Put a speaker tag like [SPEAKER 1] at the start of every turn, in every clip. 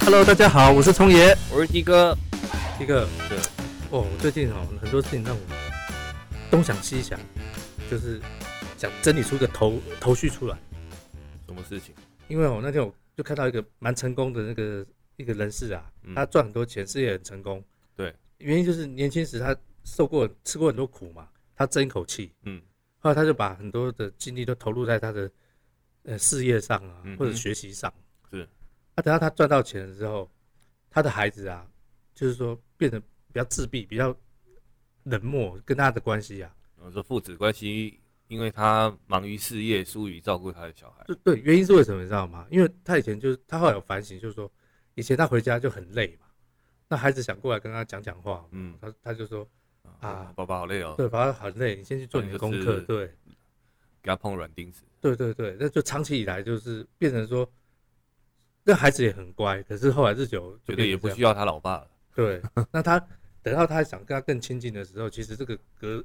[SPEAKER 1] Hello，大家好，我是聪爷。
[SPEAKER 2] 我是鸡哥，
[SPEAKER 1] 一个对，哦，我最近哦很多事情让我东想西想，就是想整理出一个头头绪出来。
[SPEAKER 2] 什么事情？
[SPEAKER 1] 因为我哦那天我就看到一个蛮成功的那个一个人士啊，
[SPEAKER 2] 嗯
[SPEAKER 1] 他赚很多钱，事业很成功。
[SPEAKER 2] 对，
[SPEAKER 1] 原因就是年轻时他受过吃过很多苦嘛，他争一口气，
[SPEAKER 2] 嗯，
[SPEAKER 1] 后来他就把很多的精力都投入在他的呃事业上啊，
[SPEAKER 2] 嗯哼
[SPEAKER 1] 或者学习上。
[SPEAKER 2] 是，
[SPEAKER 1] 啊，等到他赚到钱了之后，他的孩子啊，就是说变得比较自闭，比较冷漠，跟他的关系啊，
[SPEAKER 2] 我说父子关系，因为他忙于事业，疏于照顾他的小孩。
[SPEAKER 1] 就对，原因是为什么你知道吗？因为他以前就是他后来有反省，就是说以前他回家就很累嘛，那孩子想过来跟他讲讲话，
[SPEAKER 2] 嗯
[SPEAKER 1] 他他就说啊
[SPEAKER 2] 爸爸好累哦，
[SPEAKER 1] 对，反正很累，你先去做你的功
[SPEAKER 2] 那就
[SPEAKER 1] 课，
[SPEAKER 2] 是
[SPEAKER 1] 对
[SPEAKER 2] 给他碰软钉子。
[SPEAKER 1] 对对对，那就长期以来就是变成说，那孩子也很乖，可是后来日久就
[SPEAKER 2] 觉得
[SPEAKER 1] 变
[SPEAKER 2] 也
[SPEAKER 1] 成
[SPEAKER 2] 不
[SPEAKER 1] 这样
[SPEAKER 2] 需要他老爸了，
[SPEAKER 1] 对，那他等到他想跟他更亲近的时候，其实这个隔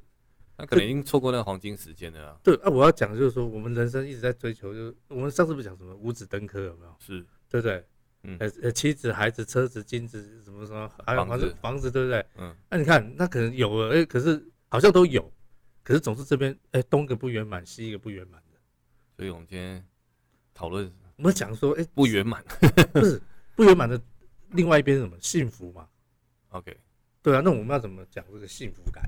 [SPEAKER 2] 他可能已经错过那个黄金时间了啊。
[SPEAKER 1] 对啊，我要讲的就是说，我们人生一直在追求，就是我们上次不是讲什么五子登科有没有？
[SPEAKER 2] 是，
[SPEAKER 1] 对不对？
[SPEAKER 2] 嗯
[SPEAKER 1] 呃呃，妻子、孩子、车子、金子，什么什么，还有
[SPEAKER 2] 房
[SPEAKER 1] 房
[SPEAKER 2] 子
[SPEAKER 1] 子，房子，对不对？
[SPEAKER 2] 嗯，
[SPEAKER 1] 那、你看，那可能有了，哎，可是好像都有，可是总是这边，哎，东一个不圆满，西一个不圆满的。
[SPEAKER 2] 所以我们今天讨论
[SPEAKER 1] 我们讲说，哎，
[SPEAKER 2] 不圆满。
[SPEAKER 1] 不是不圆满的，另外一边是什么幸福嘛？
[SPEAKER 2] OK，
[SPEAKER 1] 对啊，那我们要怎么讲这个幸福感？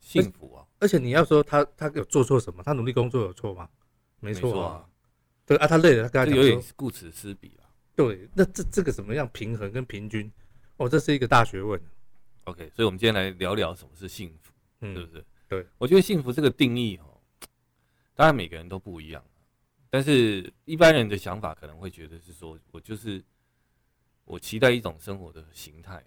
[SPEAKER 2] 幸福啊，
[SPEAKER 1] 而且你要说他他有做错什么，他努力工作有错吗？没
[SPEAKER 2] 没
[SPEAKER 1] 错啊，
[SPEAKER 2] 啊，
[SPEAKER 1] 对啊，他累了，他跟他
[SPEAKER 2] 这
[SPEAKER 1] 讲
[SPEAKER 2] 有
[SPEAKER 1] 说
[SPEAKER 2] 点，顾此失彼啊了。
[SPEAKER 1] 对，那这这个怎么样平衡跟平均？哦，这是一个大学问。
[SPEAKER 2] OK，所以我们今天来聊聊什么是幸福。对
[SPEAKER 1] 嗯
[SPEAKER 2] 不对？
[SPEAKER 1] 对，
[SPEAKER 2] 我觉得幸福这个定义哦，当然每个人都不一样，但是一般人的想法可能会觉得是说，我就是我期待一种生活的形态，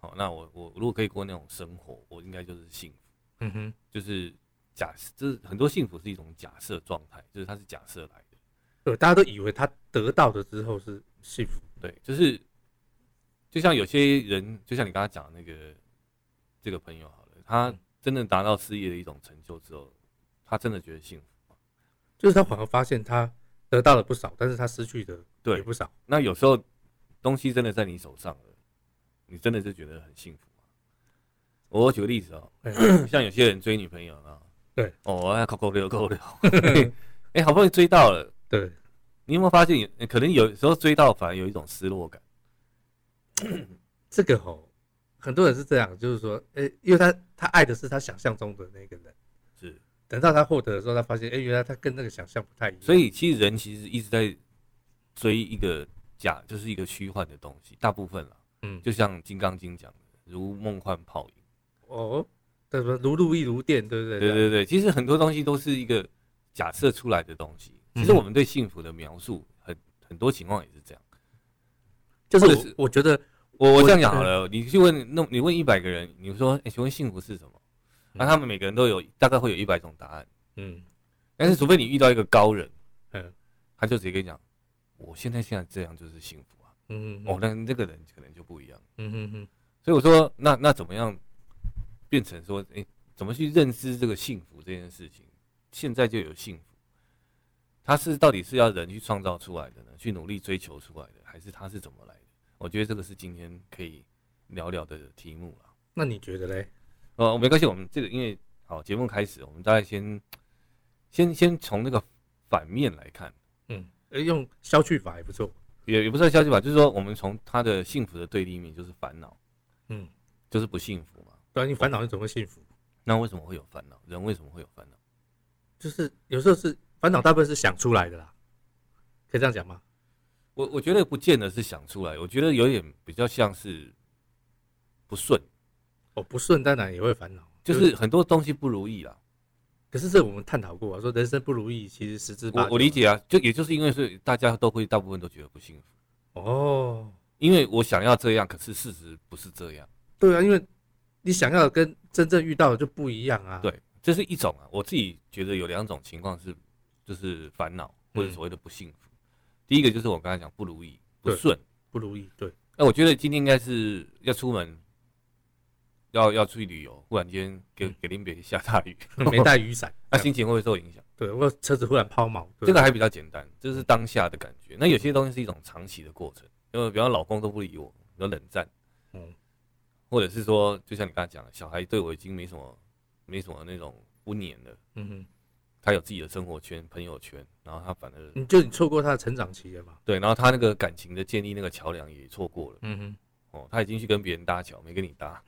[SPEAKER 2] 好、那我我如果可以过那种生活，我应该就是幸福，
[SPEAKER 1] 嗯哼，
[SPEAKER 2] 就是假设，就是很多幸福是一种假设状态，就是它是假设来的，
[SPEAKER 1] 对，呃大家都以为他得到的之后是幸福。
[SPEAKER 2] 对，就是就像有些人，就像你刚刚讲的那个这个朋友好了，
[SPEAKER 1] 嗯
[SPEAKER 2] 他真的达到事业的一种成就之后，他真的觉得幸福。
[SPEAKER 1] 就是他反而发现他得到了不少，但是他失去的
[SPEAKER 2] 对
[SPEAKER 1] 也不少。
[SPEAKER 2] 那有时候东西真的在你手上了，你真的就觉得很幸福吗我举个例子哦， 像有些人追女朋友啊，
[SPEAKER 1] 对，
[SPEAKER 2] 哦，要扣扣六扣六， 哎、好不容易追到了，
[SPEAKER 1] 对，
[SPEAKER 2] 你有没有发现有，可能有时候追到反而有一种失落感？
[SPEAKER 1] 这个吼，很多人是这样，就是说，诶、因为他他爱的是他想象中的那个人，
[SPEAKER 2] 是，
[SPEAKER 1] 等到他获得的时候，他发现，诶、原来他跟那个想象不太一样。
[SPEAKER 2] 所，以其实人其实一直在追一个假，就是一个虚幻的东西，大部分啦，
[SPEAKER 1] 嗯，
[SPEAKER 2] 就像《金刚经》讲的，如梦幻泡影。
[SPEAKER 1] 哦，对吧？如露亦如电，对不对？
[SPEAKER 2] 对对对，其实很多东西都是一个假设出来的东西。
[SPEAKER 1] 嗯
[SPEAKER 2] 其实我们对幸福的描述很，很多情况也是这样。
[SPEAKER 1] 就是
[SPEAKER 2] 或者是
[SPEAKER 1] 我我觉得
[SPEAKER 2] 我我
[SPEAKER 1] 我
[SPEAKER 2] 这样讲好了，你去问那，你问一百个人，你说，哎、请问幸福是什么？那、
[SPEAKER 1] 嗯
[SPEAKER 2] 他们每个人都有大概会有一百种答案，
[SPEAKER 1] 嗯，
[SPEAKER 2] 但是除非你遇到一个高人，
[SPEAKER 1] 嗯
[SPEAKER 2] 他就直接跟你讲，我现在现在这样就是幸福啊。
[SPEAKER 1] 嗯
[SPEAKER 2] 哦，那那个人可能就不一样。
[SPEAKER 1] 嗯嗯嗯，
[SPEAKER 2] 所以我说，那那怎么样变成说，哎、怎么去认知这个幸福这件事情？现在就有幸福，它是到底是要人去创造出来的呢？去努力追求出来的，还是它是怎么来的？我觉得这个是今天可以聊聊的题目了。
[SPEAKER 1] 那你觉得嘞？
[SPEAKER 2] 哦，没关系，我们这个因为好节目开始，我们大概先先先从那个反面来看，
[SPEAKER 1] 嗯，诶用消去法也不错。
[SPEAKER 2] 也也不算消极吧，就是说我们从他的幸福的对立面，就是烦恼，
[SPEAKER 1] 嗯，
[SPEAKER 2] 就是不幸福嘛。
[SPEAKER 1] 对啊，你烦恼你怎么会幸福？
[SPEAKER 2] 那为什么会有烦恼？人为什么会有烦恼？
[SPEAKER 1] 就是有时候是烦恼，大部分是想出来的啦，可以这样讲吗？
[SPEAKER 2] 我我觉得不见得是想出来，我觉得有点比较像是不顺，
[SPEAKER 1] 哦，不顺当然也会烦恼，
[SPEAKER 2] 就是很多东西不如意啦。
[SPEAKER 1] 可是这我们探讨过啊，说人生不如意，其实十之八
[SPEAKER 2] 我
[SPEAKER 1] 九
[SPEAKER 2] 我理解啊，就也就是因为是大家都会大部分都觉得不幸福，
[SPEAKER 1] 哦，
[SPEAKER 2] 因为我想要这样，可是事实不是这样。
[SPEAKER 1] 对啊，因为你想要的跟真正遇到的就不一样啊。，
[SPEAKER 2] 对，这是一种啊，我自己觉得有两种情况是，就是烦恼或者
[SPEAKER 1] 嗯
[SPEAKER 2] 所谓的不幸福。第一个就是我刚才讲不如意、不
[SPEAKER 1] 对
[SPEAKER 2] 顺。
[SPEAKER 1] 不如意， 对，
[SPEAKER 2] 哎那我觉得今天应该是要出门，要要出去旅游，忽然间给
[SPEAKER 1] 嗯
[SPEAKER 2] 给林北下大雨，
[SPEAKER 1] 没 带雨伞，
[SPEAKER 2] 那心情会不会受影响？
[SPEAKER 1] 对我车子忽然抛锚，对啊
[SPEAKER 2] 这个还比较简单，这是当下的感觉。那有些东西是一种长期的过程，因为比方老公都不理我，有冷战，
[SPEAKER 1] 嗯
[SPEAKER 2] 或者是说，就像你刚才讲的，小孩对我已经没什么没什么那种不粘了，
[SPEAKER 1] 嗯哼，
[SPEAKER 2] 他有自己的生活圈、朋友圈，然后他反而
[SPEAKER 1] 你就你错过他的成长期了嘛，
[SPEAKER 2] 对，然后他那个感情的建立那个桥梁也错过了。
[SPEAKER 1] 嗯哼，
[SPEAKER 2] 哦，他已经去跟别人搭桥，没跟你搭，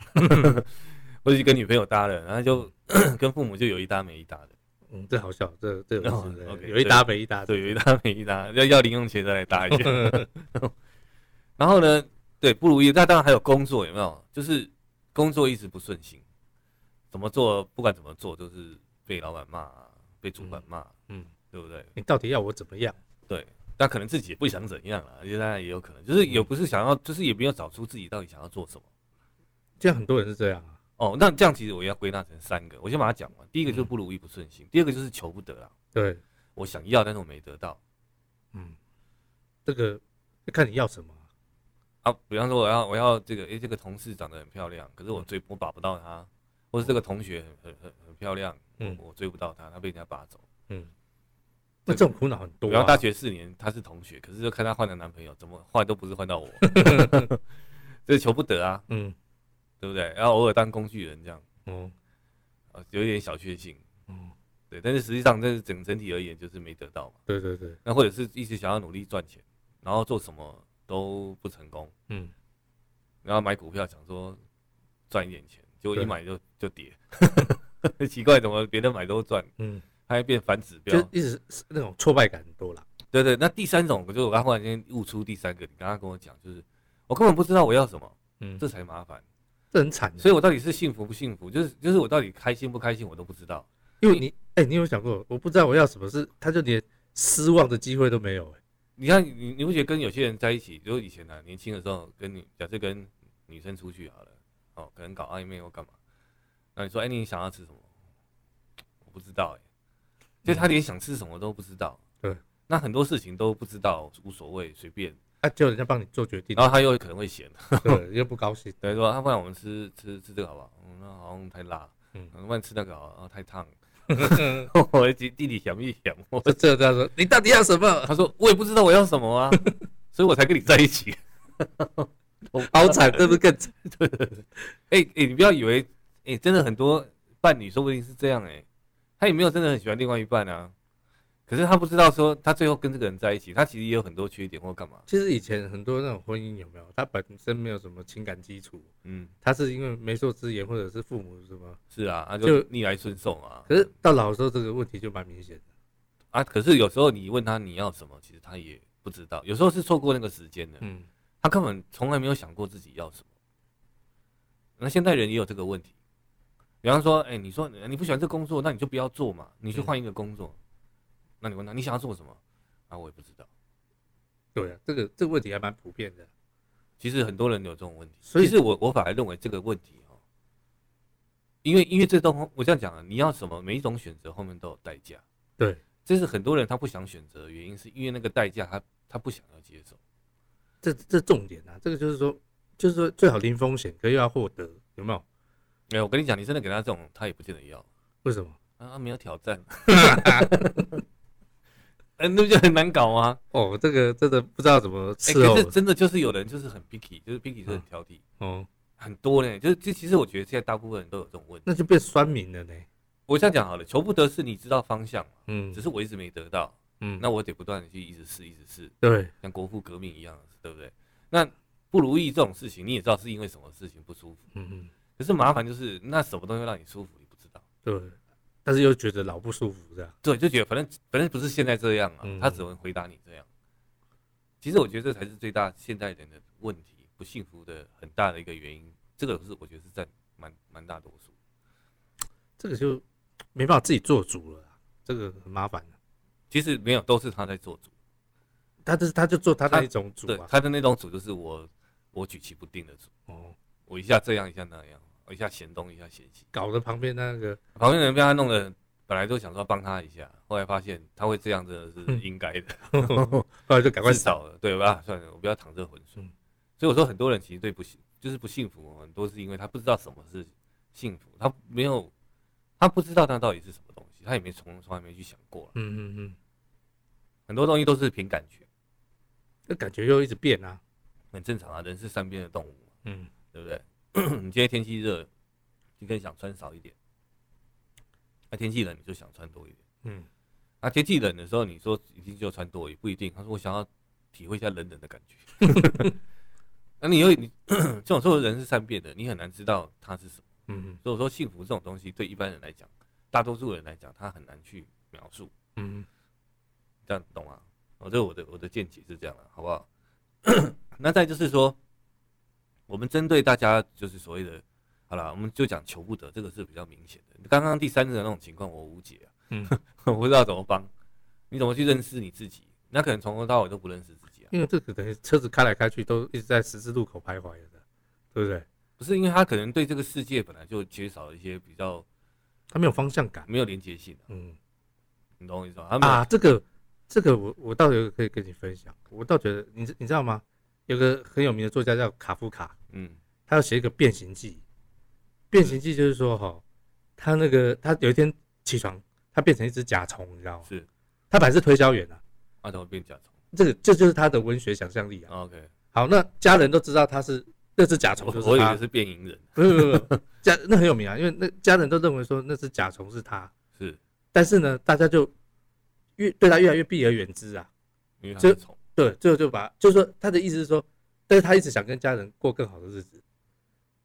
[SPEAKER 2] 或者去跟女朋友搭了，然后就 跟父母就有一搭没一搭的，
[SPEAKER 1] 嗯，这好笑，这这有意
[SPEAKER 2] 哦
[SPEAKER 1] 思对
[SPEAKER 2] OK，
[SPEAKER 1] 有一搭没一搭，
[SPEAKER 2] 对，有一搭没一搭，要要零用钱再来搭一下。 然后呢，对不如意，那当然还有工作，有没有？就是工作一直不顺心，怎么做不管怎么做都是被老板骂，被主管骂，
[SPEAKER 1] 嗯，
[SPEAKER 2] 对不对？
[SPEAKER 1] 你到底要我怎么样？
[SPEAKER 2] 对，那可能自己也不想怎样了，因为当然也有可能，就是有不是想要，就是也没有找出自己到底想要做什么。
[SPEAKER 1] 这样很多人是这样啊，
[SPEAKER 2] 哦，那这样其实我要归纳成三个，我先把它讲完。第一个就是
[SPEAKER 1] 嗯
[SPEAKER 2] 不如意不顺心，第二个就是求不得啊，
[SPEAKER 1] 对，
[SPEAKER 2] 我想要但是我没得到
[SPEAKER 1] 嗯，这个看你要什么啊，
[SPEAKER 2] 啊。比方说我要我要这个，诶、这个同事长得很漂亮，
[SPEAKER 1] 嗯
[SPEAKER 2] 可是我追我把不到她，或是这个同学很很很很漂亮，
[SPEAKER 1] 嗯
[SPEAKER 2] 我我追不到她，她被人家拔走。
[SPEAKER 1] 嗯，那这种苦恼很多、
[SPEAKER 2] 然
[SPEAKER 1] 啊
[SPEAKER 2] 后，大学四年她是同学，可是就看她换了男朋友，怎么换都不是换 到我，这求不得啊，
[SPEAKER 1] 嗯，
[SPEAKER 2] 对不对？然后偶尔当工具人这样，
[SPEAKER 1] 哦，
[SPEAKER 2] 啊，有一点小确幸，
[SPEAKER 1] 嗯，
[SPEAKER 2] 对。但是实际上，这是整整体而言就是没得到嘛。
[SPEAKER 1] 对对对，
[SPEAKER 2] 那或者是一直想要努力赚钱，然后做什么都不成功，
[SPEAKER 1] 嗯，
[SPEAKER 2] 然后买股票想说赚一点钱，结果
[SPEAKER 1] 对
[SPEAKER 2] 一买就就跌， 奇怪，怎么别人买都赚，
[SPEAKER 1] 嗯，
[SPEAKER 2] 它还变反指标
[SPEAKER 1] 就？一直是那种挫败感很多啦，
[SPEAKER 2] 对对，那第三种，就是我刚忽然间悟出第三个，你刚刚跟我讲，就是我根本不知道我要什么，
[SPEAKER 1] 嗯，
[SPEAKER 2] 这
[SPEAKER 1] 这
[SPEAKER 2] 才麻烦。
[SPEAKER 1] 这很惨的，
[SPEAKER 2] 所以我到底是幸福不幸福，就是就是我到底开心不开心，我都不知道。
[SPEAKER 1] 因为你，哎、你有想过，我不知道我要什么是，他就连失望的机会都没有、哎，
[SPEAKER 2] 你看，你你不觉得跟有些人在一起，就是以前啊，年轻的时候跟你，假设跟女生出去好了，哦，可能搞暧昧或干嘛，那你说，哎、你想要吃什么？我不知道、哎，就他连想吃什么都不知道。
[SPEAKER 1] 嗯对，
[SPEAKER 2] 那很多事情都不知道，无所谓，随便。
[SPEAKER 1] 啊，就人家帮你做决定，
[SPEAKER 2] 然后他又可能会嫌，
[SPEAKER 1] 对，又不高兴，
[SPEAKER 2] 等于说，啊，不然我们吃吃吃这个好不好？嗯，那好像太辣。嗯
[SPEAKER 1] 嗯，
[SPEAKER 2] 不然吃那个好了，啊，太烫。 我弟弟弟想一想，我
[SPEAKER 1] 这这他说你到底要什么？
[SPEAKER 2] 他说我也不知道我要什么啊， 所以我才跟你在一起。
[SPEAKER 1] 好惨，这不是更惨？
[SPEAKER 2] 哎、哎、你不要以为，哎、真的很多伴侣说不定是这样哎、他也没有真的很喜欢另外一半啊，可是他不知道说他最后跟这个人在一起，他其实也有很多缺点或干嘛，
[SPEAKER 1] 其实以前很多那种婚姻有没有，他本身没有什么情感基础，
[SPEAKER 2] 嗯，
[SPEAKER 1] 他是因为媒妁之言或者是父母什么，
[SPEAKER 2] 是啊，啊就
[SPEAKER 1] 就
[SPEAKER 2] 逆来顺受啊。
[SPEAKER 1] 可是到老的时候这个问题就蛮明显的，
[SPEAKER 2] 啊，可是有时候你问他你要什么，其实他也不知道，有时候是错过那个时间的，
[SPEAKER 1] 嗯，
[SPEAKER 2] 他根本从来没有想过自己要什么。那现代人也有这个问题，比方说，哎、你说你不喜欢这工作，那你就不要做嘛，你去换一个工作。那你问他你想要做什么，啊，我也不知道。
[SPEAKER 1] 对啊，这个这个问题还蛮普遍的，啊
[SPEAKER 2] 其实很多人有这种问题，
[SPEAKER 1] 所以
[SPEAKER 2] 其实我我反而认为这个问题哦，因为因为这东我这样讲啊，你要什么，每一种选择后面都有代价，
[SPEAKER 1] 对，
[SPEAKER 2] 这是很多人他不想选择的原因，是因为那个代价他他不想要接受。
[SPEAKER 1] 这这重点啊，这个就是说，就是说最好零风险，可又要获得，有没有？
[SPEAKER 2] 没有，哎我跟你讲，你真的给他这种，他也不见得要
[SPEAKER 1] 为什么？
[SPEAKER 2] 啊，啊没有挑 战，嗯，那不就很难搞吗？
[SPEAKER 1] 哦，这个真的不知道怎么
[SPEAKER 2] 哎、
[SPEAKER 1] 伺候
[SPEAKER 2] 可
[SPEAKER 1] 了、
[SPEAKER 2] 是真的就是有人就是很 picky，就是 picky 就是很挑剔，
[SPEAKER 1] 哦，
[SPEAKER 2] 很多呢，就是就其实我觉得现在大部分人都有这种问题。
[SPEAKER 1] 那就变酸民了呢。
[SPEAKER 2] 我这样讲好了，求不得是你知道方向嘛，
[SPEAKER 1] 嗯
[SPEAKER 2] 只是我一直没得到。
[SPEAKER 1] 嗯，
[SPEAKER 2] 那我得不断的去一直试，一直试，
[SPEAKER 1] 对，
[SPEAKER 2] 像国父革命一样，对不对？那不如意这种事情，你也知道是因为什么事情不舒服，
[SPEAKER 1] 嗯嗯
[SPEAKER 2] 可是麻烦就是那什么东西会让你舒服，你不知道。
[SPEAKER 1] 对，但是又觉得老不舒服这样。
[SPEAKER 2] 对，就觉得反正反正不是现在这样啊，
[SPEAKER 1] 嗯
[SPEAKER 2] 他只能回答你这样。其实我觉得这才是最大现代人的问题，不幸福的很大的一个原因。这个是我觉得是占蛮蛮大多数。
[SPEAKER 1] 这个就没办法自己做主了啦，这个很麻烦啊的。
[SPEAKER 2] 其实没有，都是他在做主。
[SPEAKER 1] 他就是他就做他
[SPEAKER 2] 他
[SPEAKER 1] 那一种主
[SPEAKER 2] 对，
[SPEAKER 1] 啊，
[SPEAKER 2] 他的那种主就是我我举棋不定的主，
[SPEAKER 1] 哦，
[SPEAKER 2] 我一下这样一下那样，我一下嫌东一下嫌西。
[SPEAKER 1] 搞得旁边那 个
[SPEAKER 2] 旁边人被他弄得，本来都想说帮他一下，后来发现他会这样真的是应该的，
[SPEAKER 1] 后来就赶快
[SPEAKER 2] 至
[SPEAKER 1] 扫。
[SPEAKER 2] 少了，对吧？算了，我不要淌这浑水。
[SPEAKER 1] 嗯
[SPEAKER 2] 所以我说，很多人其实对不幸就是不幸福，很多是因为他不知道什么是幸福，他没有，他不知道那到底是什么东西，他也没从从来没去想过、
[SPEAKER 1] 嗯嗯嗯，
[SPEAKER 2] 很多东西都是凭感觉，
[SPEAKER 1] 那感觉又一直变啊。
[SPEAKER 2] 很正常啊，人是善变的动物嘛，
[SPEAKER 1] 嗯，
[SPEAKER 2] 对不对？ 你今天天气热，今天想穿少一点；那、天气冷，你就想穿多一点。
[SPEAKER 1] 嗯，
[SPEAKER 2] 那、天气冷的时候，你说一定就穿多也不一定。他说我想要体会一下冷冷的感觉。 那、你又你 这种时候人是善变的，你很难知道他是什么。
[SPEAKER 1] 嗯
[SPEAKER 2] 所以我说幸福这种东西，对一般人来讲，大多数人来讲，他很难去描述。
[SPEAKER 1] 嗯
[SPEAKER 2] 这样懂啊？我、这我的我的见解是这样了、好不好？ 那再就是说，我们针对大家就是所谓的，好了，我们就讲求不得，这个是比较明显的。刚刚第三个那种情况我无解啊，
[SPEAKER 1] 嗯，
[SPEAKER 2] 我不知道怎么帮，你怎么去认识你自己？那可能从头到尾都不认识自己啊，
[SPEAKER 1] 因为这个等于车子开来开去都一直在十字路口徘徊的，对不对？
[SPEAKER 2] 不是因为他可能对这个世界本来就缺少一些比较
[SPEAKER 1] 他没有方向感，
[SPEAKER 2] 没有连接性、啊，
[SPEAKER 1] 嗯
[SPEAKER 2] 你懂我意思吧？他没有
[SPEAKER 1] 啊，这个这个我我倒有可以跟你分享，我倒觉得你知你知道吗？有个很有名的作家叫卡夫卡，
[SPEAKER 2] 嗯
[SPEAKER 1] 他要写一个变形记。变形记就是说，哈，他那个他有一天起床，他变成一只甲虫，你知道吗？
[SPEAKER 2] 是
[SPEAKER 1] 他本来是推销员啊，
[SPEAKER 2] 啊，怎么变甲虫
[SPEAKER 1] 这个这就是他的文学想象力啊。
[SPEAKER 2] 啊？OK，
[SPEAKER 1] 好，那家人都知道他是那只甲虫，
[SPEAKER 2] 我
[SPEAKER 1] 就是
[SPEAKER 2] 我以
[SPEAKER 1] 他
[SPEAKER 2] 为，是变啊蝇人，
[SPEAKER 1] 不不不不，家那很有名啊，因为那家人都认为说那只甲虫是他，
[SPEAKER 2] 是
[SPEAKER 1] 但是呢，大家就越对他越来越避而远之啊。
[SPEAKER 2] 因为它
[SPEAKER 1] 这
[SPEAKER 2] 是虫，
[SPEAKER 1] 对，最后就把，就是说他的意思是说，但是他一直想跟家人过更好的日子。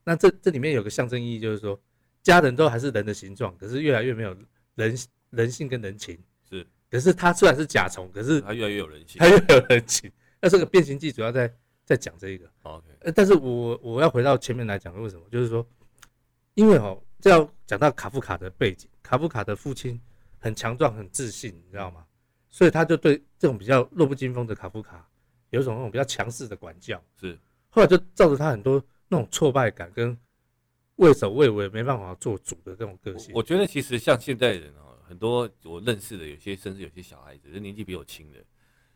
[SPEAKER 1] 那这这里面有个象征意义，就是说，家人都还是人的形状，可是越来越没有人人性跟人情。
[SPEAKER 2] 是，
[SPEAKER 1] 可是他虽然是甲虫，可是
[SPEAKER 2] 它越来越有人性
[SPEAKER 1] 他。又有人情。那这个变形记主要在在讲这一个。
[SPEAKER 2] OK，
[SPEAKER 1] 呃，但是我我要回到前面来讲，为什么？就是说，因为哦，这要讲到卡夫卡的背景，卡夫卡的父亲很强壮、很自信，你知道吗？所以他就对这种比较弱不禁风的卡夫卡，有一种那种比较强势的管教，
[SPEAKER 2] 是
[SPEAKER 1] 后来就造成他很多那种挫败感跟畏首畏尾、没办法做主的这种个性
[SPEAKER 2] 我。我觉得其实像现代人哦，很多我认识的，有些甚至有些小孩子，就年纪比我轻的，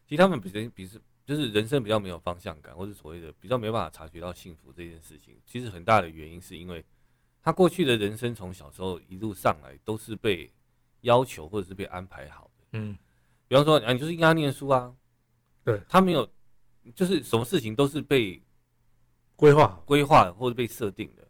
[SPEAKER 2] 其实他们比人比是就是人生比较没有方向感，或是所谓的比较没办法察觉到幸福这件事情。其实很大的原因是因为他过去的人生从小时候一路上来都是被要求或者是被安排好的。
[SPEAKER 1] 嗯
[SPEAKER 2] 比方说，啊，你就是应该要念书啊，
[SPEAKER 1] 对
[SPEAKER 2] 他没有，就是什么事情都是被
[SPEAKER 1] 规划好、
[SPEAKER 2] 规划或者被设定的。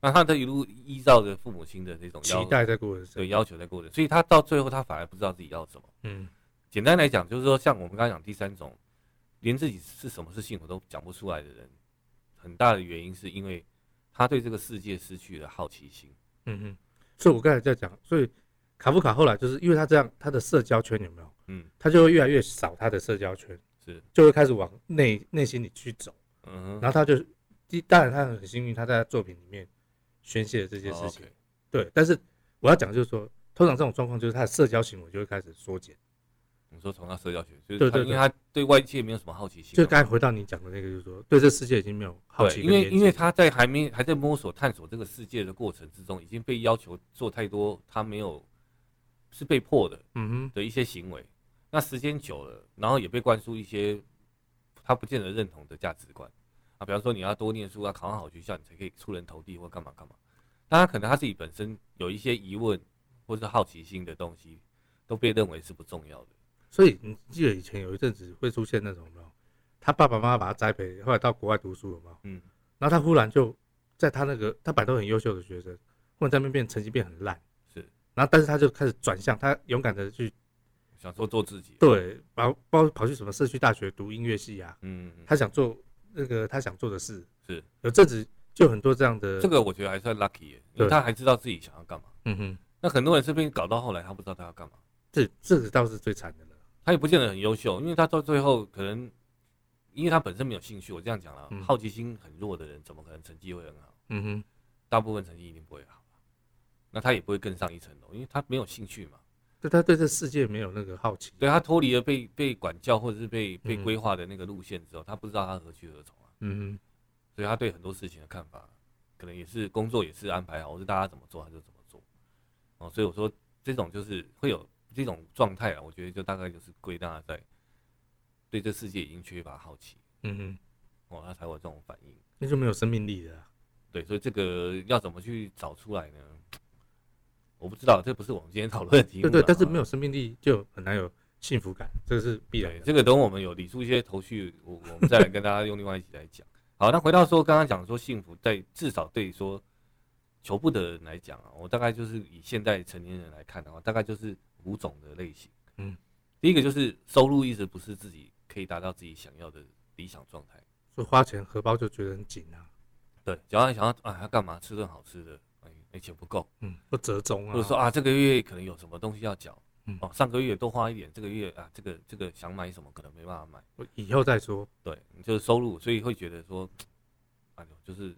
[SPEAKER 2] 那他的一路依照着父母亲的这种要
[SPEAKER 1] 期待在过人生。
[SPEAKER 2] 对要求在过程，所以他到最后他反而不知道自己要什么。
[SPEAKER 1] 嗯
[SPEAKER 2] 简单来讲，就是说像我们刚刚讲第三种，连自己是什么是幸福都讲不出来的人，很大的原因是因为他对这个世界失去了好奇心。
[SPEAKER 1] 嗯嗯，所以我刚才在讲，所以卡夫卡后来就是因为他这样，他的社交圈有没有？
[SPEAKER 2] 嗯，
[SPEAKER 1] 他就会越来越少他的社交圈，
[SPEAKER 2] 是，
[SPEAKER 1] 就会开始往内内心里去走。
[SPEAKER 2] 嗯
[SPEAKER 1] 然后他就，第当然他很幸运，他在作品里面宣泄了这
[SPEAKER 2] 哦
[SPEAKER 1] 些事情。对，但是我要讲就是说，通常这种状况就是他的社交行为就会开始缩减。
[SPEAKER 2] 你说从他社交学，就是
[SPEAKER 1] 对
[SPEAKER 2] 他
[SPEAKER 1] 对
[SPEAKER 2] 因为他对外界没有什么好奇心
[SPEAKER 1] 就
[SPEAKER 2] 嘛，
[SPEAKER 1] 刚才回到你讲的那个，就是说对这世界已经没有好
[SPEAKER 2] 对，
[SPEAKER 1] 奇
[SPEAKER 2] 因
[SPEAKER 1] 跟连
[SPEAKER 2] 为
[SPEAKER 1] 接
[SPEAKER 2] 因为他在还没还在摸索探索这个世界的过程之中，已经被要求做太多他没有是被迫的，
[SPEAKER 1] 嗯
[SPEAKER 2] 的一些行为，那时间久了，然后也被灌输一些他不见得认同的价值观啊，比方说你要多念书啊，考上好学校，你才可以出人头地或干嘛干嘛。但他可能他自己本身有一些疑问或是好奇心的东西，都被认为是不重要的。
[SPEAKER 1] 哼，所以你记得以前有一阵子会出现那种有没有？他爸爸妈妈把他栽培，后来到国外读书了嘛，
[SPEAKER 2] 嗯，
[SPEAKER 1] 然后他忽然就在他那个他本来都很优秀的学生，忽然在那边变成绩变很烂，
[SPEAKER 2] 是
[SPEAKER 1] 然后但是他就开始转向，他勇敢的去
[SPEAKER 2] 想说做自己。
[SPEAKER 1] 对，跑包跑去什么社区大学读音乐系啊，
[SPEAKER 2] 嗯，嗯
[SPEAKER 1] 他想做那个他想做的事，
[SPEAKER 2] 是
[SPEAKER 1] 有阵子就很多这样的，
[SPEAKER 2] 这个我觉得还算 lucky，耶因
[SPEAKER 1] 对
[SPEAKER 2] 为他还知道自己想要干嘛。
[SPEAKER 1] 嗯哼，
[SPEAKER 2] 那很多人是被搞到后来，他不知道他要干嘛。
[SPEAKER 1] 这这个倒是最惨的了，
[SPEAKER 2] 他也不见得很优秀，因为他到最后可能，因为他本身没有兴趣，我这样讲了，
[SPEAKER 1] 嗯
[SPEAKER 2] 好奇心很弱的人，怎么可能成绩会很好？
[SPEAKER 1] 嗯哼，
[SPEAKER 2] 大部分成绩一定不会好，啊那他也不会更上一层楼，因为他没有兴趣嘛。
[SPEAKER 1] 对他对这世界没有那个好奇，
[SPEAKER 2] 对啊他脱离了被被管教或者是被被
[SPEAKER 1] 嗯
[SPEAKER 2] 规划的那个路线之后，他不知道他何去何从啊，
[SPEAKER 1] 嗯
[SPEAKER 2] 所以他对很多事情的看法，可能也是工作也是安排好，是大家怎么做他就怎么做。哦，所以我说这种就是会有这种状态啊，我觉得就大概就是归纳在对这世界已经缺乏好奇。
[SPEAKER 1] 哼，嗯哼，
[SPEAKER 2] 哦，他才会有这种反应。
[SPEAKER 1] 那就没有生命力了啊、
[SPEAKER 2] 对，所以这个要怎么去找出来呢？我不知道，这不是我们今天讨论的题目
[SPEAKER 1] 对对，
[SPEAKER 2] 啦。
[SPEAKER 1] 但是没
[SPEAKER 2] 有
[SPEAKER 1] 有生命力就很难有幸福感，这是必然
[SPEAKER 2] 对，
[SPEAKER 1] 的。
[SPEAKER 2] 这个等我们有理出一些头绪，我我们再来跟大家用另外一起来讲。好，那回到说刚刚讲说幸福，在至少对说求不得的人来讲啊，我大概就是以现代成年人来看的话，大概就是五种的类型。
[SPEAKER 1] 嗯，
[SPEAKER 2] 第一个就是收入一直不是自己可以达到自己想要的理想状态。
[SPEAKER 1] 所以花钱荷包就觉得很紧啊，
[SPEAKER 2] 对，只要想要啊，要干嘛吃顿好吃的，哎，哎钱不够，
[SPEAKER 1] 嗯，不折中啊。
[SPEAKER 2] 或者说啊，这个月可能有什么东西要缴
[SPEAKER 1] 嗯，
[SPEAKER 2] 哦，上个月多花一点，这个月啊，这个这个想买什么可能没办法买。
[SPEAKER 1] 我以后再说，
[SPEAKER 2] 对，就是收入，所以会觉得说，哎呦，就是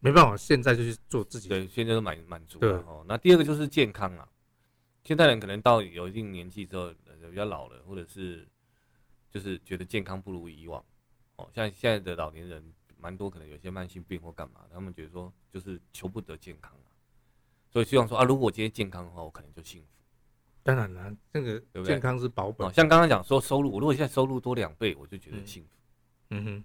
[SPEAKER 1] 没办法，现在就去做自己。
[SPEAKER 2] 对，现在都满满足
[SPEAKER 1] 对
[SPEAKER 2] 了哦。那第二个就是健康啊，现代人可能到有一定年纪之后，呃比较老了，或者是就是觉得健康不如以往哦。像现在的老年人，蛮多可能有些慢性病或干嘛，他们觉得说就是求不得健康啊，所以希望说啊，如果我今天健康的话，我可能就幸福。
[SPEAKER 1] 当然啦，这个
[SPEAKER 2] 对不对
[SPEAKER 1] 健康是保本
[SPEAKER 2] 哦，。像刚刚讲说收入，我如果现在收入多两倍，我就觉得
[SPEAKER 1] 嗯
[SPEAKER 2] 幸福。
[SPEAKER 1] 嗯哼，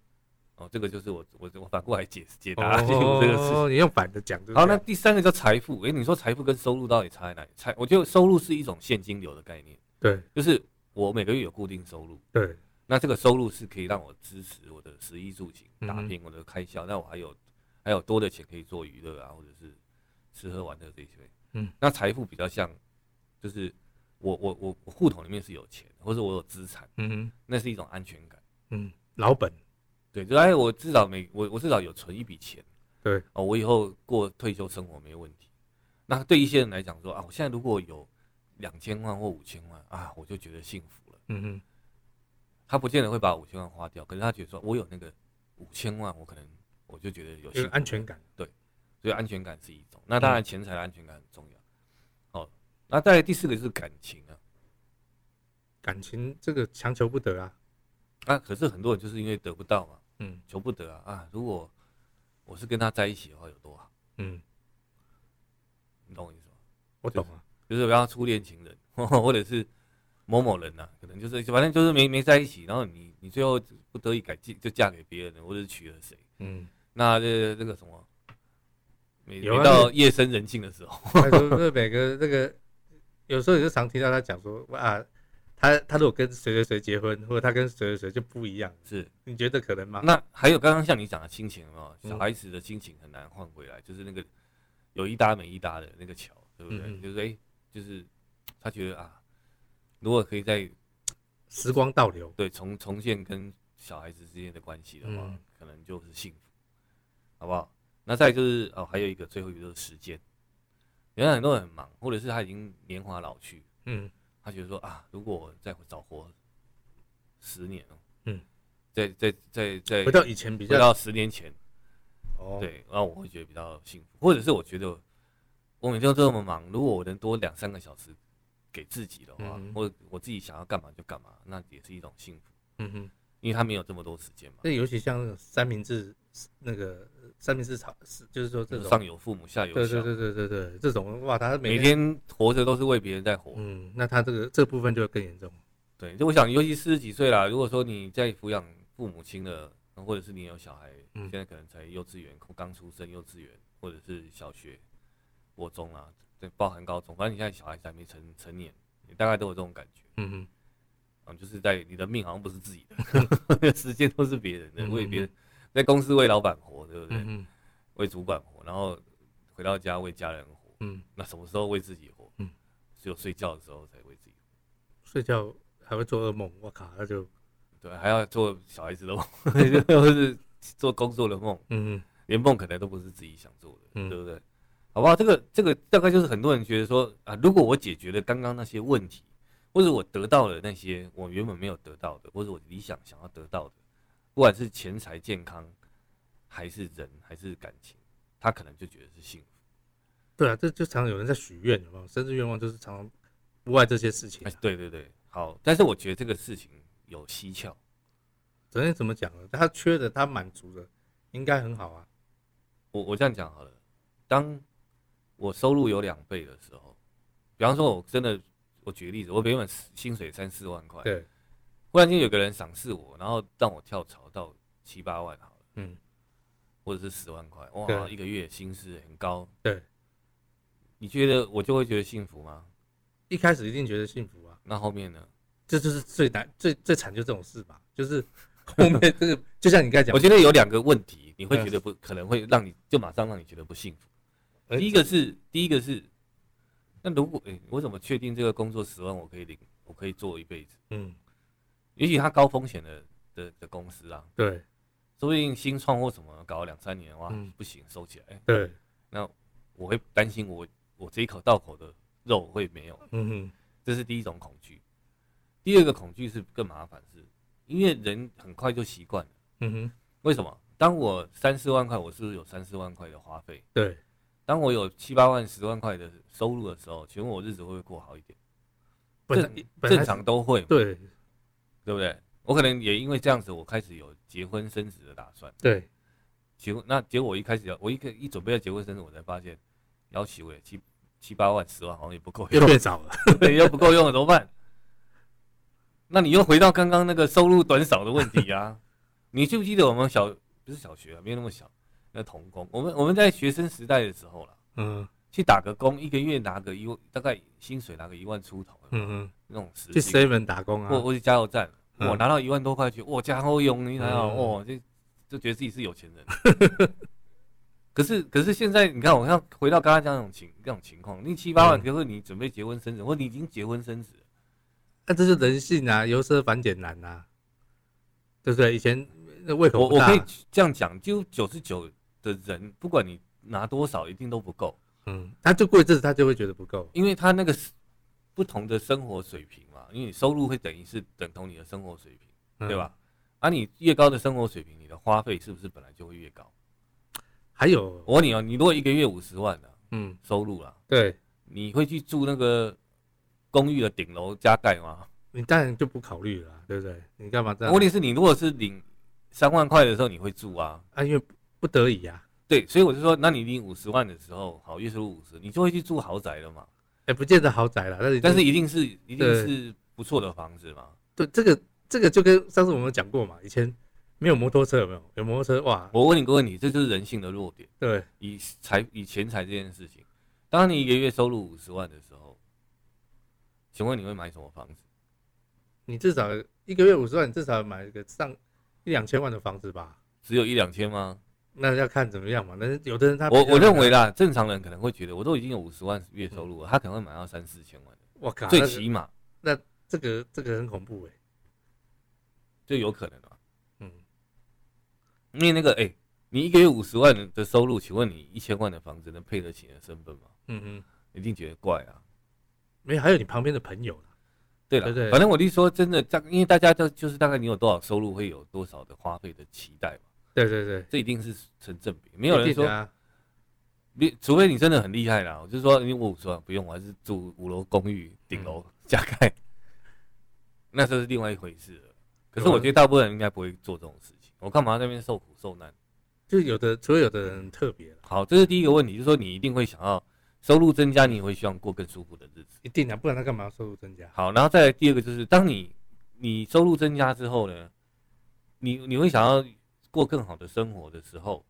[SPEAKER 2] 哦，这个就是我我我反过来解解答 幸福这个事情。
[SPEAKER 1] 哦，你用反的讲就是这
[SPEAKER 2] 好，
[SPEAKER 1] 样。
[SPEAKER 2] 那第三个叫财富。诶，你说财富跟收入到底差在哪里？财，我觉得收入是一种现金流的概念，
[SPEAKER 1] 对
[SPEAKER 2] 就是我每个月有固定收入，
[SPEAKER 1] 对，
[SPEAKER 2] 那这个收入是可以让我支持我的食衣住行、
[SPEAKER 1] 嗯
[SPEAKER 2] 打拼我的开销，那我还有还有多的钱可以做娱乐啊，或者是吃喝玩乐这些。
[SPEAKER 1] 嗯，
[SPEAKER 2] 那财富比较像，就是我我我我户头里面是有钱，或者我有资产，
[SPEAKER 1] 嗯哼，
[SPEAKER 2] 那是一种安全感。
[SPEAKER 1] 嗯，老本，
[SPEAKER 2] 对，就哎，我至少每我我至少有存一笔钱，
[SPEAKER 1] 对，
[SPEAKER 2] 哦，我以后过退休生活没问题。那对一些人来讲说啊，我现在如果有两千万或五千万啊，我就觉得幸福了。
[SPEAKER 1] 嗯哼，
[SPEAKER 2] 他不见得会把五千万花掉，可是他觉得说我有那个五千万，我可能我就觉得有
[SPEAKER 1] 就
[SPEAKER 2] 幸
[SPEAKER 1] 是
[SPEAKER 2] 福
[SPEAKER 1] 安全感。嗯
[SPEAKER 2] 所以安全感是一种。那当然，钱财的安全感很重要。哦，那再来第四个就是感情啊，
[SPEAKER 1] 感情这个强求不得啊。
[SPEAKER 2] 啊，可是很多人就是因为得不到嘛，
[SPEAKER 1] 嗯
[SPEAKER 2] 求不得啊啊！如果我是跟他在一起的话，有多好？
[SPEAKER 1] 嗯，
[SPEAKER 2] 你懂我意思吗？
[SPEAKER 1] 我懂啊。
[SPEAKER 2] 就是不要初恋情人， 或者是某某人呐、啊可能就是反正就是没没在一起，然后你你最后不得已改嫁就嫁给别人了，或者是娶了谁，
[SPEAKER 1] 嗯，
[SPEAKER 2] 那这这个什么，每
[SPEAKER 1] 有啊
[SPEAKER 2] 每到夜深人静的时候，
[SPEAKER 1] 他就是每个这个，有时候也是常听到他讲说啊，他他如果跟谁谁谁结婚，或者他跟谁谁谁就不一样，
[SPEAKER 2] 是
[SPEAKER 1] 你觉得可能吗？
[SPEAKER 2] 那还有刚刚像你讲的亲情有没有？
[SPEAKER 1] 嗯
[SPEAKER 2] 小孩子的亲情很难换回来，就是那个有一搭没一搭的那个桥，对不对？
[SPEAKER 1] 嗯嗯
[SPEAKER 2] 就是哎、就是他觉得啊，如果可以在
[SPEAKER 1] 时光倒流，
[SPEAKER 2] 对重重建跟小孩子之间的关系的话，
[SPEAKER 1] 嗯
[SPEAKER 2] 可能就是幸福，好不好？那再就是哦，还有一个最后一个就是时间。原来很多人很忙，或者是他已经年华老去，
[SPEAKER 1] 嗯，
[SPEAKER 2] 他觉得说啊，如果我再早活十年哦，
[SPEAKER 1] 嗯，
[SPEAKER 2] 再再再再
[SPEAKER 1] 回到以前比
[SPEAKER 2] 回
[SPEAKER 1] 较
[SPEAKER 2] 到十年前，
[SPEAKER 1] 哦，
[SPEAKER 2] 对，那我会觉得比较幸福，或者是我觉得我每天都这么忙，如果我能多两三个小时给自己的话，
[SPEAKER 1] 嗯
[SPEAKER 2] 或者我自己想要干嘛就干嘛，那也是一种幸福。
[SPEAKER 1] 嗯哼，
[SPEAKER 2] 因为他没有这么多时间嘛。
[SPEAKER 1] 那尤其像那种三明治，那个三明治炒，是就是说这
[SPEAKER 2] 就
[SPEAKER 1] 种，
[SPEAKER 2] 是上有父母，下有
[SPEAKER 1] 对
[SPEAKER 2] 小
[SPEAKER 1] 对，对对对对，这种哇，他
[SPEAKER 2] 每
[SPEAKER 1] 每天，
[SPEAKER 2] 天活着都是为别人在活。
[SPEAKER 1] 嗯，那他这个这部分就更严重，
[SPEAKER 2] 对，就我想，尤其四十几岁啦，如果说你在抚养父母亲了，或者是你有小孩，
[SPEAKER 1] 嗯
[SPEAKER 2] 现在可能才幼稚园刚出生，幼稚园或者是小学、国中啦，对，包含高中，反正你现在小孩子还没成成年，你大概都有这种感觉。
[SPEAKER 1] 嗯哼，
[SPEAKER 2] 嗯，就是在你的命好像不是自己 的，时间都是别人的，
[SPEAKER 1] 嗯
[SPEAKER 2] 为别人在公司为老板活，对不对？
[SPEAKER 1] 嗯哼，
[SPEAKER 2] 为主管活，然后回到家为家人活，
[SPEAKER 1] 嗯，
[SPEAKER 2] 那什么时候为自己活？
[SPEAKER 1] 嗯
[SPEAKER 2] 只有睡觉的时候才为自己
[SPEAKER 1] 睡觉还会做噩梦，我靠，那就，
[SPEAKER 2] 活。对，还要做小孩子 的梦， 或是做工作的梦，
[SPEAKER 1] 嗯哼，
[SPEAKER 2] 连梦可能都不是自己想做的，
[SPEAKER 1] 嗯
[SPEAKER 2] 对不对？好不好？这个这个大概就是很多人觉得说啊，如果我解决了刚刚那些问题，或者我得到了那些我原本没有得到的，或者我理想想要得到的，不管是钱财、健康，还是人，还是感情，他可能就觉得是幸福。
[SPEAKER 1] 对啊，这就常有人在许愿，有没有？生日愿望就是常常不外这些事情、
[SPEAKER 2] 哎
[SPEAKER 1] 啊，，
[SPEAKER 2] 对对对，好。但是我觉得这个事情有蹊跷。
[SPEAKER 1] 昨天怎么讲呢？他缺的，他满足的，应该很好啊，
[SPEAKER 2] 我我这样讲好了，当我收入有两倍的时候，比方说我真的，我举个例子，我原本薪水三四万块，
[SPEAKER 1] 对，
[SPEAKER 2] 忽然间有个人赏识我，然后让我跳槽到七八万好了，
[SPEAKER 1] 嗯，
[SPEAKER 2] 或者是十万块，哇，
[SPEAKER 1] 对
[SPEAKER 2] 一个月薪资很高，
[SPEAKER 1] 对，
[SPEAKER 2] 你觉得我就会觉得幸福吗？
[SPEAKER 1] 一开始一定觉得幸福啊，
[SPEAKER 2] 那后面呢？
[SPEAKER 1] 这就是最难、最最惨就这种事吧， 就是后面这个就像你刚才讲
[SPEAKER 2] 我，觉得有两个问题，你会
[SPEAKER 1] 嗯
[SPEAKER 2] 觉得不可能会让你就马上让你觉得不幸福。
[SPEAKER 1] 哎
[SPEAKER 2] 第一个是第一个是，那如果诶、我怎么确定这个工作十万我可以领，我可以做一辈子？
[SPEAKER 1] 嗯，
[SPEAKER 2] 也许它高风险的的的公司啊，
[SPEAKER 1] 对
[SPEAKER 2] 说不定新创或什么搞了两三年哇、
[SPEAKER 1] 嗯
[SPEAKER 2] 不行收起来，诶
[SPEAKER 1] 对，
[SPEAKER 2] 我会担心我我这一口到口的肉会没有，
[SPEAKER 1] 嗯哼，
[SPEAKER 2] 这是第一种恐惧。第二个恐惧是更麻烦，是因为人很快就习惯了。
[SPEAKER 1] 嗯哼，
[SPEAKER 2] 为什么？当我三四万块，我是不是有三四万块的花费？
[SPEAKER 1] 对，
[SPEAKER 2] 当我有七八万、十万块的收入的时候，请问我日子会不会过好一点？
[SPEAKER 1] 本
[SPEAKER 2] 正
[SPEAKER 1] 来本来
[SPEAKER 2] 正常都会嘛，
[SPEAKER 1] 对
[SPEAKER 2] 对不对？我可能也因为这样子，我开始有结婚生子的打算。
[SPEAKER 1] 对，
[SPEAKER 2] 结婚那结果我一开始要，我一个一准备要结婚生子，我才发现，要起我也七七八万、十万好像也不够
[SPEAKER 1] 又
[SPEAKER 2] 用，
[SPEAKER 1] 变少了，
[SPEAKER 2] 对，又不够用了，怎么办？那你又回到刚刚那个收入短少的问题啊！你记不记得我们小不是小学、啊，没有那么小，那童工，我们我们在学生时代的时候啦，
[SPEAKER 1] 嗯
[SPEAKER 2] 去打个工，一个月拿个一万，大概薪水拿个一万出头，
[SPEAKER 1] 嗯哼，
[SPEAKER 2] 那种时
[SPEAKER 1] 去
[SPEAKER 2] 薪，
[SPEAKER 1] seven 打工
[SPEAKER 2] 或
[SPEAKER 1] 啊，
[SPEAKER 2] 或去加油站，
[SPEAKER 1] 嗯
[SPEAKER 2] 我拿到一万多块去，哇，加厚用，你想想，
[SPEAKER 1] 嗯
[SPEAKER 2] 哇，就就觉得自己是有钱人。 可是可是现在你看，我要回到刚刚讲那种情那种情况，你七八万，
[SPEAKER 1] 嗯
[SPEAKER 2] 比如说你准备结婚生子，或你已经结婚生子了，
[SPEAKER 1] 那这是人性啊，由奢反俭难啊，对不对？以前那胃口
[SPEAKER 2] 我
[SPEAKER 1] 不
[SPEAKER 2] 我
[SPEAKER 1] 大
[SPEAKER 2] 可以，这样讲，就九十九的人，不管你拿多少，一定都不够，
[SPEAKER 1] 嗯，他就过一阵子他就会觉得不够，
[SPEAKER 2] 因为他那个不同的生活水平嘛，因为你收入会等于是等同你的生活水平。
[SPEAKER 1] 嗯
[SPEAKER 2] 对吧？？啊，你越高的生活水平，你的花费是不是本来就会越高？
[SPEAKER 1] 还有，
[SPEAKER 2] 我问你哦，你如果一个月五十万的、
[SPEAKER 1] 嗯，
[SPEAKER 2] 收入啊，
[SPEAKER 1] 对
[SPEAKER 2] 你会去住那个公寓的顶楼加盖吗？
[SPEAKER 1] 你当然就不考虑了啊，对不对？啊你干嘛这样
[SPEAKER 2] 问？题是你如果是领三万块的时候，你会住啊？
[SPEAKER 1] 啊，因为不得已啊，
[SPEAKER 2] 对，所以我就说，那你领五十万的时候，好，月收入五十，你就会去住豪宅了嘛？
[SPEAKER 1] 哎，不见得豪宅啦，但是
[SPEAKER 2] 但是一定是一定
[SPEAKER 1] 对
[SPEAKER 2] 是不错的房子嘛？
[SPEAKER 1] 对这个这个就跟上次我们讲过嘛，以前没有摩托车有没有？有摩托车哇，
[SPEAKER 2] 我问你个问题，这就是人性的弱点。
[SPEAKER 1] 对，
[SPEAKER 2] 以财以钱财这件事情，当你一个月收入五十万的时候，请问你会买什么房子？
[SPEAKER 1] 你至少一个月五十万，你至少买个上一两千万的房子吧。
[SPEAKER 2] 只有一两千吗？
[SPEAKER 1] 那要看怎么样嘛。但是有的人他
[SPEAKER 2] 我
[SPEAKER 1] 比较
[SPEAKER 2] 我认为，啦，正常人可能会觉得，我都已经有五十万月收入了，他可能会买到三四千万的，
[SPEAKER 1] 我靠，
[SPEAKER 2] 最
[SPEAKER 1] 嗯啊那
[SPEAKER 2] 起码
[SPEAKER 1] 这个这个很恐怖哎、
[SPEAKER 2] 就有可能啊。
[SPEAKER 1] 嗯，
[SPEAKER 2] 因为那个哎、你一个月五十万的收入，请问你一千万的房子能配得起你的身份吗？
[SPEAKER 1] 嗯嗯，
[SPEAKER 2] 一定觉得怪啊。
[SPEAKER 1] 没有，还有你旁边的朋友啦，
[SPEAKER 2] 对了，
[SPEAKER 1] 对对
[SPEAKER 2] 反正我弟说真的，大因为大家都就是大概你有多少收入，会有多少的花费的期待嘛，
[SPEAKER 1] 对对对，
[SPEAKER 2] 这一定是成正比。没有人
[SPEAKER 1] 一定
[SPEAKER 2] 说
[SPEAKER 1] 的啊，
[SPEAKER 2] 你除非你真的很厉害啦，我就说你我说不用，我还是住五楼公寓顶楼加盖，那这是另外一回事了。可是我觉得大部分人应该不会做这种事情，我干嘛在那边受苦受难？
[SPEAKER 1] 就有的，除了有的人很特别了，
[SPEAKER 2] 好，这是第一个问题，就是说你一定会想要收入增加，你也会希望过更舒服的日子。
[SPEAKER 1] 一定啊，不然他干嘛要收入增加？
[SPEAKER 2] 好，然后再来第二个就是，当你你收入增加之后呢，你你会想要过更好的生活的时候，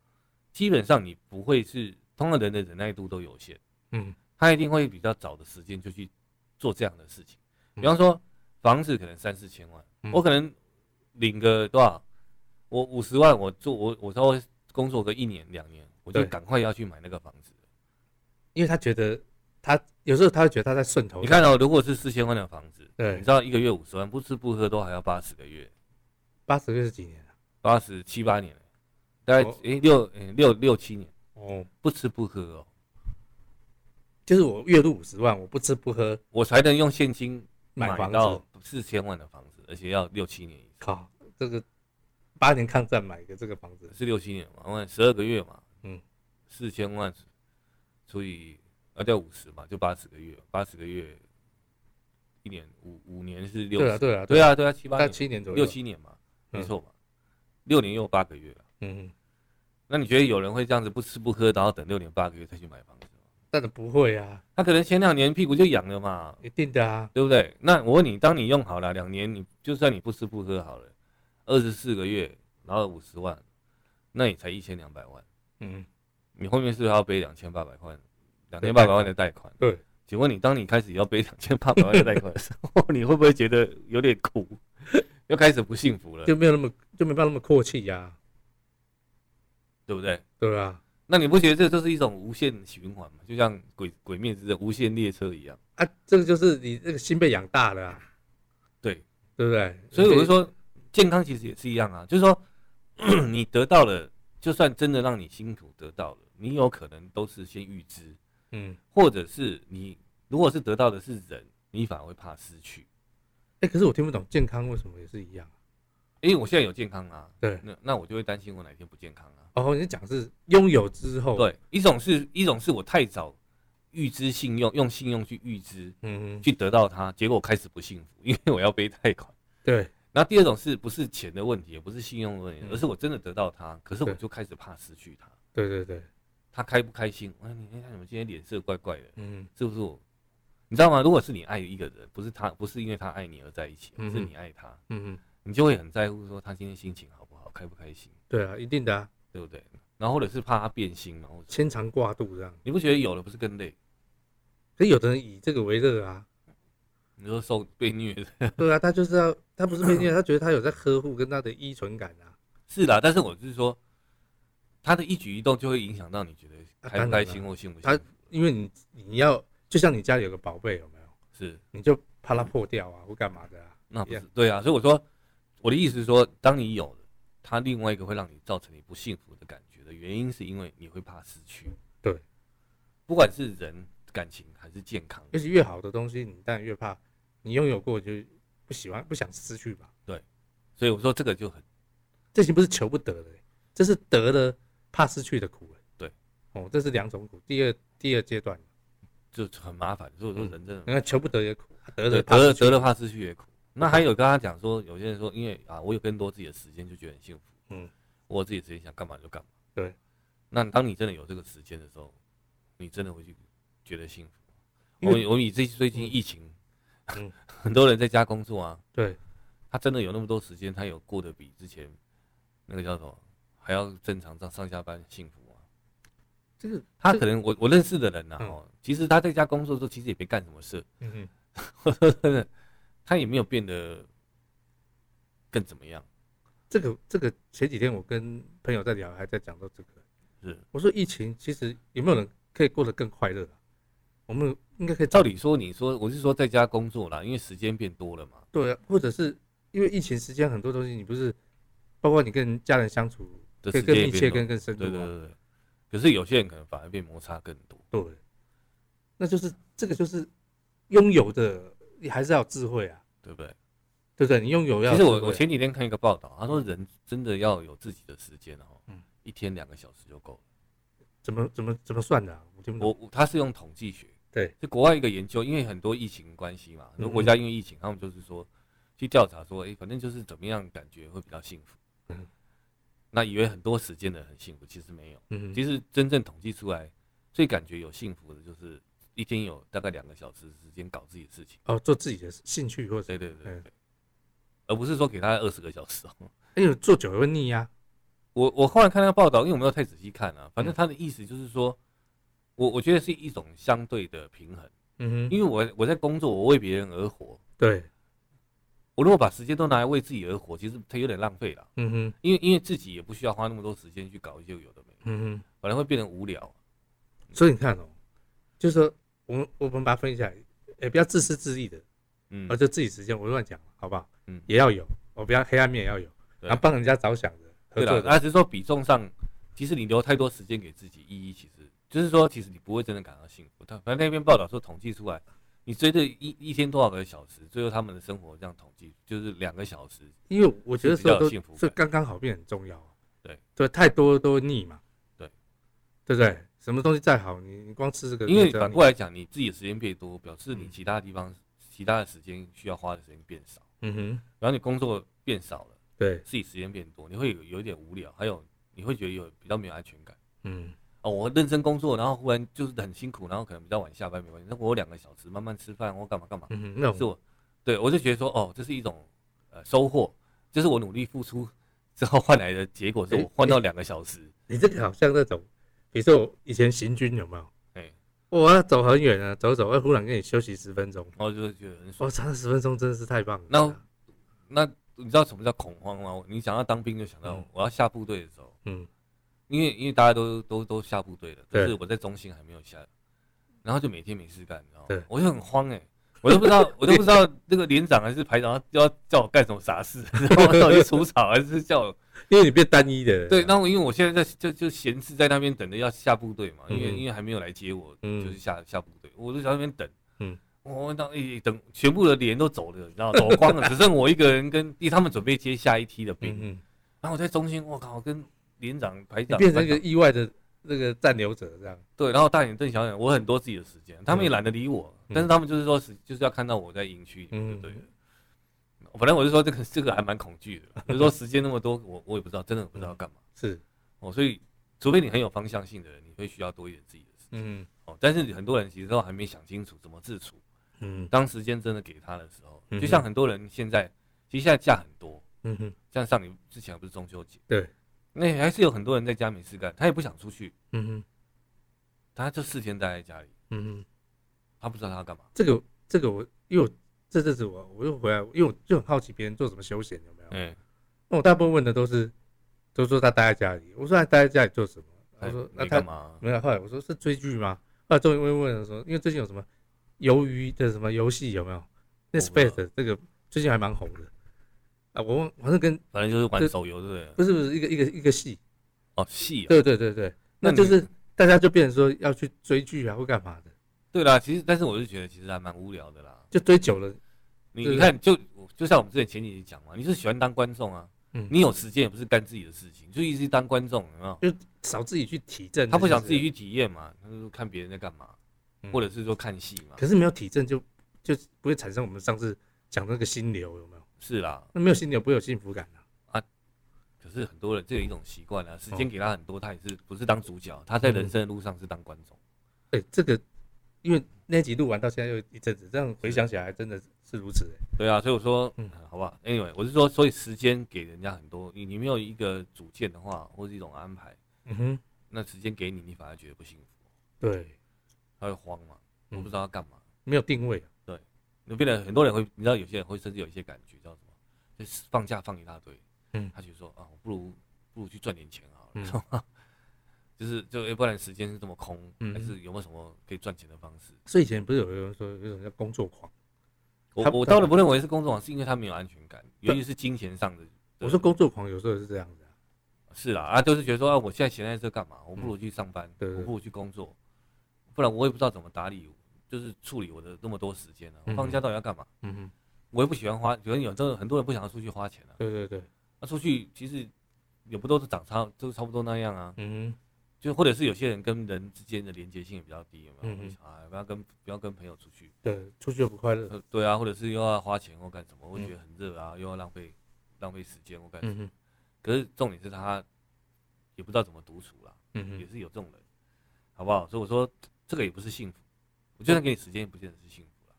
[SPEAKER 2] 基本上你不会是，通常人的忍耐度都有限。
[SPEAKER 1] 嗯
[SPEAKER 2] 他一定会比较早的时间就去做这样的事情。
[SPEAKER 1] 嗯
[SPEAKER 2] 比方说，房子可能三四千万，
[SPEAKER 1] 嗯
[SPEAKER 2] 我可能领个多少，我五十万，我做我我稍微工作个一年两年，我就
[SPEAKER 1] 对
[SPEAKER 2] 赶快要去买那个房子。
[SPEAKER 1] 因为他觉得他有时候他会觉得他在顺头上，
[SPEAKER 2] 你看哦，如果是四千万的房子，
[SPEAKER 1] 对
[SPEAKER 2] 你知道一个月五十万，不吃不喝都还要八十个月，
[SPEAKER 1] 八十岁是几年啊？
[SPEAKER 2] 八十七八年了，大概
[SPEAKER 1] 哦
[SPEAKER 2] 诶六诶六六七年，
[SPEAKER 1] 哦，
[SPEAKER 2] 不吃不喝哦，
[SPEAKER 1] 就是我月入五十万，我不吃不喝
[SPEAKER 2] 我才能用现金
[SPEAKER 1] 买房
[SPEAKER 2] 到
[SPEAKER 1] 子，
[SPEAKER 2] 四千万的房子，而且要六七年以上。
[SPEAKER 1] 靠，这个八年抗战买个这个房子，
[SPEAKER 2] 是六七年嘛，万十二个月嘛，
[SPEAKER 1] 嗯，
[SPEAKER 2] 四千万除以啊掉五十嘛，就八十个月，八十个月一年五五年是六
[SPEAKER 1] 对啊
[SPEAKER 2] 十，
[SPEAKER 1] 对啊
[SPEAKER 2] 对，啊对啊七八
[SPEAKER 1] 大概
[SPEAKER 2] 年
[SPEAKER 1] 七嗯年左右，
[SPEAKER 2] 六，七年嘛，没错嘛，六年又八个月了。
[SPEAKER 1] 嗯，嗯
[SPEAKER 2] 那你觉得有人会这样子不吃不喝，然后等六年八个月再去买房子吗？
[SPEAKER 1] 但是不会啊，
[SPEAKER 2] 他可能前两年屁股就痒了嘛，
[SPEAKER 1] 一定的啊，
[SPEAKER 2] 对不对？那我问你，当你用好了两年，你就算你不吃不喝好了，二十四个月，然后五十万，那也才一千两百万。
[SPEAKER 1] 嗯，
[SPEAKER 2] 你后面是不是还要背两千八百块、两千八百万的贷款？
[SPEAKER 1] 对，
[SPEAKER 2] 请问你，当你开始要背两千八百万的贷款的时候，你会不会觉得有点苦，又开始不幸福了，
[SPEAKER 1] 就没有那么就没办法那么阔气呀、
[SPEAKER 2] 对不对？
[SPEAKER 1] 对吧？
[SPEAKER 2] 那你不觉得这就是一种无限循环吗？就像《鬼鬼灭之刃》无限列车一样。
[SPEAKER 1] 啊，这个就是你这个心被养大了、啊，
[SPEAKER 2] 对
[SPEAKER 1] 对不对？
[SPEAKER 2] 所以我就说，健康其实也是一样啊，就是说 你得到了，就算真的让你辛苦得到了，你有可能都是先预知，
[SPEAKER 1] 嗯，
[SPEAKER 2] 或者是你如果是得到的是人，你反而会怕失去。
[SPEAKER 1] 哎、可是我听不懂健康为什么也是一样啊、
[SPEAKER 2] 因为我现在有健康啊，
[SPEAKER 1] 对
[SPEAKER 2] 那那我就会担心我哪一天不健康啊。
[SPEAKER 1] 哦，你讲是拥有之后，，
[SPEAKER 2] 对，一种是一种是我太早预知信用，用信用去预知
[SPEAKER 1] 嗯，
[SPEAKER 2] 去得到它，结果我开始不幸福，因为我要背贷款。
[SPEAKER 1] 对，
[SPEAKER 2] 然后第二种是不是钱的问题，也不是信用的问题，
[SPEAKER 1] 嗯
[SPEAKER 2] 而是我真的得到它，可是我
[SPEAKER 1] 对
[SPEAKER 2] 就开始怕失去它。
[SPEAKER 1] 对对对，
[SPEAKER 2] 他开不开心？哎，你看你们今天脸色怪怪的，
[SPEAKER 1] 嗯，
[SPEAKER 2] 是不是我？你知道吗？如果是你爱一个人，不是他，不是因为他爱你而在一起，
[SPEAKER 1] 嗯哼
[SPEAKER 2] 是你爱他，
[SPEAKER 1] 嗯，
[SPEAKER 2] 你就会很在乎说他今天心情好不好，开不开心，
[SPEAKER 1] 对啊，一定的啊，
[SPEAKER 2] 对不对？然后或者是怕他变心嘛，或者
[SPEAKER 1] 牵肠挂肚这样。
[SPEAKER 2] 你不觉得有了不是更累？
[SPEAKER 1] 可是有的人以这个为乐啊，
[SPEAKER 2] 你说受被虐的
[SPEAKER 1] 对啊，他就是要他不是被虐，他觉得他有在呵护跟他的依存感啊，
[SPEAKER 2] 是啦，但是我就是说，他的一举一动就会影响到你觉
[SPEAKER 1] 啊
[SPEAKER 2] 得开不开心或幸不幸
[SPEAKER 1] 当然
[SPEAKER 2] 福，
[SPEAKER 1] 因为你你要就像你家里有个宝贝有没有？
[SPEAKER 2] 是
[SPEAKER 1] 你就怕它破掉啊，或干嘛的啊？
[SPEAKER 2] 那不
[SPEAKER 1] 一
[SPEAKER 2] 是
[SPEAKER 1] 样
[SPEAKER 2] 对啊。所以我说，我的意思是说，当你有了，它另外一个会让你造成你不幸福的感觉的原因，是因为你会怕失去。
[SPEAKER 1] 对，
[SPEAKER 2] 不管是人、感情还是健康，
[SPEAKER 1] 尤其越好的东西，你当然越怕你拥有过就不喜欢，不想失去吧。
[SPEAKER 2] 所以我说这个就很
[SPEAKER 1] 这已经不是求不得的、这是得了怕失去的苦、欸。
[SPEAKER 2] 对，嗯
[SPEAKER 1] 哦，这是两种苦，第二第二阶段，
[SPEAKER 2] 就很麻烦。所以我说人真的
[SPEAKER 1] 你看求不得也苦，得
[SPEAKER 2] 对
[SPEAKER 1] 了
[SPEAKER 2] 得
[SPEAKER 1] 怕
[SPEAKER 2] 了
[SPEAKER 1] 失去
[SPEAKER 2] 得了怕失去也苦。那还有跟他讲说，有些人说，因为啊，我有更多自己的时间，就觉得很幸福。
[SPEAKER 1] 嗯，
[SPEAKER 2] 我有自己的时间想干嘛就干嘛。
[SPEAKER 1] 对，
[SPEAKER 2] 那当你真的有这个时间的时候，你真的会去觉得幸福。
[SPEAKER 1] 因
[SPEAKER 2] 我
[SPEAKER 1] 为
[SPEAKER 2] 们我们以最最近疫情，
[SPEAKER 1] 嗯
[SPEAKER 2] 很多人在家工作啊，
[SPEAKER 1] 对，
[SPEAKER 2] 他真的有那么多时间，他有过得比之前那个叫什么还要正常上上下班幸福啊。
[SPEAKER 1] 这个
[SPEAKER 2] 他
[SPEAKER 1] 这
[SPEAKER 2] 可能我我认识的人呐、啊，
[SPEAKER 1] 嗯
[SPEAKER 2] 哦，其实他在家工作的时候，其实也没干什么事，
[SPEAKER 1] 嗯嗯，
[SPEAKER 2] 我说真的， 他也没有变得更怎么样，
[SPEAKER 1] 这个这个前几天我跟朋友在聊，还在讲到这个，
[SPEAKER 2] 是。
[SPEAKER 1] 我说疫情其实有没有人可以过得更快乐、啊？我们应该可以
[SPEAKER 2] 照理说，你说我是说在家工作啦，因为时间变多了嘛，
[SPEAKER 1] 对啊，或者是因为疫情时间很多东西，你不是包括你跟家人相处，
[SPEAKER 2] 这
[SPEAKER 1] 可以
[SPEAKER 2] 时间
[SPEAKER 1] 更
[SPEAKER 2] 也
[SPEAKER 1] 密切、
[SPEAKER 2] 变多
[SPEAKER 1] 更更深入、
[SPEAKER 2] 对
[SPEAKER 1] 啊。
[SPEAKER 2] 对对对。可是有些人可能反而被摩擦更多，
[SPEAKER 1] 对，那就是这个就是拥有的，你还是要有智慧啊，
[SPEAKER 2] 对不对？
[SPEAKER 1] 对不对？你拥有要有
[SPEAKER 2] 其实
[SPEAKER 1] 智慧啊、
[SPEAKER 2] 我我前几天看一个报道，他说人真的要有自己的时间哦，
[SPEAKER 1] 嗯
[SPEAKER 2] 一天两个小时就够了。
[SPEAKER 1] 怎么怎么怎么算的、啊？我听不懂。
[SPEAKER 2] 我我他是用统计学，
[SPEAKER 1] 对，嗯
[SPEAKER 2] 是国外一个研究，因为很多疫情关系嘛，很多国家因为疫情，他们就是说去调查说，哎、反正就是怎么样感觉会比较幸福。
[SPEAKER 1] 嗯
[SPEAKER 2] 那以为很多时间的人很幸福，其实没有。
[SPEAKER 1] 嗯，
[SPEAKER 2] 其实真正统计出来，最感觉有幸福的就是一天有大概两个小时时间搞自己的事情。
[SPEAKER 1] 哦，做自己的兴趣或者
[SPEAKER 2] 对对对对
[SPEAKER 1] 嗯
[SPEAKER 2] 对而不是说给他二十个小时哦。
[SPEAKER 1] 哎呦，做久了会腻呀、
[SPEAKER 2] 我我后来看那个报道，因为我没有太仔细看啊，
[SPEAKER 1] 嗯
[SPEAKER 2] 反正他的意思就是说，我我觉得是一种相对的平衡，
[SPEAKER 1] 嗯哼，
[SPEAKER 2] 因为我我在工作，我为别人而活，
[SPEAKER 1] 对，
[SPEAKER 2] 我如果把时间都拿来为自己而活，其实它有点浪费了，
[SPEAKER 1] 嗯哼，
[SPEAKER 2] 因为因为自己也不需要花那么多时间去搞一些有的没的，
[SPEAKER 1] 嗯
[SPEAKER 2] 反而会变成无聊。
[SPEAKER 1] 哼。所以你看哦，就是说我们我们把它分析下来，也不要自私自利的，哦
[SPEAKER 2] 嗯
[SPEAKER 1] 而，就自己时间，我乱讲，好不好？
[SPEAKER 2] 嗯
[SPEAKER 1] 也要有，我不要黑暗面也要有，
[SPEAKER 2] 对啊
[SPEAKER 1] 然后帮人家着想的，合
[SPEAKER 2] 对
[SPEAKER 1] 作
[SPEAKER 2] 了，
[SPEAKER 1] 的，
[SPEAKER 2] 那只是说比重上，其实你留太多时间给自己，意义其实就是说，其实你不会真的感到幸福。但反正那篇报道说统计出来，你追着一一天多少个小时，最后他们的生活这样统计，就是两个小时。
[SPEAKER 1] 因为我觉得
[SPEAKER 2] 是比较
[SPEAKER 1] 说
[SPEAKER 2] 有
[SPEAKER 1] 都
[SPEAKER 2] 幸福感
[SPEAKER 1] 是刚刚好变很重要、啊。
[SPEAKER 2] 对
[SPEAKER 1] 对，太多都腻嘛。
[SPEAKER 2] 对，
[SPEAKER 1] 对不对？什么东西再好，你你光吃这个，
[SPEAKER 2] 因为
[SPEAKER 1] 你知道
[SPEAKER 2] 反
[SPEAKER 1] 你
[SPEAKER 2] 过来讲，你自己的时间变多，表示你
[SPEAKER 1] 嗯
[SPEAKER 2] 其他地方、其他的时间需要花的时间变少，
[SPEAKER 1] 嗯哼，
[SPEAKER 2] 然后你工作变少了，
[SPEAKER 1] 对，
[SPEAKER 2] 自己时间变多，你会有有一点无聊，还有你会觉得有比较没有安全感。
[SPEAKER 1] 嗯，
[SPEAKER 2] 哦，我认真工作，然后忽然就是很辛苦，然后可能比较晚下班没关系，那我有两个小时慢慢吃饭或干嘛干嘛，
[SPEAKER 1] 嗯哼，那
[SPEAKER 2] 是
[SPEAKER 1] 种
[SPEAKER 2] 我，对我就觉得说，哦，这是一种呃收获，就是我努力付出之后换来的结果，是我换到两个小时，
[SPEAKER 1] 你这个好像那种，比如说我以前行军有没有？
[SPEAKER 2] 哎
[SPEAKER 1] 我要走很远啊，走走，哎，忽然给你休息十分钟，
[SPEAKER 2] 然后就会觉得很爽。
[SPEAKER 1] 我差十分钟真的是太棒了。
[SPEAKER 2] 那那你知道什么叫恐慌吗？你想要当兵就想到
[SPEAKER 1] 嗯
[SPEAKER 2] 我要下部队的时候，
[SPEAKER 1] 嗯，
[SPEAKER 2] 因为因为大家都都都下部队了，可
[SPEAKER 1] 对
[SPEAKER 2] 是我在中心还没有下，然后就每天没事干，你知道
[SPEAKER 1] 对
[SPEAKER 2] 吗？我就很慌哎、我都不知道，我都不知道那个连长还是排长要叫我干什么傻事， 然后到底除草还是叫我
[SPEAKER 1] 因为你变单一的人啊，
[SPEAKER 2] 对，那我因为我现在在就就闲置在那边等着要下部队嘛，因为、
[SPEAKER 1] 嗯
[SPEAKER 2] 因为还没有来接我，
[SPEAKER 1] 嗯
[SPEAKER 2] 就是下下部队，我就在那边等。
[SPEAKER 1] 嗯，
[SPEAKER 2] 我到一等全部的连都走了，你知道走光了，只剩我一个人跟，因为他们准备接下一梯的兵。
[SPEAKER 1] 嗯嗯，
[SPEAKER 2] 然后我在中心，我靠，跟连长、排
[SPEAKER 1] 你
[SPEAKER 2] 长
[SPEAKER 1] 变成一个
[SPEAKER 2] 班长
[SPEAKER 1] 意外的那个占留者这样。
[SPEAKER 2] 对，然后大眼瞪小眼，我很多自己的时间，他们也懒得理我，
[SPEAKER 1] 嗯
[SPEAKER 2] 但是他们就是说是就是要看到我在营区里面，
[SPEAKER 1] 嗯
[SPEAKER 2] 对对了。本来我是说这个这个还蛮恐惧的，就是说时间那么多，我我也不知道，真的不知
[SPEAKER 1] 嗯
[SPEAKER 2] 道干嘛。
[SPEAKER 1] 是，
[SPEAKER 2] 哦，所以除非你很有方向性的人，你会需要多一点自己的事情。
[SPEAKER 1] 嗯
[SPEAKER 2] 哦，但是很多人其实都还没想清楚怎么自处。
[SPEAKER 1] 嗯
[SPEAKER 2] 当时间真的给他的时候，
[SPEAKER 1] 嗯哼
[SPEAKER 2] 就像很多人现在，其实现在假很多，
[SPEAKER 1] 嗯哼
[SPEAKER 2] 像上礼之前不是中秋节，
[SPEAKER 1] 对，
[SPEAKER 2] 那还是有很多人在家没事干，他也不想出去，
[SPEAKER 1] 嗯哼
[SPEAKER 2] 他就四天待在家里，
[SPEAKER 1] 嗯哼，
[SPEAKER 2] 他不知道他要干嘛。
[SPEAKER 1] 这个这个我因为我这阵子我我又回来，因为我就很好奇别人做什么休闲有没有？
[SPEAKER 2] 嗯，
[SPEAKER 1] 那我大部分问的都是都说他待在家里，我说他待在家里做什么？他说
[SPEAKER 2] 哎
[SPEAKER 1] 那
[SPEAKER 2] 你
[SPEAKER 1] 他
[SPEAKER 2] 干嘛？
[SPEAKER 1] 没有，后来我说是追剧吗？后来终于问问了说，因为最近有什么鱿鱼的什么游戏有没有
[SPEAKER 2] 知道
[SPEAKER 1] ？Netflix 这个最近还蛮红的啊，我忘好像跟
[SPEAKER 2] 反正就是玩
[SPEAKER 1] 这
[SPEAKER 2] 手游，对不对？
[SPEAKER 1] 不是不是一个一个一个戏，
[SPEAKER 2] 哦，戏啊，
[SPEAKER 1] 对对对对，那
[SPEAKER 2] 你
[SPEAKER 1] 就是大家就变成说要去追剧啊或干嘛的，
[SPEAKER 2] 对啦。其实，但是我就觉得其实还蛮无聊的啦。
[SPEAKER 1] 就追久了，
[SPEAKER 2] 你
[SPEAKER 1] 对
[SPEAKER 2] 你看，就就像我们之前前几集讲嘛，你是喜欢当观众啊，
[SPEAKER 1] 嗯
[SPEAKER 2] 你有时间也不是干自己的事情，就一直当观众，有没有？
[SPEAKER 1] 少自己去体证，
[SPEAKER 2] 他不想自己，去体验嘛，他就看别人在干嘛，
[SPEAKER 1] 嗯
[SPEAKER 2] 或者是说看戏嘛。
[SPEAKER 1] 可是没有体证就就不会产生我们上次讲那个心流有没有？
[SPEAKER 2] 是啦，
[SPEAKER 1] 那没有心流不会有幸福感啊，
[SPEAKER 2] 可是很多人这有一种习惯啊，时
[SPEAKER 1] 哦
[SPEAKER 2] 间给他很多，他也是不是当主角，他在
[SPEAKER 1] 嗯
[SPEAKER 2] 人生的路上是当观众。
[SPEAKER 1] 哎、这个因为那集录完到现在又一阵子，这样回想起来真的是如此、哎
[SPEAKER 2] 对啊，所以我说，
[SPEAKER 1] 嗯
[SPEAKER 2] 嗯，好不好？Anyway，我是说，所以时间给人家很多，你你没有一个主见的话，或是一种安排，
[SPEAKER 1] 嗯哼，
[SPEAKER 2] 那时间给你，你反而觉得不幸福，
[SPEAKER 1] 对，
[SPEAKER 2] 他会慌嘛，我
[SPEAKER 1] 嗯
[SPEAKER 2] 不知道要干嘛。
[SPEAKER 1] 没有定位啊、
[SPEAKER 2] 那变得很多人会，你知道有些人会甚至有一些感觉叫什么？就是放假放一大堆，
[SPEAKER 1] 嗯
[SPEAKER 2] 他就说啊，我不如不如去赚点钱好了，
[SPEAKER 1] 嗯
[SPEAKER 2] 知道吗？就是就要不然时间是这么空，
[SPEAKER 1] 嗯
[SPEAKER 2] 还是有没有什么可以赚钱的方式？
[SPEAKER 1] 所以以前不是有人说有种叫工作狂，
[SPEAKER 2] 我
[SPEAKER 1] 他
[SPEAKER 2] 我倒是不认为是工作狂，是因为他没有安全感，尤其是金钱上的。
[SPEAKER 1] 我说工作狂有时候也是这样子、啊，
[SPEAKER 2] 是啦，啊，就是觉得说啊，我现在闲在这干嘛？我不如去上班，
[SPEAKER 1] 嗯对对
[SPEAKER 2] 我不如去工作，不然我也不知道怎么打理，就是处理我的那么多时间呢、啊。我
[SPEAKER 1] 嗯
[SPEAKER 2] 放假到底要干嘛？
[SPEAKER 1] 嗯哼，
[SPEAKER 2] 我也不喜欢花，有人有真的很多人不想要出去花钱啊。
[SPEAKER 1] 对对对，
[SPEAKER 2] 那出去其实也不都是长差，都差不多那样啊。
[SPEAKER 1] 嗯
[SPEAKER 2] 就或者是有些人跟人之间的连接性也比较低，有没有？
[SPEAKER 1] 嗯
[SPEAKER 2] 我就想啊，不要跟不要跟朋友出去
[SPEAKER 1] 哼，，对，出去又不快乐，
[SPEAKER 2] 呃对啊，或者是又要花钱或干什么，我觉得很热啊，又要浪费浪费时间或干什么。
[SPEAKER 1] 嗯哼，
[SPEAKER 2] 可是重点是他也不知道怎么独处啦，
[SPEAKER 1] 嗯
[SPEAKER 2] 也
[SPEAKER 1] 哼，
[SPEAKER 2] 是有这种人，好不好？所以我说这个也不是幸福，我就算给你时间，也不见得是幸福啦。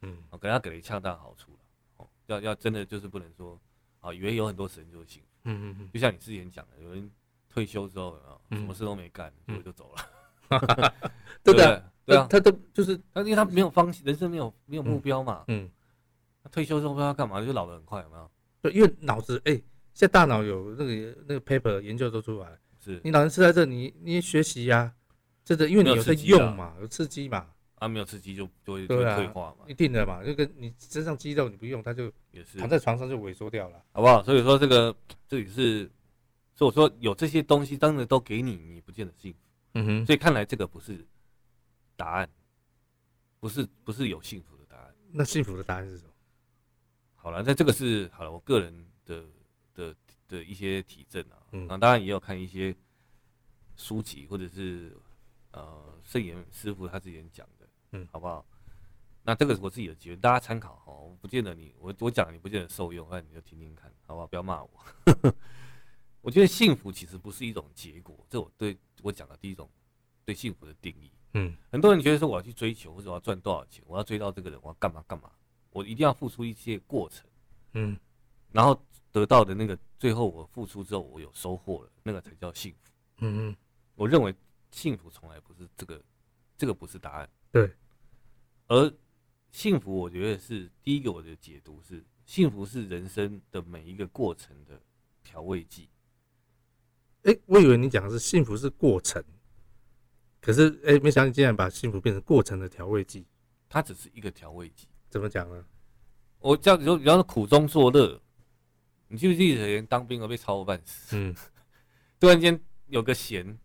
[SPEAKER 1] 嗯，
[SPEAKER 2] 哦，给他给了恰当好处了，哦，要要真的就是不能说啊，以为有很多时间就是幸福。
[SPEAKER 1] 嗯哼哼，
[SPEAKER 2] 就像你之前讲的，有人退休之后有没有
[SPEAKER 1] 嗯
[SPEAKER 2] 什么事都没干，
[SPEAKER 1] 嗯
[SPEAKER 2] 就就 走了，
[SPEAKER 1] 对
[SPEAKER 2] 不
[SPEAKER 1] 的、
[SPEAKER 2] 对？对啊，
[SPEAKER 1] 他都就是，
[SPEAKER 2] 他因为他没有方人生没有没有目标嘛，
[SPEAKER 1] 嗯，
[SPEAKER 2] 他退休之后不知道干嘛，就老得很快，有没有？
[SPEAKER 1] 对，因为脑子，哎、现在大脑有那个那个 paper 研究都出来了，
[SPEAKER 2] 是
[SPEAKER 1] 你脑子是在这，你你学习呀、真的，因为你
[SPEAKER 2] 没有
[SPEAKER 1] 有在
[SPEAKER 2] 刺激啊
[SPEAKER 1] 用嘛，有刺激嘛，
[SPEAKER 2] 啊，没有刺激就就会就
[SPEAKER 1] 对
[SPEAKER 2] 会
[SPEAKER 1] 啊
[SPEAKER 2] 退化嘛
[SPEAKER 1] 一，定的嘛，就跟你身上肌肉你不用，它就
[SPEAKER 2] 也是
[SPEAKER 1] 躺在床上就萎缩掉了。
[SPEAKER 2] 好不好？所以说这个这里是，所以我说有这些东西，当然都给你，你不见得幸福。
[SPEAKER 1] 嗯哼，
[SPEAKER 2] 所以看来这个不是答案，不是不是有幸福的答案。
[SPEAKER 1] 那幸福的答案是什么？
[SPEAKER 2] 好了，那这个是好了，我个人的的的一些体证啊，
[SPEAKER 1] 嗯
[SPEAKER 2] 那当然也有看一些书籍或者是呃圣严师傅他之前讲的，
[SPEAKER 1] 嗯
[SPEAKER 2] 好不好？那这个是我自己的结论，大家参考哈。我不见得你，我我讲你不见得受用，那你就听听看，好不好？不要骂我。 我觉得幸福其实不是一种结果，这我对我讲的第一种对幸福的定义。
[SPEAKER 1] 嗯
[SPEAKER 2] 很多人觉得说我要去追求，或者我要赚多少钱，我要追到这个人，我要干嘛干嘛，我一定要付出一些过程，
[SPEAKER 1] 嗯
[SPEAKER 2] 然后得到的那个，最后我付出之后我有收获了，那个才叫幸福。
[SPEAKER 1] 嗯嗯
[SPEAKER 2] 我认为幸福从来不是这个这个不是答案。
[SPEAKER 1] 对，
[SPEAKER 2] 而幸福，我觉得是第一个我的解读是，幸福是人生的每一个过程的调味剂。
[SPEAKER 1] 哎、我以为你讲的是幸福是过程，可是哎、诶没想到你竟然把幸福变成过程的调味剂，
[SPEAKER 2] 它只是一个调味剂。
[SPEAKER 1] 怎么讲呢？
[SPEAKER 2] 我这样子说，比方说苦中作乐，你记不记得以前当兵我被操过半死？
[SPEAKER 1] 嗯，
[SPEAKER 2] 突然间有个闲，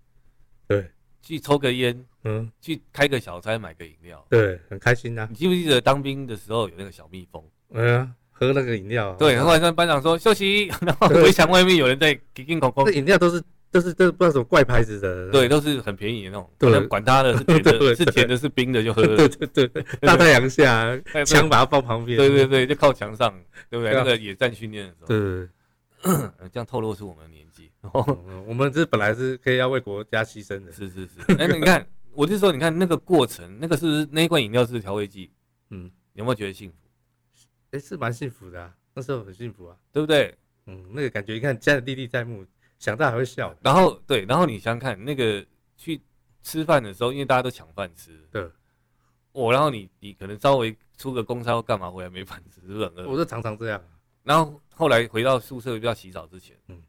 [SPEAKER 1] 对，
[SPEAKER 2] 去抽个烟，
[SPEAKER 1] 嗯，
[SPEAKER 2] 去开个小差，买个饮料。
[SPEAKER 1] 对，很开心啊呐、
[SPEAKER 2] 你记不记得当兵的时候有那个小蜜蜂？
[SPEAKER 1] 嗯、喝那个饮料啊，
[SPEAKER 2] 对，然
[SPEAKER 1] 哇
[SPEAKER 2] 后晚上班长说休息， 然后
[SPEAKER 1] 对
[SPEAKER 2] 围墙外面有人在叮叮哐
[SPEAKER 1] 那
[SPEAKER 2] 哐，
[SPEAKER 1] 饮料都是都是都是不知道什么怪牌子的，
[SPEAKER 2] 对，都是很便宜的那种，
[SPEAKER 1] 对
[SPEAKER 2] 那管他的是 甜
[SPEAKER 1] 对对
[SPEAKER 2] 的，是甜的，是冰的就喝了
[SPEAKER 1] 对， 对对，大太阳下
[SPEAKER 2] 哎
[SPEAKER 1] 枪把它放旁边，
[SPEAKER 2] 对对对，就靠墙上，对不对？
[SPEAKER 1] 对啊
[SPEAKER 2] 那个野战训练的时候，
[SPEAKER 1] 对对，
[SPEAKER 2] 嗯这样透露出我们的年纪。
[SPEAKER 1] 嗯我们这本来是可以要为国家牺牲的，
[SPEAKER 2] 是是是，哎，那你看，我就说，你看那个过程，那个是不是那一罐饮料是调味剂？
[SPEAKER 1] 嗯，
[SPEAKER 2] 你有没有觉得幸福？
[SPEAKER 1] 哎、是蛮幸福的、啊，那时候很幸福啊，
[SPEAKER 2] 对不对？
[SPEAKER 1] 嗯，那个感觉，你看现在历历在目，想到还会笑，
[SPEAKER 2] 然后对，然后你想想看，那个去吃饭的时候，因为大家都抢饭吃，
[SPEAKER 1] 对，
[SPEAKER 2] 我、然后你你可能稍微出个公差或干嘛回来没饭吃，是不是很饿？
[SPEAKER 1] 我就常常这样啊，
[SPEAKER 2] 然后后来回到宿舍要洗澡之前，
[SPEAKER 1] 嗯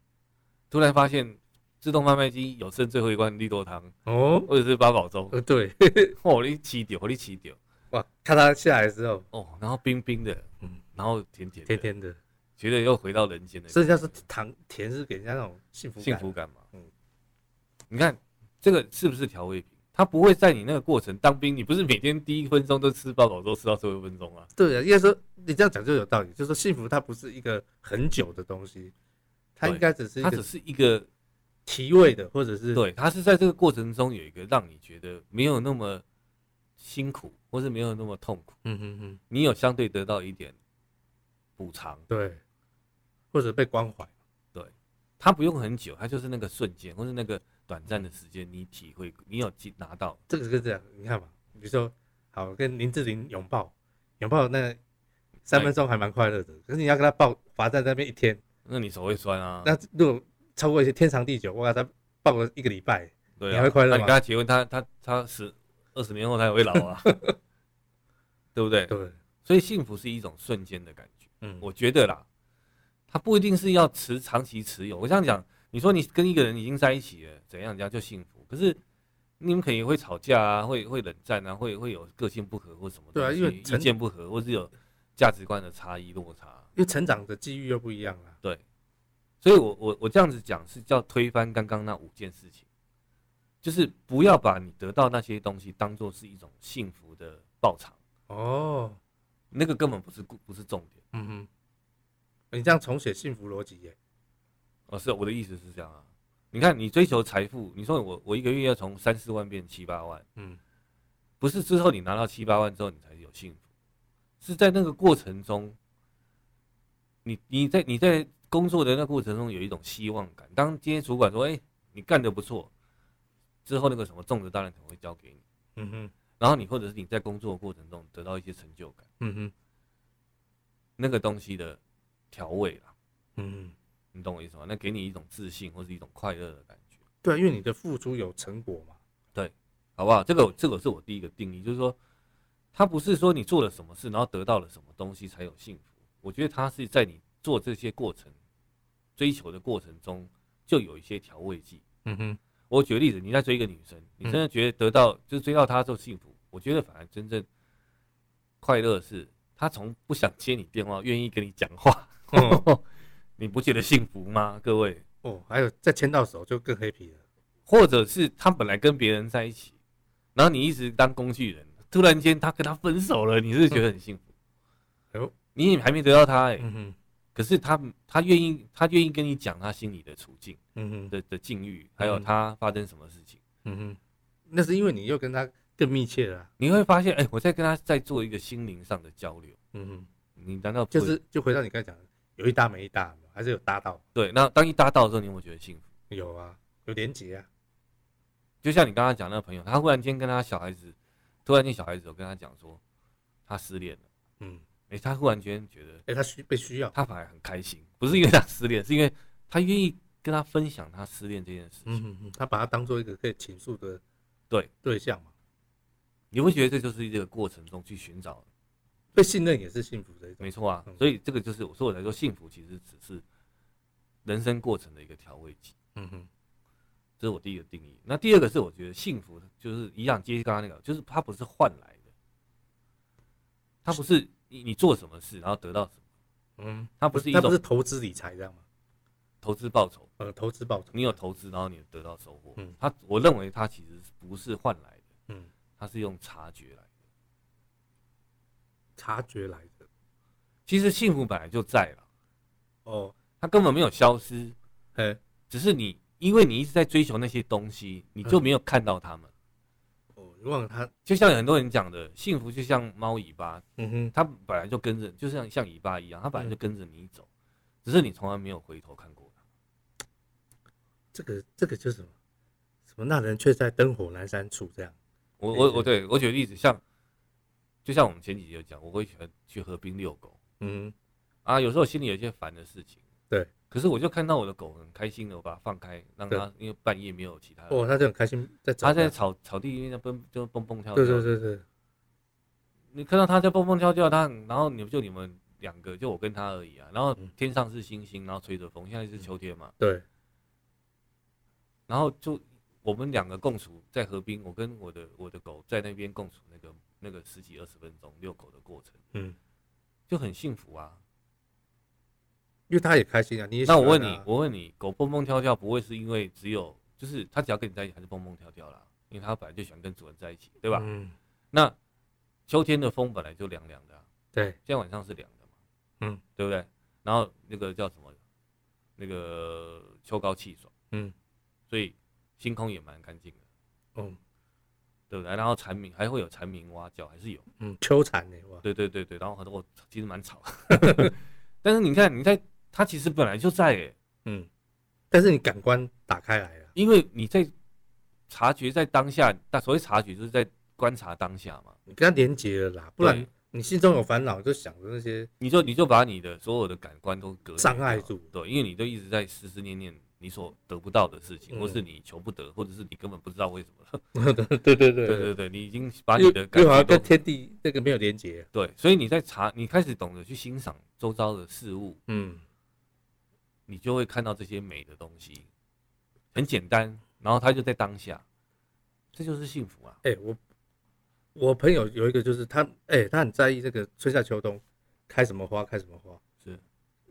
[SPEAKER 2] 突然发现自动贩卖机有剩最后一罐绿豆汤
[SPEAKER 1] 哦，
[SPEAKER 2] 或者是八宝粥，
[SPEAKER 1] 呃，对，
[SPEAKER 2] 哦，你起丢，你起丢，
[SPEAKER 1] 哇，看他下来之后，
[SPEAKER 2] 哦，然后冰冰的，
[SPEAKER 1] 嗯
[SPEAKER 2] 然后甜甜的，
[SPEAKER 1] 甜甜的，
[SPEAKER 2] 觉得又回到人间的
[SPEAKER 1] 所以要是糖甜是给人家那种幸福感，
[SPEAKER 2] 幸福感嘛。
[SPEAKER 1] 嗯
[SPEAKER 2] 你看这个是不是调味品？它不会在你那个过程当兵，你不是每天第一分钟都吃八宝粥吃到最后一分钟啊？
[SPEAKER 1] 对啊，应该说你这样讲就有道理，就是说幸福它不是一个很久的东西，它
[SPEAKER 2] 对
[SPEAKER 1] 应该只是一
[SPEAKER 2] 它只
[SPEAKER 1] 个
[SPEAKER 2] 是一个
[SPEAKER 1] 提味的，或者是
[SPEAKER 2] 对，它是在这个过程中有一个让你觉得没有那么辛苦，或是没有那么痛苦。
[SPEAKER 1] 嗯嗯嗯，
[SPEAKER 2] 你有相对得到一点补偿，
[SPEAKER 1] 对，或者被关怀，
[SPEAKER 2] 它不用很久，它就是那个瞬间或是那个短暂的时间，你体会，你有记拿到，
[SPEAKER 1] 这个是这样，你看嘛，比如说好跟林志玲拥抱，拥抱那三分钟还蛮快乐的，可是你要跟他抱罚站在那边一天，
[SPEAKER 2] 那你手会酸啊，
[SPEAKER 1] 那如果超过一些天长地久，哇，他抱了一个礼拜，
[SPEAKER 2] 对
[SPEAKER 1] 你
[SPEAKER 2] 啊，
[SPEAKER 1] 还会快乐
[SPEAKER 2] 那你
[SPEAKER 1] 吗
[SPEAKER 2] 跟他结婚，他他他十二十年后他也会老 啊，对不对？
[SPEAKER 1] 对，
[SPEAKER 2] 所以幸福是一种瞬间的感觉，
[SPEAKER 1] 嗯，
[SPEAKER 2] 我觉得啦，它不一定是要持长期持有。我这样讲，你说你跟一个人已经在一起了，怎样怎样就幸福，可是。你们肯定会吵架啊，会会冷战啊，会会有个性不合或什么东
[SPEAKER 1] 对啊
[SPEAKER 2] 西
[SPEAKER 1] 因为
[SPEAKER 2] 意
[SPEAKER 1] 成
[SPEAKER 2] 见不合，或是有价值观的差异落差。啊
[SPEAKER 1] 因为成长的际遇又不一样啊啦，
[SPEAKER 2] 所以我我我这样子讲是叫推翻刚刚那五件事情，就是不要把你得到那些东西当做是一种幸福的报偿，
[SPEAKER 1] 哦，
[SPEAKER 2] 那个根本不是故不是重点。
[SPEAKER 1] 嗯哼，你这样重写幸福逻辑耶，
[SPEAKER 2] 哦，是我的意思是这样啊。你看，你追求财富，你说我我一个月要从三四万变七八万，
[SPEAKER 1] 嗯，
[SPEAKER 2] 不是之后你拿到七八万之后你才有幸福，是在那个过程中，你你在你在工作的那过程中有一种希望感。当今天主管说：“哎、你干得不错”，之后那个什么种子大人可能会交给你，
[SPEAKER 1] 嗯哼，
[SPEAKER 2] 然后你或者是你在工作的过程中得到一些成就感，
[SPEAKER 1] 嗯哼，
[SPEAKER 2] 那个东西的调味啦，
[SPEAKER 1] 嗯哼。
[SPEAKER 2] 你懂我意思吗？那给你一种自信或是一种快乐的感觉，
[SPEAKER 1] 对啊，因为你的付出有成果嘛。
[SPEAKER 2] 好不好？这个这个是我第一个定义，就是说，它不是说你做了什么事，然后得到了什么东西才有幸福。我觉得它是在你做这些过程、追求的过程中，就有一些调味剂。
[SPEAKER 1] 嗯哼，
[SPEAKER 2] 我举个例子，你在追一个女生，你真的觉得得到、就是追到她之后幸福，我觉得反而真正快乐的是她从不想接你电话，愿意跟你讲话，
[SPEAKER 1] 哦
[SPEAKER 2] 你不觉得幸福吗？各位，
[SPEAKER 1] 哦，还有再牵到手就更 happy 了。
[SPEAKER 2] 或者是她本来跟别人在一起，然后你一直当工具人，突然间她跟他分手了，你是不是觉得很幸福？
[SPEAKER 1] 哎呦，
[SPEAKER 2] 你也还没得到她哎、
[SPEAKER 1] 嗯哼，
[SPEAKER 2] 可是她她愿意她愿意跟你讲她心里的处境
[SPEAKER 1] 嗯哼，
[SPEAKER 2] 的的境遇，还有
[SPEAKER 1] 嗯
[SPEAKER 2] 她发生什么事情。
[SPEAKER 1] 嗯哼，那是因为你又跟他更密切了啊、
[SPEAKER 2] 你会发现，哎、我在跟他在做一个心灵上的交流。
[SPEAKER 1] 嗯哼，
[SPEAKER 2] 你难道不
[SPEAKER 1] 就
[SPEAKER 2] 会
[SPEAKER 1] 是就回到你刚才讲的，有一搭没一搭，还是有搭到，
[SPEAKER 2] 对？那当一搭到的时候，你有没有觉得幸福？
[SPEAKER 1] 有啊，有连结啊。
[SPEAKER 2] 就像你刚刚讲那个朋友，他忽然间跟他小孩子，突然间小孩子有跟他讲说他失恋了，
[SPEAKER 1] 嗯，
[SPEAKER 2] 哎、他忽然间觉得
[SPEAKER 1] 哎、他需被需要。
[SPEAKER 2] 他反而很开心，不是因为他失恋，是因为他愿意跟他分
[SPEAKER 1] 嗯
[SPEAKER 2] 享他失恋这件事情。
[SPEAKER 1] 嗯哼哼，他把它当做一个可以倾诉的
[SPEAKER 2] 对
[SPEAKER 1] 对象嘛。
[SPEAKER 2] 你会觉得这就是这个过程中去寻找，
[SPEAKER 1] 被信任也是幸福的一种。
[SPEAKER 2] 没错啊
[SPEAKER 1] 嗯。
[SPEAKER 2] 所以这个就是我说我来说，幸福其实只是人生过程的一个调味剂，
[SPEAKER 1] 嗯哼，
[SPEAKER 2] 这是我第一个定义。那第二个是我觉得幸福就是啊一样，接刚刚那个，就是它不是换来的，它不是你你做什么事然后得到什么，
[SPEAKER 1] 嗯，
[SPEAKER 2] 它不是一
[SPEAKER 1] 那不
[SPEAKER 2] 种
[SPEAKER 1] 是投资理财这样吗？
[SPEAKER 2] 投资报酬。
[SPEAKER 1] 呃，投资报酬，
[SPEAKER 2] 你有投资，然后你得到收获。
[SPEAKER 1] 嗯
[SPEAKER 2] 它我认为它其实不是换来的，
[SPEAKER 1] 嗯，
[SPEAKER 2] 它是用察觉来的。
[SPEAKER 1] 察觉来的
[SPEAKER 2] 其实幸福本来就在了，
[SPEAKER 1] 哦，
[SPEAKER 2] 它根本没有消失，
[SPEAKER 1] 哎，
[SPEAKER 2] 只是你因为你一直在追求那些东西，你就
[SPEAKER 1] 嗯
[SPEAKER 2] 没有看到它们。
[SPEAKER 1] 哦，忘了他，
[SPEAKER 2] 就像有很多人讲的，幸福就像猫尾巴，
[SPEAKER 1] 嗯哼，
[SPEAKER 2] 它本来就跟着，就像像尾巴一样，它本来就跟着你走，只是你从来没有回头看过它。
[SPEAKER 1] 这个这个就是什么什么那人却在灯火阑珊处这样，
[SPEAKER 2] 我
[SPEAKER 1] 对
[SPEAKER 2] 我
[SPEAKER 1] 对
[SPEAKER 2] 我对我举个例子，像就像我们前几集有讲，我会喜欢去河边遛狗。
[SPEAKER 1] 嗯，
[SPEAKER 2] 啊，有时候心里有一些烦的事情，
[SPEAKER 1] 对。
[SPEAKER 2] 可是我就看到我的狗很开心的，我把它放开，让
[SPEAKER 1] 对
[SPEAKER 2] 它因为半夜没有其他人，
[SPEAKER 1] 哦，他就很开心在找
[SPEAKER 2] 它
[SPEAKER 1] 他，
[SPEAKER 2] 在草草地里面蹦就蹦蹦跳跳。
[SPEAKER 1] 对对对对，
[SPEAKER 2] 你看到它在蹦蹦跳跳，它很然后你就你们两个就我跟它而已啊，然后
[SPEAKER 1] 嗯
[SPEAKER 2] 天上是星星，然后吹着风，现在是秋天嘛，
[SPEAKER 1] 对，
[SPEAKER 2] 然后就我们两个共处在河滨，我跟我的我的狗在那边共处那个那个十几二十分钟遛狗的过程
[SPEAKER 1] 嗯，
[SPEAKER 2] 就很幸福啊。
[SPEAKER 1] 因为他也开心啊，你也喜
[SPEAKER 2] 那
[SPEAKER 1] 欢啊
[SPEAKER 2] 我问你，我问你，狗蹦蹦跳跳不会是因为只有就是它只要跟你在一起还是蹦蹦跳跳啦？因为它本来就喜欢跟主人在一起，对吧？
[SPEAKER 1] 嗯，
[SPEAKER 2] 那秋天的风本来就凉凉的、啊，
[SPEAKER 1] 对，
[SPEAKER 2] 现在晚上是凉的嘛，
[SPEAKER 1] 嗯，
[SPEAKER 2] 对不对？然后那个叫什么，那个秋高气爽，
[SPEAKER 1] 嗯，
[SPEAKER 2] 所以星空也蛮干净的，
[SPEAKER 1] 哦，
[SPEAKER 2] 对不对？然后蝉鸣还会有蝉鸣蛙叫，还是有。
[SPEAKER 1] 嗯，秋蝉呢，哇，
[SPEAKER 2] 对对对对，然后很多其实蛮吵， 但是你看你在它其实本来就在耶，
[SPEAKER 1] 嗯，但是你感官打开来啊了，
[SPEAKER 2] 因为你在察觉在当下，但所谓察觉就是在观察当下嘛，
[SPEAKER 1] 你跟他连接了啦，不然
[SPEAKER 2] 对
[SPEAKER 1] 你心中有烦恼就想着那些，
[SPEAKER 2] 你就你就把你的所有的感官都隔绝
[SPEAKER 1] 障碍
[SPEAKER 2] 掉
[SPEAKER 1] 住
[SPEAKER 2] 对，因为你就一直在思思念念你所得不到的事
[SPEAKER 1] 嗯
[SPEAKER 2] 情，或是你求不得，或者是你根本不知道为什 么，
[SPEAKER 1] 对对
[SPEAKER 2] 对
[SPEAKER 1] 对
[SPEAKER 2] 对对，你已经把
[SPEAKER 1] 又
[SPEAKER 2] 你的感
[SPEAKER 1] 又好像
[SPEAKER 2] 觉都
[SPEAKER 1] 跟天地那个没有连啊接，
[SPEAKER 2] 对，所以你在察，你开始懂得去欣赏周遭的事物，
[SPEAKER 1] 嗯，
[SPEAKER 2] 你就会看到这些美的东西，很简单，然后它就在当下，这就是幸福啊。
[SPEAKER 1] 哎、我我朋友有一个就是他，哎、他很在意这个春夏秋冬开什么花开什么花。
[SPEAKER 2] 是。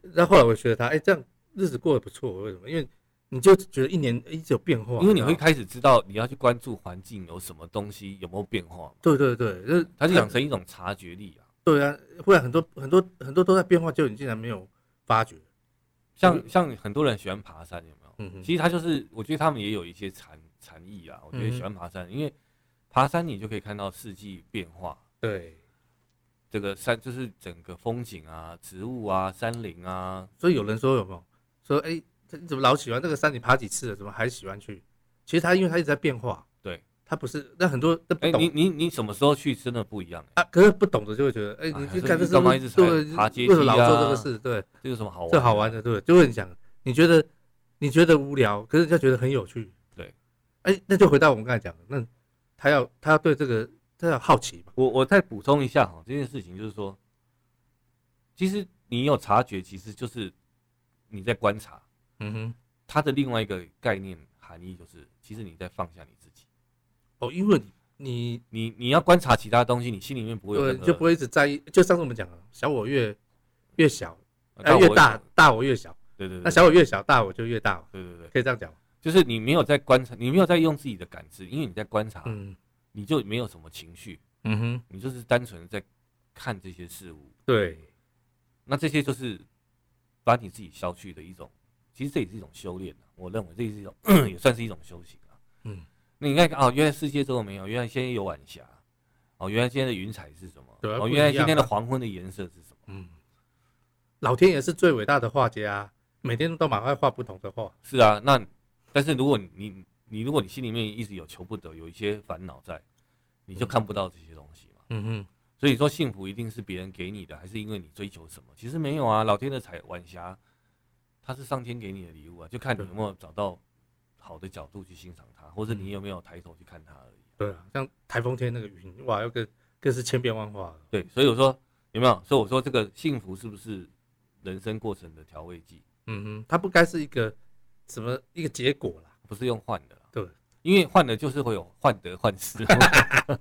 [SPEAKER 1] 那后来我觉得他，哎、这样日子过得不错。为什么？因为你就觉得一年一直有变化，
[SPEAKER 2] 因为你会
[SPEAKER 1] 然后
[SPEAKER 2] 开始知道你要去关注环境有什么东西有没有变化嘛，
[SPEAKER 1] 对对对，就是
[SPEAKER 2] 它就养成一种察觉力啊。
[SPEAKER 1] 对啊，忽然很多很多很多都在变化，就你竟然没有发觉。
[SPEAKER 2] 像像很多人喜欢爬山，有没有？
[SPEAKER 1] 嗯哼，
[SPEAKER 2] 其实他就是，我觉得他们也有一些禅禅意啊。我觉得喜欢爬山，因为爬山你就可以看到四季变化，
[SPEAKER 1] 对，
[SPEAKER 2] 这个山就是整个风景啊、植物啊、山林啊。
[SPEAKER 1] 所以有人说有没有说，哎、这你怎么老喜欢这个山？你爬几次了，怎么还喜欢去？其实他因为他一直在变化，
[SPEAKER 2] 对
[SPEAKER 1] 他不是，那很多那不
[SPEAKER 2] 哎、
[SPEAKER 1] 懂
[SPEAKER 2] 你你你什么时候去真的不一样、欸
[SPEAKER 1] 啊，可是不懂的就会觉得，哎、
[SPEAKER 2] 啊
[SPEAKER 1] 你
[SPEAKER 2] 还
[SPEAKER 1] 去
[SPEAKER 2] 是
[SPEAKER 1] 干
[SPEAKER 2] 你
[SPEAKER 1] 这事
[SPEAKER 2] 干嘛
[SPEAKER 1] 为
[SPEAKER 2] 一直踩
[SPEAKER 1] 对
[SPEAKER 2] 爬阶
[SPEAKER 1] 为什么
[SPEAKER 2] 梯
[SPEAKER 1] 老做这
[SPEAKER 2] 啊
[SPEAKER 1] 个事？对，
[SPEAKER 2] 这有什么好玩？
[SPEAKER 1] 这好玩。的，对，就会你想，你觉得你觉得无聊，可是人家觉得很有趣，
[SPEAKER 2] 对，
[SPEAKER 1] 哎、那就回到我们刚才讲的，那他要他要对这个他要好奇嘛，
[SPEAKER 2] 我我再补充一下哈，这件事情就是说，其实你有察觉，其实就是你在观察。
[SPEAKER 1] 嗯哼，
[SPEAKER 2] 它的另外一个概念含义就是，其实你在放下你自己。
[SPEAKER 1] 哦，因为你
[SPEAKER 2] 你你要观察其他东西，你心里面不会有
[SPEAKER 1] 对
[SPEAKER 2] 任
[SPEAKER 1] 你
[SPEAKER 2] 何
[SPEAKER 1] 就不会一直在意，就上次我们讲了，小我越越小，
[SPEAKER 2] 呃
[SPEAKER 1] 哎、
[SPEAKER 2] 我
[SPEAKER 1] 越大大我越小，
[SPEAKER 2] 对对对，
[SPEAKER 1] 那小我越小，大我就越大嘛，
[SPEAKER 2] 对对对，
[SPEAKER 1] 可以这样讲吗，
[SPEAKER 2] 就是你没有在观察，你没有在用自己的感知，因为你在观察，
[SPEAKER 1] 嗯
[SPEAKER 2] 你就没有什么情绪，
[SPEAKER 1] 嗯哼，
[SPEAKER 2] 你就是单纯地在看这些事物，
[SPEAKER 1] 对，
[SPEAKER 2] 那这些就是把你自己消去的一种，其实这也是一种修炼、啊、我认为这也 是一种也算是一种修行啊。
[SPEAKER 1] 嗯，
[SPEAKER 2] 那你看哦，原来世界这么美好，原来现在有晚霞，哦，原来今天的云彩是什么？
[SPEAKER 1] 对啊
[SPEAKER 2] 哦，
[SPEAKER 1] 不一
[SPEAKER 2] 原来今
[SPEAKER 1] 样
[SPEAKER 2] 天的
[SPEAKER 1] 啊
[SPEAKER 2] 黄昏的颜色是什么？
[SPEAKER 1] 嗯，老天爷是最伟大的画家、啊，每天都满快画不同的画。
[SPEAKER 2] 是啊，那但是如果你你你如果你心里面一直有求不得，有一些烦恼在，你就看不到这些东西嘛。
[SPEAKER 1] 嗯哼，
[SPEAKER 2] 所以说幸福一定是别人给你的，还是因为你追求什么？其实没有啊，老天的彩晚霞，它是上天给你的礼物啊，就看你有没有找到好的角度去欣赏它，或者
[SPEAKER 1] 嗯
[SPEAKER 2] 你有没有抬头去看它而已。
[SPEAKER 1] 对啊，像台风天那个云，哇，又更更是千变万化了。
[SPEAKER 2] 对，所以我说有没有？所以我说这个幸福是不是人生过程的调味剂？
[SPEAKER 1] 嗯哼，它不该是一个什么一个结果啦，
[SPEAKER 2] 不是用换的啦。
[SPEAKER 1] 对，
[SPEAKER 2] 因为换的就是会有患得 患失，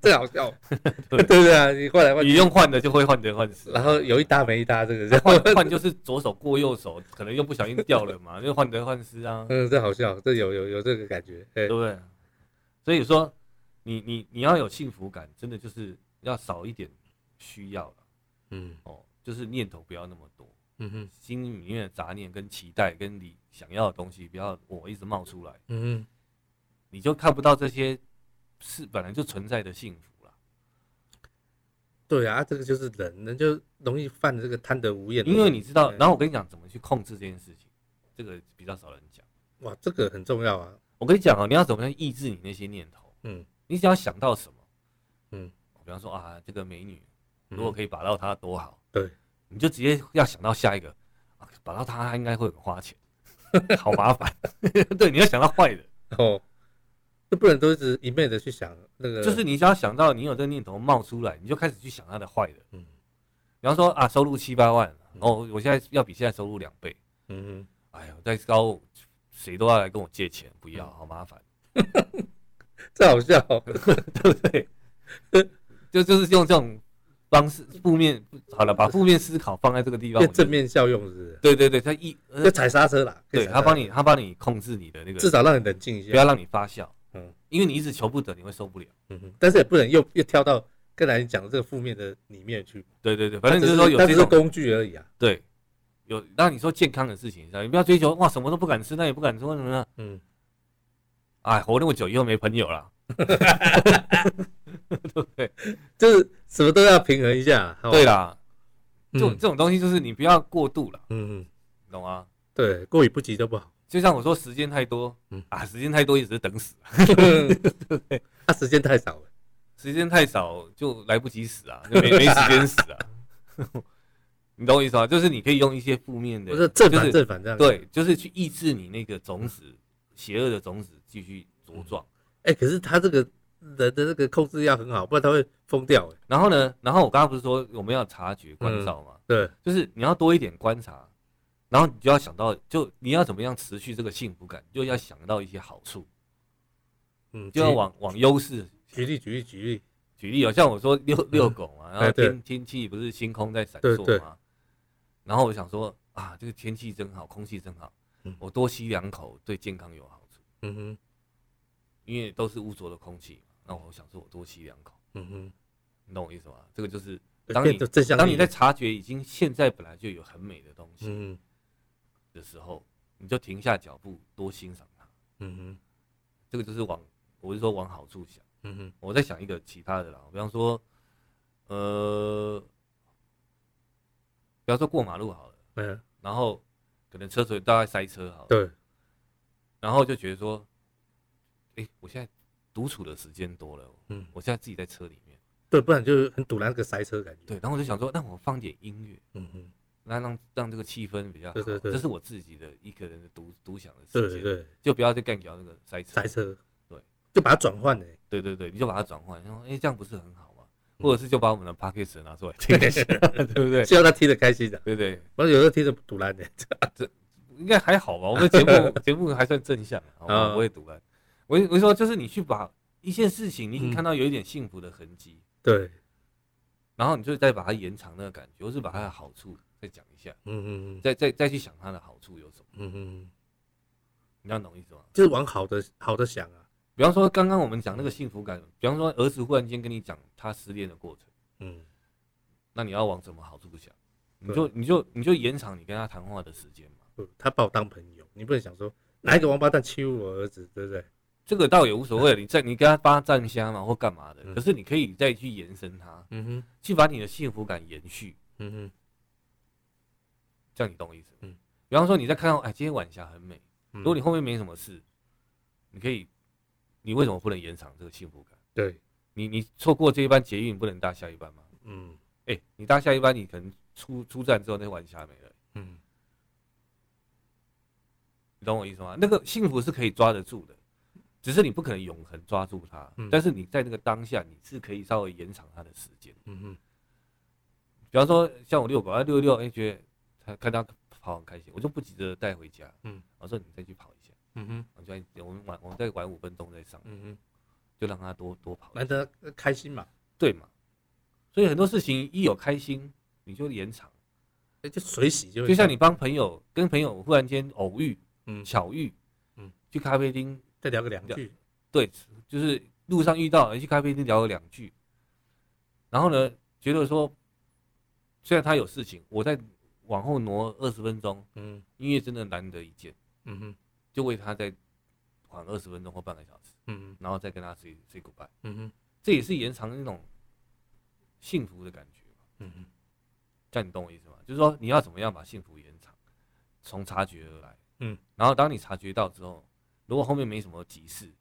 [SPEAKER 1] 最好笑， 对不对啊？你换 来换
[SPEAKER 2] 你
[SPEAKER 1] 去，
[SPEAKER 2] 用换的就会患得患失。啊
[SPEAKER 1] 然后有一搭没一搭，这个这样，
[SPEAKER 2] 换换就是左手过右手，可能又不小心掉了嘛，就患得患失啊，
[SPEAKER 1] 嗯，这好笑，这有有有这个感觉，哎、
[SPEAKER 2] 对不对？所以说，你你你要有幸福感，真的就是要少一点需要了
[SPEAKER 1] 嗯
[SPEAKER 2] 哦，就是念头不要那么多，
[SPEAKER 1] 嗯哼，
[SPEAKER 2] 心里面的杂念跟期待跟你想要的东西，不要我、一直冒出来，
[SPEAKER 1] 嗯哼，
[SPEAKER 2] 你就看不到这些是本来就存在的幸福了。
[SPEAKER 1] 对啊，这个就是人，人就容易犯这个贪得无厌的问题，
[SPEAKER 2] 因为你知道，
[SPEAKER 1] 哎
[SPEAKER 2] 然后我跟你讲怎么去控制这件事情，这个比较少人讲。
[SPEAKER 1] 哇，这个很重要啊，
[SPEAKER 2] 我跟你讲哦，你要怎么样抑制你那些念头？
[SPEAKER 1] 嗯
[SPEAKER 2] 你只要想到什么，
[SPEAKER 1] 嗯，
[SPEAKER 2] 比方说啊，这个美女
[SPEAKER 1] 嗯
[SPEAKER 2] 如果可以把到她多好，
[SPEAKER 1] 对，
[SPEAKER 2] 你就直接要想到下一个，啊、把到她她应该会很花钱，好麻烦。 对，你要想到坏的，
[SPEAKER 1] 哦，就不能都一直一昧的去想那个，
[SPEAKER 2] 就是你只要想到你有这个念头冒出来，你就开始去想她的坏的。
[SPEAKER 1] 嗯
[SPEAKER 2] 比方说啊，收入七八万，哦，我现在要比现在收入两倍，
[SPEAKER 1] 嗯
[SPEAKER 2] 哎呀，再高谁都要来跟我借钱，不
[SPEAKER 1] 嗯
[SPEAKER 2] 要，好麻烦，
[SPEAKER 1] 哼，这好笑哦、
[SPEAKER 2] 对不对？ 就就是用这种方式，负面好了，把负面思考放在这个地方，
[SPEAKER 1] 变
[SPEAKER 2] 我觉
[SPEAKER 1] 正
[SPEAKER 2] 得
[SPEAKER 1] 面效用是不是？
[SPEAKER 2] 对对对，他一呃
[SPEAKER 1] 就踩刹车啦，
[SPEAKER 2] 对他帮你，他帮你控制你的那个，
[SPEAKER 1] 至少让你冷静一
[SPEAKER 2] 不
[SPEAKER 1] 下。
[SPEAKER 2] 要让你发笑。
[SPEAKER 1] 嗯
[SPEAKER 2] 因为你一直求不得，你会受不了。
[SPEAKER 1] 嗯哼，但是也不能又又跳到刚才你讲的这个负面的里面去。
[SPEAKER 2] 对对对，反正就是说有
[SPEAKER 1] 它只
[SPEAKER 2] 这
[SPEAKER 1] 是
[SPEAKER 2] 种
[SPEAKER 1] 工具而已啊。
[SPEAKER 2] 对，有让你说健康的事情，你不要追求哇，什么都不敢吃，那也不敢说什么呢？
[SPEAKER 1] 嗯，
[SPEAKER 2] 哎，活那么久以后没朋友了，对不对？
[SPEAKER 1] 就是什么都要平衡一下啊。
[SPEAKER 2] 对
[SPEAKER 1] 了，
[SPEAKER 2] 啦，这种
[SPEAKER 1] 嗯
[SPEAKER 2] 这种东西就是你不要过度了，
[SPEAKER 1] 嗯，
[SPEAKER 2] 你懂吗？
[SPEAKER 1] 对，过于不及都不 好。
[SPEAKER 2] 就像我说，时间太多
[SPEAKER 1] 嗯，
[SPEAKER 2] 啊，时间太多也只是等死，啊
[SPEAKER 1] 他啊时间太少了。
[SPEAKER 2] 时间太少就来不及死啊，就没没时间死 啊。 你懂我意思吗？就是你可以用一些负面的，
[SPEAKER 1] 我说正
[SPEAKER 2] 就
[SPEAKER 1] 反
[SPEAKER 2] 是
[SPEAKER 1] 正反这样。，
[SPEAKER 2] 对，就是去抑制你那个种子，邪恶的种子继续茁壮。
[SPEAKER 1] 哎，可是他这个人的这个控制要很好，不然他会疯掉。哎，
[SPEAKER 2] 然后呢，然后我刚刚不是说我们要察觉
[SPEAKER 1] 嗯
[SPEAKER 2] 关照嘛，
[SPEAKER 1] 对，
[SPEAKER 2] 就是你要多一点观察，然后你就要想到，就你要怎么样持续这个幸福感，就要想到一些好处，
[SPEAKER 1] 嗯，
[SPEAKER 2] 就要往往优势。
[SPEAKER 1] 举举例举例举例。
[SPEAKER 2] 举例哦，像我说遛遛狗嘛，然后
[SPEAKER 1] 哎对
[SPEAKER 2] 天天气不是星空在闪
[SPEAKER 1] 对对
[SPEAKER 2] 烁嘛，然后我想说啊，这个天气真好，空气真好
[SPEAKER 1] 嗯，
[SPEAKER 2] 我多吸两口对健康有好处，
[SPEAKER 1] 嗯哼，
[SPEAKER 2] 因为都是污浊的空气嘛。那我想说，我多吸两口。
[SPEAKER 1] 嗯
[SPEAKER 2] 你懂我意思吗？这个就是
[SPEAKER 1] 哼，
[SPEAKER 2] 当
[SPEAKER 1] 变
[SPEAKER 2] 你
[SPEAKER 1] 得正向力。
[SPEAKER 2] 当你在察觉已经现在本来就有很美的东西
[SPEAKER 1] 嗯
[SPEAKER 2] 的时候，你就停下脚步，多欣赏它。
[SPEAKER 1] 嗯哼
[SPEAKER 2] 这个就是往，我是说往好处想。
[SPEAKER 1] 嗯哼
[SPEAKER 2] 我在想一个其他的啦，比方说，呃，比方说过马路好了，
[SPEAKER 1] 嗯，
[SPEAKER 2] 然后可能车水大概塞车好了，
[SPEAKER 1] 对，
[SPEAKER 2] 然后就觉得说，哎、我现在独处的时间多了，
[SPEAKER 1] 嗯
[SPEAKER 2] 我现在自己在车里面，
[SPEAKER 1] 对，不然就是很堵拦那个塞车感觉。
[SPEAKER 2] 对，，然后我就想说，那我放点音乐。
[SPEAKER 1] 嗯哼，
[SPEAKER 2] 那让让这个气氛比较好，
[SPEAKER 1] 对对对
[SPEAKER 2] 这是我自己的一个人的独独享的
[SPEAKER 1] 对
[SPEAKER 2] 时
[SPEAKER 1] 对
[SPEAKER 2] 间，
[SPEAKER 1] 对，
[SPEAKER 2] 就不要去干掉那个塞车，
[SPEAKER 1] 塞车，
[SPEAKER 2] 对，
[SPEAKER 1] 就把它转换了。欸
[SPEAKER 2] 对对对，你就把它转换，然后哎，这样不是很好吗？
[SPEAKER 1] 嗯
[SPEAKER 2] 或者是就把我们的 p a c k a g e 拿 出来听一下， 对不对？
[SPEAKER 1] 希望他听得开心的。
[SPEAKER 2] 对对，
[SPEAKER 1] 我有时候听着堵烂的，欸
[SPEAKER 2] 应该还好吧？ 我们的节目节目还算正向，啊好吧
[SPEAKER 1] 嗯
[SPEAKER 2] 不会读烂。我我说就是你去把一件事情，你已经
[SPEAKER 1] 嗯
[SPEAKER 2] 看到有一点幸福的痕迹，
[SPEAKER 1] 对，
[SPEAKER 2] 然后你就再把它延长那个感觉，或是把它的好处再讲一下，
[SPEAKER 1] 嗯嗯
[SPEAKER 2] 再再再去想它的好处有什么，
[SPEAKER 1] 嗯嗯，
[SPEAKER 2] 你要懂意思吗？
[SPEAKER 1] 就是往好的好的想啊，
[SPEAKER 2] 比方说，刚刚我们讲那个幸福感，比方说儿子忽然间跟你讲他失恋的过程，
[SPEAKER 1] 嗯
[SPEAKER 2] 那你要往什么好处想？你
[SPEAKER 1] 对
[SPEAKER 2] 就你就你就延长你跟他谈话的时间嘛，
[SPEAKER 1] 嗯，他把我当朋友，你不能想说哪一个王八蛋欺负我儿子，对不对？
[SPEAKER 2] 这个倒也无所谓，你在你跟他帮他站虾嘛或干嘛的，
[SPEAKER 1] 嗯
[SPEAKER 2] 可是你可以再去延伸它，
[SPEAKER 1] 嗯哼，
[SPEAKER 2] 去把你的幸福感延续，
[SPEAKER 1] 嗯哼，
[SPEAKER 2] 这样你懂我意思吗？
[SPEAKER 1] 嗯
[SPEAKER 2] 比方说你在看到哎今天晚霞很美，
[SPEAKER 1] 如
[SPEAKER 2] 如果你后面没什么事，你可以，你为什么不能延长这个幸福感？
[SPEAKER 1] 对，
[SPEAKER 2] 你你错过这一班捷运，不能搭下一班吗？
[SPEAKER 1] 嗯
[SPEAKER 2] 哎、你搭下一班，你可能出出站之后那晚霞没了。
[SPEAKER 1] 嗯，
[SPEAKER 2] 你懂我意思吗？那个幸福是可以抓得住的，只是你不可能永恒抓住它。
[SPEAKER 1] 嗯
[SPEAKER 2] 但是你在那个当下，你是可以稍微延长它的时间。
[SPEAKER 1] 嗯嗯
[SPEAKER 2] 比方说，像我遛狗，啊遛一遛，哎、觉得他看他跑很开心，我就不急着带回家。
[SPEAKER 1] 嗯，
[SPEAKER 2] 我说你再去跑一下，
[SPEAKER 1] 嗯哼
[SPEAKER 2] 我就哎我们晚我们再晚五分钟再上，
[SPEAKER 1] 嗯哼，
[SPEAKER 2] 就让他多多跑一下。
[SPEAKER 1] 难得开心嘛，
[SPEAKER 2] 对嘛？所以很多事情一有开心，你就延长。
[SPEAKER 1] 哎就水洗就会
[SPEAKER 2] 就像你帮朋友跟朋友忽然间偶遇、
[SPEAKER 1] 嗯
[SPEAKER 2] 巧遇，
[SPEAKER 1] 嗯，
[SPEAKER 2] 去咖啡厅，
[SPEAKER 1] 再聊个两句，
[SPEAKER 2] 对，啊就是路上遇到，哎去咖啡厅聊了两句，然后呢，觉得说，虽然他有事情，我再往后挪二十分钟，
[SPEAKER 1] 嗯
[SPEAKER 2] 因为真的难得一见，
[SPEAKER 1] 嗯哼
[SPEAKER 2] 就为他再缓二十分钟或半个小时，
[SPEAKER 1] 嗯
[SPEAKER 2] 然后再跟他 say say goodbye，
[SPEAKER 1] 嗯哼
[SPEAKER 2] 这也是延长那种幸福的感觉。
[SPEAKER 1] 嗯哼
[SPEAKER 2] 这样你懂我意思吗？就是说你要怎么样把幸福延长，从察觉而来。
[SPEAKER 1] 嗯，
[SPEAKER 2] 然后当你察觉到之后，如果后面没什么急事，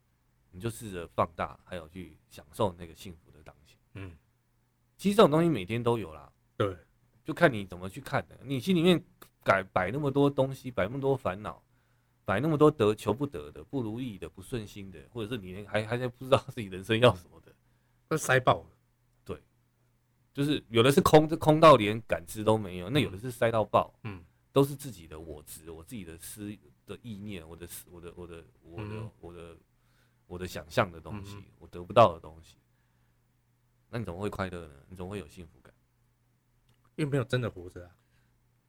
[SPEAKER 2] 你就试着放大，还有去享受那个幸福的当下。
[SPEAKER 1] 嗯，
[SPEAKER 2] 其实这种东西每天都有啦，
[SPEAKER 1] 对，
[SPEAKER 2] 就看你怎么去看的。你心里面改摆那么多东西，摆那么多烦恼，摆那么多得求不得的、不如意的、不顺心的，或者是你连还还在不知道 自己人生要什么的，
[SPEAKER 1] 那塞爆了，
[SPEAKER 2] 就是有的是空，空到连感知都没有；那有的是塞到爆。
[SPEAKER 1] 嗯
[SPEAKER 2] 都是自己的我执，我自己的思的意念，我的思我的我的我的、
[SPEAKER 1] 嗯
[SPEAKER 2] 我的我的想象的东西，
[SPEAKER 1] 嗯
[SPEAKER 2] 我得不到的东西。那你怎么会快乐呢？你怎么会有幸福感？
[SPEAKER 1] 因为没有真的活着啊，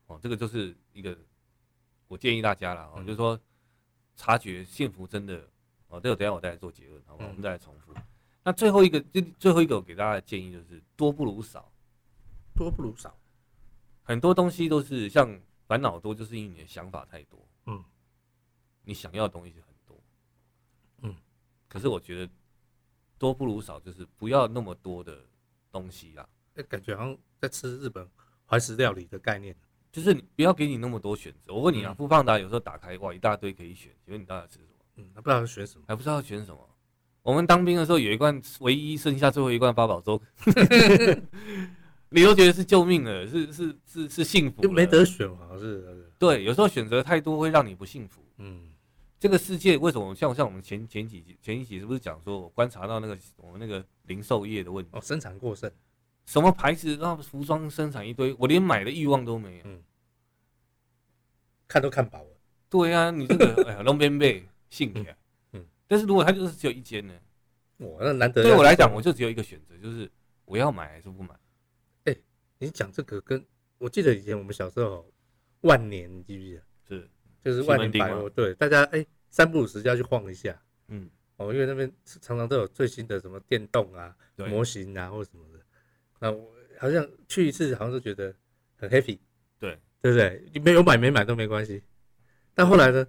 [SPEAKER 2] 哦，这个就是一个我建议大家啦，哦，
[SPEAKER 1] 嗯
[SPEAKER 2] 就是说察觉幸福真的哦，这个等一下我再来做结论，好吧？
[SPEAKER 1] 嗯
[SPEAKER 2] 我们再来重复。那最后一个，最最后一个我给大家的建议就是多不如少，
[SPEAKER 1] 多不如少，
[SPEAKER 2] 很多东西都是像烦恼多，就是因为你的想法太多，
[SPEAKER 1] 嗯，
[SPEAKER 2] 你想要的东西很多，
[SPEAKER 1] 嗯，
[SPEAKER 2] 可是我觉得多不如少，就是不要那么多的东西啦，
[SPEAKER 1] 哎感觉好像在吃日本怀石料理的概念，
[SPEAKER 2] 就是你不要给你那么多选择。我问你啊，
[SPEAKER 1] 嗯
[SPEAKER 2] 富胖达有时候打开哇一大堆可以选，请问你到底要吃什么？
[SPEAKER 1] 嗯，不知道选什么，
[SPEAKER 2] 还不知道选什么。我们当兵的时候有一罐，唯一剩下最后一罐八宝粥， 你都觉得是救命了，是是是是幸福了
[SPEAKER 1] 就没得选，好像是，
[SPEAKER 2] 对，有时候选择太多会让你不幸福。
[SPEAKER 1] 嗯
[SPEAKER 2] 这个世界为什么像像我们前前几集前一集是不是讲说，我观察到那个我们那个零售业的问题，
[SPEAKER 1] 哦，生产过剩，
[SPEAKER 2] 什么牌子让服装生产一堆，我连买的欲望都没有。
[SPEAKER 1] 看都看饱了，
[SPEAKER 2] 对啊，你这个哎呀，龙边被信你啊。
[SPEAKER 1] 嗯嗯啊
[SPEAKER 2] 但是如果它就是只有一间呢，
[SPEAKER 1] 我那难得
[SPEAKER 2] 对
[SPEAKER 1] 要
[SPEAKER 2] 我来讲，我就只有一个选择，就是我要买还是不买。
[SPEAKER 1] 你讲这个跟我记得以前我们小时候万年，你记不记得？
[SPEAKER 2] 是，
[SPEAKER 1] 就是
[SPEAKER 2] 西
[SPEAKER 1] 万
[SPEAKER 2] 门
[SPEAKER 1] 年
[SPEAKER 2] 町
[SPEAKER 1] 百
[SPEAKER 2] 吗
[SPEAKER 1] 货，对，大家哎、三不五时就要去晃一下
[SPEAKER 2] 嗯，
[SPEAKER 1] 哦，因为那边常常都有最新的什么电动啊、
[SPEAKER 2] 对，
[SPEAKER 1] 模型啊或什么的。那我好像去一次，好像都觉得很 happy，
[SPEAKER 2] 对
[SPEAKER 1] 对不对？你没有买没买都没关系。但后来呢，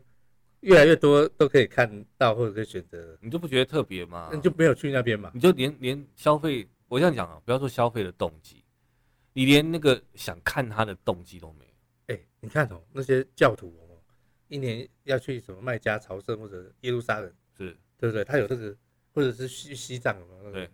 [SPEAKER 1] 越来越多都可以看到或者可以选择，
[SPEAKER 2] 你就不觉得特别吗？
[SPEAKER 1] 那你就没有去那边嘛。
[SPEAKER 2] 你就连连消费，我这样讲啊，不要说消费的动机，你连那个想看它的动机都没有。
[SPEAKER 1] 哎、你看哦，那些教徒哦，一年要去什么麦加、朝圣或者耶路撒冷。
[SPEAKER 2] 是，
[SPEAKER 1] 对不对？他有这个，或者是西西藏有没有那个？
[SPEAKER 2] 对，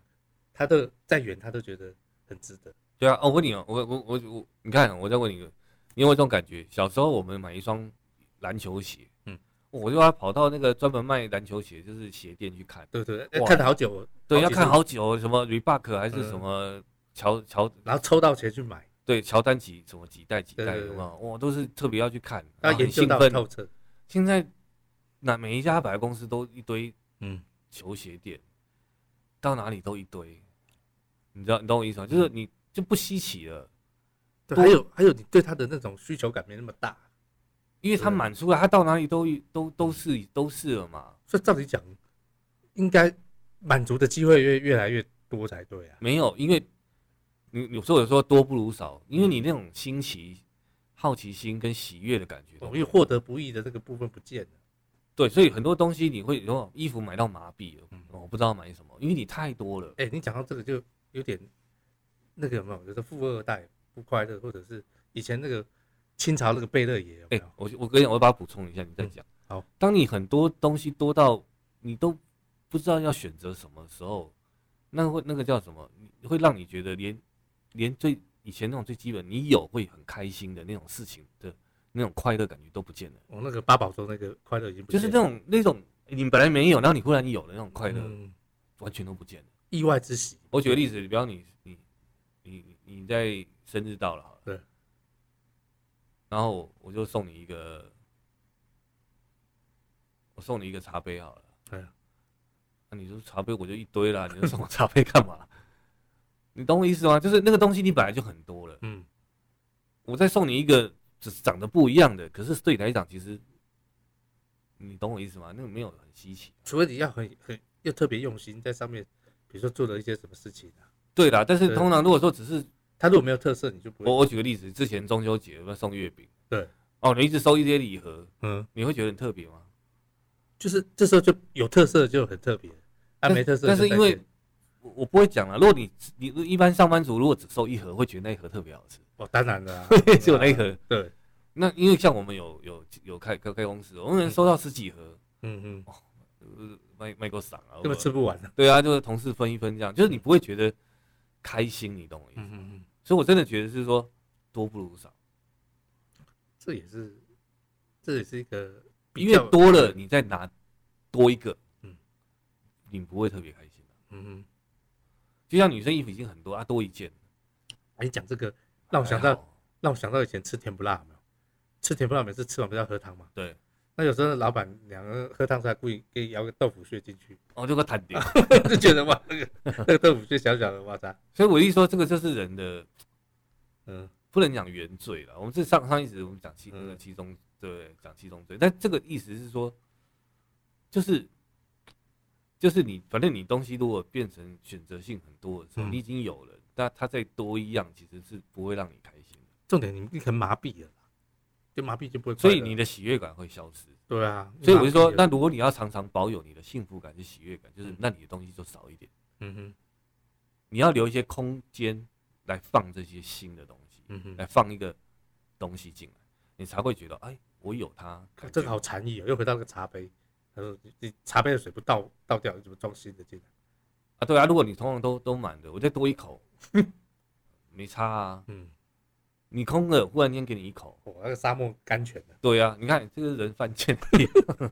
[SPEAKER 1] 他都再远他都觉得很值得。
[SPEAKER 2] 对啊。哦，我问你哦，我我我我，你看，啊我再问你一个，你有没有这种感觉？小时候我们买一双篮球鞋，
[SPEAKER 1] 嗯，
[SPEAKER 2] 我就要跑到那个专门卖篮球鞋，就是鞋店去看，
[SPEAKER 1] 对对，哎
[SPEAKER 2] 哇
[SPEAKER 1] 看了好久，
[SPEAKER 2] 对，
[SPEAKER 1] 好
[SPEAKER 2] 要
[SPEAKER 1] 几
[SPEAKER 2] 看
[SPEAKER 1] 次，
[SPEAKER 2] 好久，哦什么 Reebok 还是
[SPEAKER 1] 嗯
[SPEAKER 2] 什么乔乔，
[SPEAKER 1] 然后抽到钱去买，
[SPEAKER 2] 对，乔丹几什么几代几
[SPEAKER 1] 对
[SPEAKER 2] 代
[SPEAKER 1] 对
[SPEAKER 2] 有
[SPEAKER 1] 对
[SPEAKER 2] 没有？我都是特别要去看，
[SPEAKER 1] 要
[SPEAKER 2] 然后很
[SPEAKER 1] 研究
[SPEAKER 2] 兴
[SPEAKER 1] 到
[SPEAKER 2] 奋。
[SPEAKER 1] 透彻。
[SPEAKER 2] 现在那每一家百货公司都一堆
[SPEAKER 1] 嗯，
[SPEAKER 2] 球鞋店，到哪里都一堆，你知道你懂我意思吗？
[SPEAKER 1] 嗯
[SPEAKER 2] 就是你就不稀奇了，
[SPEAKER 1] 对，
[SPEAKER 2] 多
[SPEAKER 1] 还有还有，你对他的那种需求感没那么大，
[SPEAKER 2] 因为它
[SPEAKER 1] 对
[SPEAKER 2] 满出来，它到哪里都都都是都是了嘛。
[SPEAKER 1] 所以照理讲，应该满足的机会越越来越多才对啊。
[SPEAKER 2] 没有，因为你有时候有时候多不如少，因为你那种新奇、好奇心跟喜悦的感觉都
[SPEAKER 1] 因
[SPEAKER 2] 没
[SPEAKER 1] 为
[SPEAKER 2] 有，
[SPEAKER 1] 获得不易的这个部分不见了。
[SPEAKER 2] 对，所以很多东西你会，有衣服买到麻痹了
[SPEAKER 1] 嗯，
[SPEAKER 2] 我不知道买什么，因为你太多了。
[SPEAKER 1] 哎，你讲到这个就有点那个有没有？就是富二代不快乐，或者是以前那个清朝那个贝勒爷有没
[SPEAKER 2] 哎
[SPEAKER 1] 有？，
[SPEAKER 2] 我我跟你讲，我把它补充一下，你再讲。
[SPEAKER 1] 啊嗯好，
[SPEAKER 2] 当你很多东西多到你都不知道要选择什么时候，那会那个叫什么？你会让你觉得连连最以前那种最基本你有会很开心的那种事情的那种快乐感觉都不见了，
[SPEAKER 1] 我哦那个八宝粥那个快乐已经不
[SPEAKER 2] 就
[SPEAKER 1] 见
[SPEAKER 2] 是
[SPEAKER 1] 了
[SPEAKER 2] 那种那种哎你本来没有，然后你忽然有的那种快乐，
[SPEAKER 1] 嗯
[SPEAKER 2] 完全都不见了。
[SPEAKER 1] 意外之喜，
[SPEAKER 2] 我举个例子，比方你你你你你在生日到了好了，
[SPEAKER 1] 对，
[SPEAKER 2] 然后我就送你一个，我送你一个茶杯好了，
[SPEAKER 1] 哎呀，
[SPEAKER 2] 那你说茶杯我就一堆啦，你就送我茶杯干嘛？ 你懂我意思吗？就是那个东西你本来就很多了，
[SPEAKER 1] 嗯，
[SPEAKER 2] 我再送你一个只是长得不一样的，可是对你来讲其实，你懂我意思吗？那个没有很稀奇。
[SPEAKER 1] 除非你要很很又特别用心在上面，比如说做了一些什么事情啊，
[SPEAKER 2] 对啦，但是
[SPEAKER 1] 对
[SPEAKER 2] 通常如果说只是
[SPEAKER 1] 它如果没有特色，你就不
[SPEAKER 2] 我
[SPEAKER 1] 会，
[SPEAKER 2] 我举个例子，之前中秋节要送月饼，
[SPEAKER 1] 对，
[SPEAKER 2] 哦，你一直收一些礼盒，
[SPEAKER 1] 嗯，
[SPEAKER 2] 你会觉得很特别吗？
[SPEAKER 1] 就是这时候就有特色就很特别，啊，
[SPEAKER 2] 但
[SPEAKER 1] 没特色就
[SPEAKER 2] 但
[SPEAKER 1] 再
[SPEAKER 2] 是
[SPEAKER 1] 见，
[SPEAKER 2] 因为我我不会讲了。如果你你一般上班族，如果只收一盒，会觉得那一盒特别好吃，，
[SPEAKER 1] 哦，当然了啊
[SPEAKER 2] 只有那一盒。
[SPEAKER 1] 对，
[SPEAKER 2] 那因为像我们有有有开开开公司，我们能收到十几盒，
[SPEAKER 1] 嗯嗯，
[SPEAKER 2] 呃卖卖够赏啊，
[SPEAKER 1] 根本吃不完的，
[SPEAKER 2] 对啊，就是同事分一分这样，就是你不会觉得开心，你懂我意思？
[SPEAKER 1] 嗯嗯嗯，
[SPEAKER 2] 所以我真的觉得是说多不如少，
[SPEAKER 1] 这也是这也是一个
[SPEAKER 2] 因
[SPEAKER 1] 比较
[SPEAKER 2] 为多了你再拿多一个，嗯
[SPEAKER 1] 嗯，
[SPEAKER 2] 你不会特别开心、啊、
[SPEAKER 1] 嗯，
[SPEAKER 2] 就像女生衣服已经很多啊，多一件，哎
[SPEAKER 1] 哎你讲这个让我想
[SPEAKER 2] 还
[SPEAKER 1] 到，
[SPEAKER 2] 好
[SPEAKER 1] 让我想到以前吃甜不辣，有没有？吃甜不辣每次吃完不是要喝汤吗？
[SPEAKER 2] 对，
[SPEAKER 1] 那有时候老板两个喝汤出来，故意给舀个豆腐屑进去，
[SPEAKER 2] 哦，就个坦丁。
[SPEAKER 1] 就觉得哇，那个那个豆腐屑小小的，哇塞，
[SPEAKER 2] 所以我一说这个就是人的，
[SPEAKER 1] 嗯
[SPEAKER 2] 不能讲原罪了。我们这上上一集我们讲七那
[SPEAKER 1] 嗯
[SPEAKER 2] 个七宗，对，讲七宗罪。但这个意思是说，就是就是你反正你东西如果变成选择性很多的时候，
[SPEAKER 1] 嗯
[SPEAKER 2] 你已经有了，但它再多一样，其实是不会让你开心的，
[SPEAKER 1] 重点你你很麻痹了啦，就麻痹就不会快
[SPEAKER 2] 所
[SPEAKER 1] 乐了。
[SPEAKER 2] 以你的喜悦感会消失。
[SPEAKER 1] 对啊，
[SPEAKER 2] 所以我就说，
[SPEAKER 1] 麻痹
[SPEAKER 2] 那
[SPEAKER 1] 了
[SPEAKER 2] 如果你要常常保有你的幸福感跟喜悦感，就是
[SPEAKER 1] 嗯
[SPEAKER 2] 那你的东西就少一点，
[SPEAKER 1] 嗯哼
[SPEAKER 2] 你要留一些空间来放这些新的东西。
[SPEAKER 1] 嗯哼
[SPEAKER 2] 来放一个东西进来，你才会觉得，哎，我有它，
[SPEAKER 1] 啊
[SPEAKER 2] 感，
[SPEAKER 1] 这
[SPEAKER 2] 觉
[SPEAKER 1] 个好禅意哦，又回到那个茶杯。他说：“你你茶杯的水不倒倒掉，你怎么装新的进来
[SPEAKER 2] 啊，对啊，如果你通常都都满的，我再多一口， 没差啊？”，
[SPEAKER 1] 嗯，
[SPEAKER 2] 你空了，忽然间给你一口，
[SPEAKER 1] 我哦那个沙漠甘泉的，
[SPEAKER 2] 对啊，你看这个人犯贱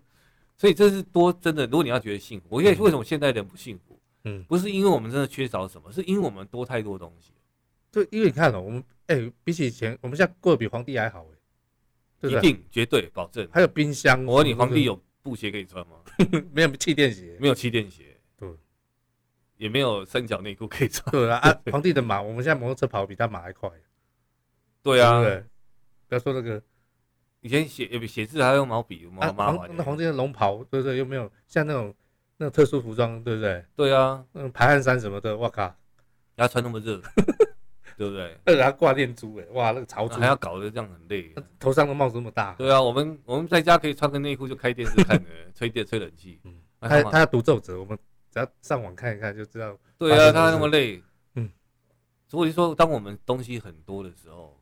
[SPEAKER 2] 所以这是多真的。如果你要觉得幸福，我现在
[SPEAKER 1] 嗯
[SPEAKER 2] 为什么现代人不幸福？
[SPEAKER 1] 嗯，
[SPEAKER 2] 不是因为我们真的缺少什么，是因为我们多太多东西，
[SPEAKER 1] 对，因为你看了、我们，哎、比起以前，我们现在过得比皇帝还好哎、对不
[SPEAKER 2] 一
[SPEAKER 1] 对？
[SPEAKER 2] 定绝对保证。
[SPEAKER 1] 还有冰箱，
[SPEAKER 2] 我问你，皇帝
[SPEAKER 1] 有
[SPEAKER 2] 有布鞋可以穿吗？
[SPEAKER 1] 没有气垫鞋？
[SPEAKER 2] 没有气垫鞋，
[SPEAKER 1] 对，
[SPEAKER 2] 也没有三角内裤可以穿。
[SPEAKER 1] 对啊，啊，皇帝的马，我们现在摩托车跑得比他马还快，
[SPEAKER 2] 对啊，
[SPEAKER 1] 对不对？不要说那个
[SPEAKER 2] 以前写呃不写字还用毛笔，毛
[SPEAKER 1] 啊，
[SPEAKER 2] 麻
[SPEAKER 1] 皇
[SPEAKER 2] 烦
[SPEAKER 1] 那皇
[SPEAKER 2] 的。
[SPEAKER 1] 帝的龙袍，对不对？又没有像那种那种特殊服装，对不对？
[SPEAKER 2] 对啊，
[SPEAKER 1] 那种排汗衫什么的，哇靠，
[SPEAKER 2] 然后穿那么 热，对不对？
[SPEAKER 1] 而且还挂念珠，哎，哇，那个朝珠
[SPEAKER 2] 还，要搞得这样很累。
[SPEAKER 1] 头上的帽子那么大，
[SPEAKER 2] 对啊，我们我们在家可以穿个内裤就开电视看了，吹电吹冷气
[SPEAKER 1] 嗯。
[SPEAKER 2] 啊
[SPEAKER 1] 他
[SPEAKER 2] 干嘛
[SPEAKER 1] 他要读奏折，我们只要上网看一看就知道，
[SPEAKER 2] 对啊，他那么累。
[SPEAKER 1] 嗯，
[SPEAKER 2] 所以我就说，当我们东西很多的时候，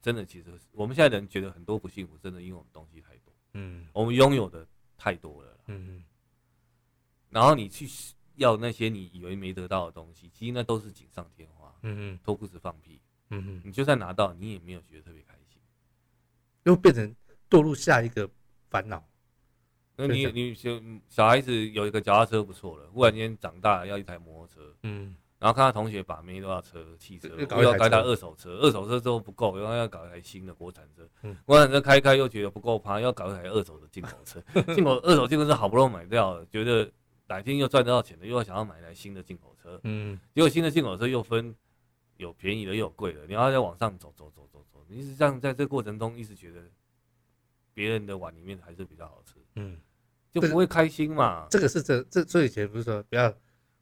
[SPEAKER 2] 真的其实我们现在人觉得很多不幸福，真的因为我们东西太多，
[SPEAKER 1] 嗯
[SPEAKER 2] 我们拥有的太多了啦。
[SPEAKER 1] 嗯
[SPEAKER 2] 然后你去要那些你以为没得到的东西，其实那都是锦上添花，
[SPEAKER 1] 嗯
[SPEAKER 2] 脱裤子放屁。
[SPEAKER 1] 嗯嗯，
[SPEAKER 2] 你就算拿到，你也没有觉得特别开心。
[SPEAKER 1] 又变成堕入下一个烦恼，
[SPEAKER 2] 那你
[SPEAKER 1] 对
[SPEAKER 2] 你小小孩子有一个脚踏车不错了，忽然间长大了要一台摩托车，
[SPEAKER 1] 嗯，
[SPEAKER 2] 然后看到同学把妹都要车汽车，
[SPEAKER 1] 又
[SPEAKER 2] 又
[SPEAKER 1] 搞一台
[SPEAKER 2] 要搞一台
[SPEAKER 1] 车
[SPEAKER 2] 二手车，二手车之后不够，然后要搞一台新的国产车，
[SPEAKER 1] 嗯
[SPEAKER 2] 国产车开一开又觉得不够爬，要搞一台二手的进口车， 进口二手进口车好不容易买掉了，觉得哪天又赚得到钱了，又要想要买一台新的进口车，
[SPEAKER 1] 嗯，
[SPEAKER 2] 结果新的进口车又分有便宜的，又有贵的，你要再往上走走走走走，你一直这样在这过程中一直觉得别人的碗里面还是比较好吃，
[SPEAKER 1] 嗯，
[SPEAKER 2] 就不会开心嘛。
[SPEAKER 1] 这个是这这，所以以前不是说不要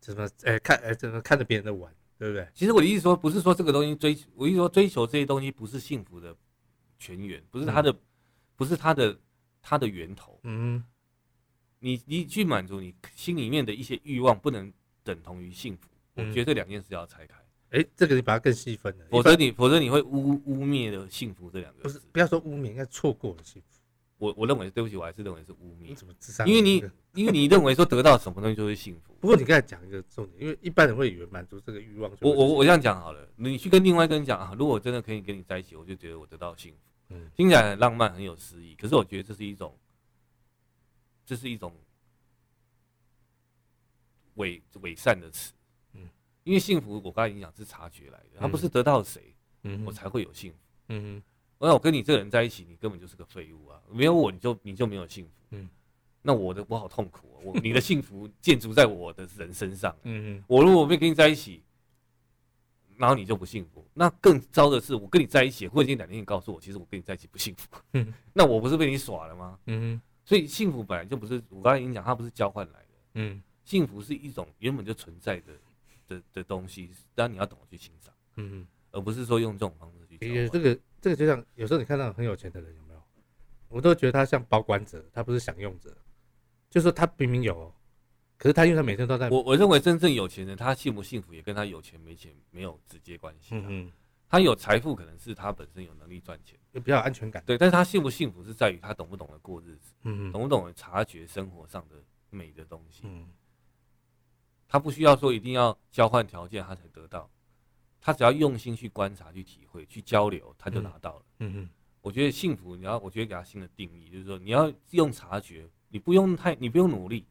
[SPEAKER 1] 怎么哎看哎怎么看着别人的玩，对不对？
[SPEAKER 2] 其实我的意思说，不是说这个东西追，我意思说追求这些东西不是幸福的泉源，不是它的，不是它的它的源头。
[SPEAKER 1] 嗯
[SPEAKER 2] 你你去满足你心里面的一些欲望，不能等同于幸福。我
[SPEAKER 1] 嗯
[SPEAKER 2] 觉得这两件事要拆开，
[SPEAKER 1] 哼，哎，这个你把它更细分了，
[SPEAKER 2] 否
[SPEAKER 1] 一
[SPEAKER 2] 则
[SPEAKER 1] 般
[SPEAKER 2] 你否则你会污污蔑了幸福这两
[SPEAKER 1] 不
[SPEAKER 2] 个
[SPEAKER 1] 是
[SPEAKER 2] 字。
[SPEAKER 1] 不要说污名，应该错过了幸福，
[SPEAKER 2] 我我认为，对不起，我还是认为是
[SPEAKER 1] 嗯
[SPEAKER 2] 污
[SPEAKER 1] 你
[SPEAKER 2] 蔑。
[SPEAKER 1] 怎么智商？
[SPEAKER 2] 因为你因为你认为说得到什么东西就是幸福。
[SPEAKER 1] 不过你刚才讲一个重点，因为一般人会以为满足这个欲望就
[SPEAKER 2] 我
[SPEAKER 1] 会是，
[SPEAKER 2] 我我这样讲好了，你去跟另外一个人讲啊，如果我真的可以跟你在一起，我就觉得我得到幸福。
[SPEAKER 1] 嗯
[SPEAKER 2] 听起来很浪漫，很有诗意。可是我觉得这是一种，这是一种伪伪善的词。
[SPEAKER 1] 嗯
[SPEAKER 2] 因为幸福，我刚才已经讲是察觉来的，它不是
[SPEAKER 1] 嗯
[SPEAKER 2] 得到谁、
[SPEAKER 1] 嗯
[SPEAKER 2] 我才会有幸福。
[SPEAKER 1] 嗯
[SPEAKER 2] 那我跟你这个人在一起，你根本就是个废物啊！没有我，你就你就没有幸福。
[SPEAKER 1] 嗯
[SPEAKER 2] 那我的我好痛苦、啊，我你的幸福建筑在我的人身上。啊
[SPEAKER 1] 嗯
[SPEAKER 2] 我如果没跟你在一起，然后你就不幸福。那更糟的是，我跟你在一起，忽然间哪天你告诉我，其实我跟你在一起不幸福，
[SPEAKER 1] 嗯
[SPEAKER 2] 那我不是被你耍了吗？
[SPEAKER 1] 嗯
[SPEAKER 2] 所以幸福本来就不是我刚才已经讲，它不是交换来的，
[SPEAKER 1] 嗯
[SPEAKER 2] 幸福是一种原本就存在的的的东西，当然你要懂得去欣赏，
[SPEAKER 1] 嗯，
[SPEAKER 2] 而不是说用这种方式去交
[SPEAKER 1] 也
[SPEAKER 2] 换。
[SPEAKER 1] 这个这个就像有时候你看到很有钱的人有没有，我都觉得他像保管者，他不是享用者，就是说他明明有哦，可是他因为他每天都在
[SPEAKER 2] 我我认为真正有钱人，他幸不幸福也跟他有钱没钱没有直接关系、啊。
[SPEAKER 1] 嗯
[SPEAKER 2] 他有财富可能是他本身有能力赚钱，
[SPEAKER 1] 嗯，比较有安全感，
[SPEAKER 2] 对，但是他幸不幸福是在于他懂不懂得过日子，
[SPEAKER 1] 嗯
[SPEAKER 2] 懂不懂得察觉生活上的美的东西。
[SPEAKER 1] 嗯
[SPEAKER 2] 他不需要说一定要交换条件他才得到，他只要用心去观察、去体会、去交流，他就拿到了。
[SPEAKER 1] 嗯
[SPEAKER 2] 我觉得幸福，你要我觉得给他新的定义，就是说你要用察觉，你不用太，你不用努力，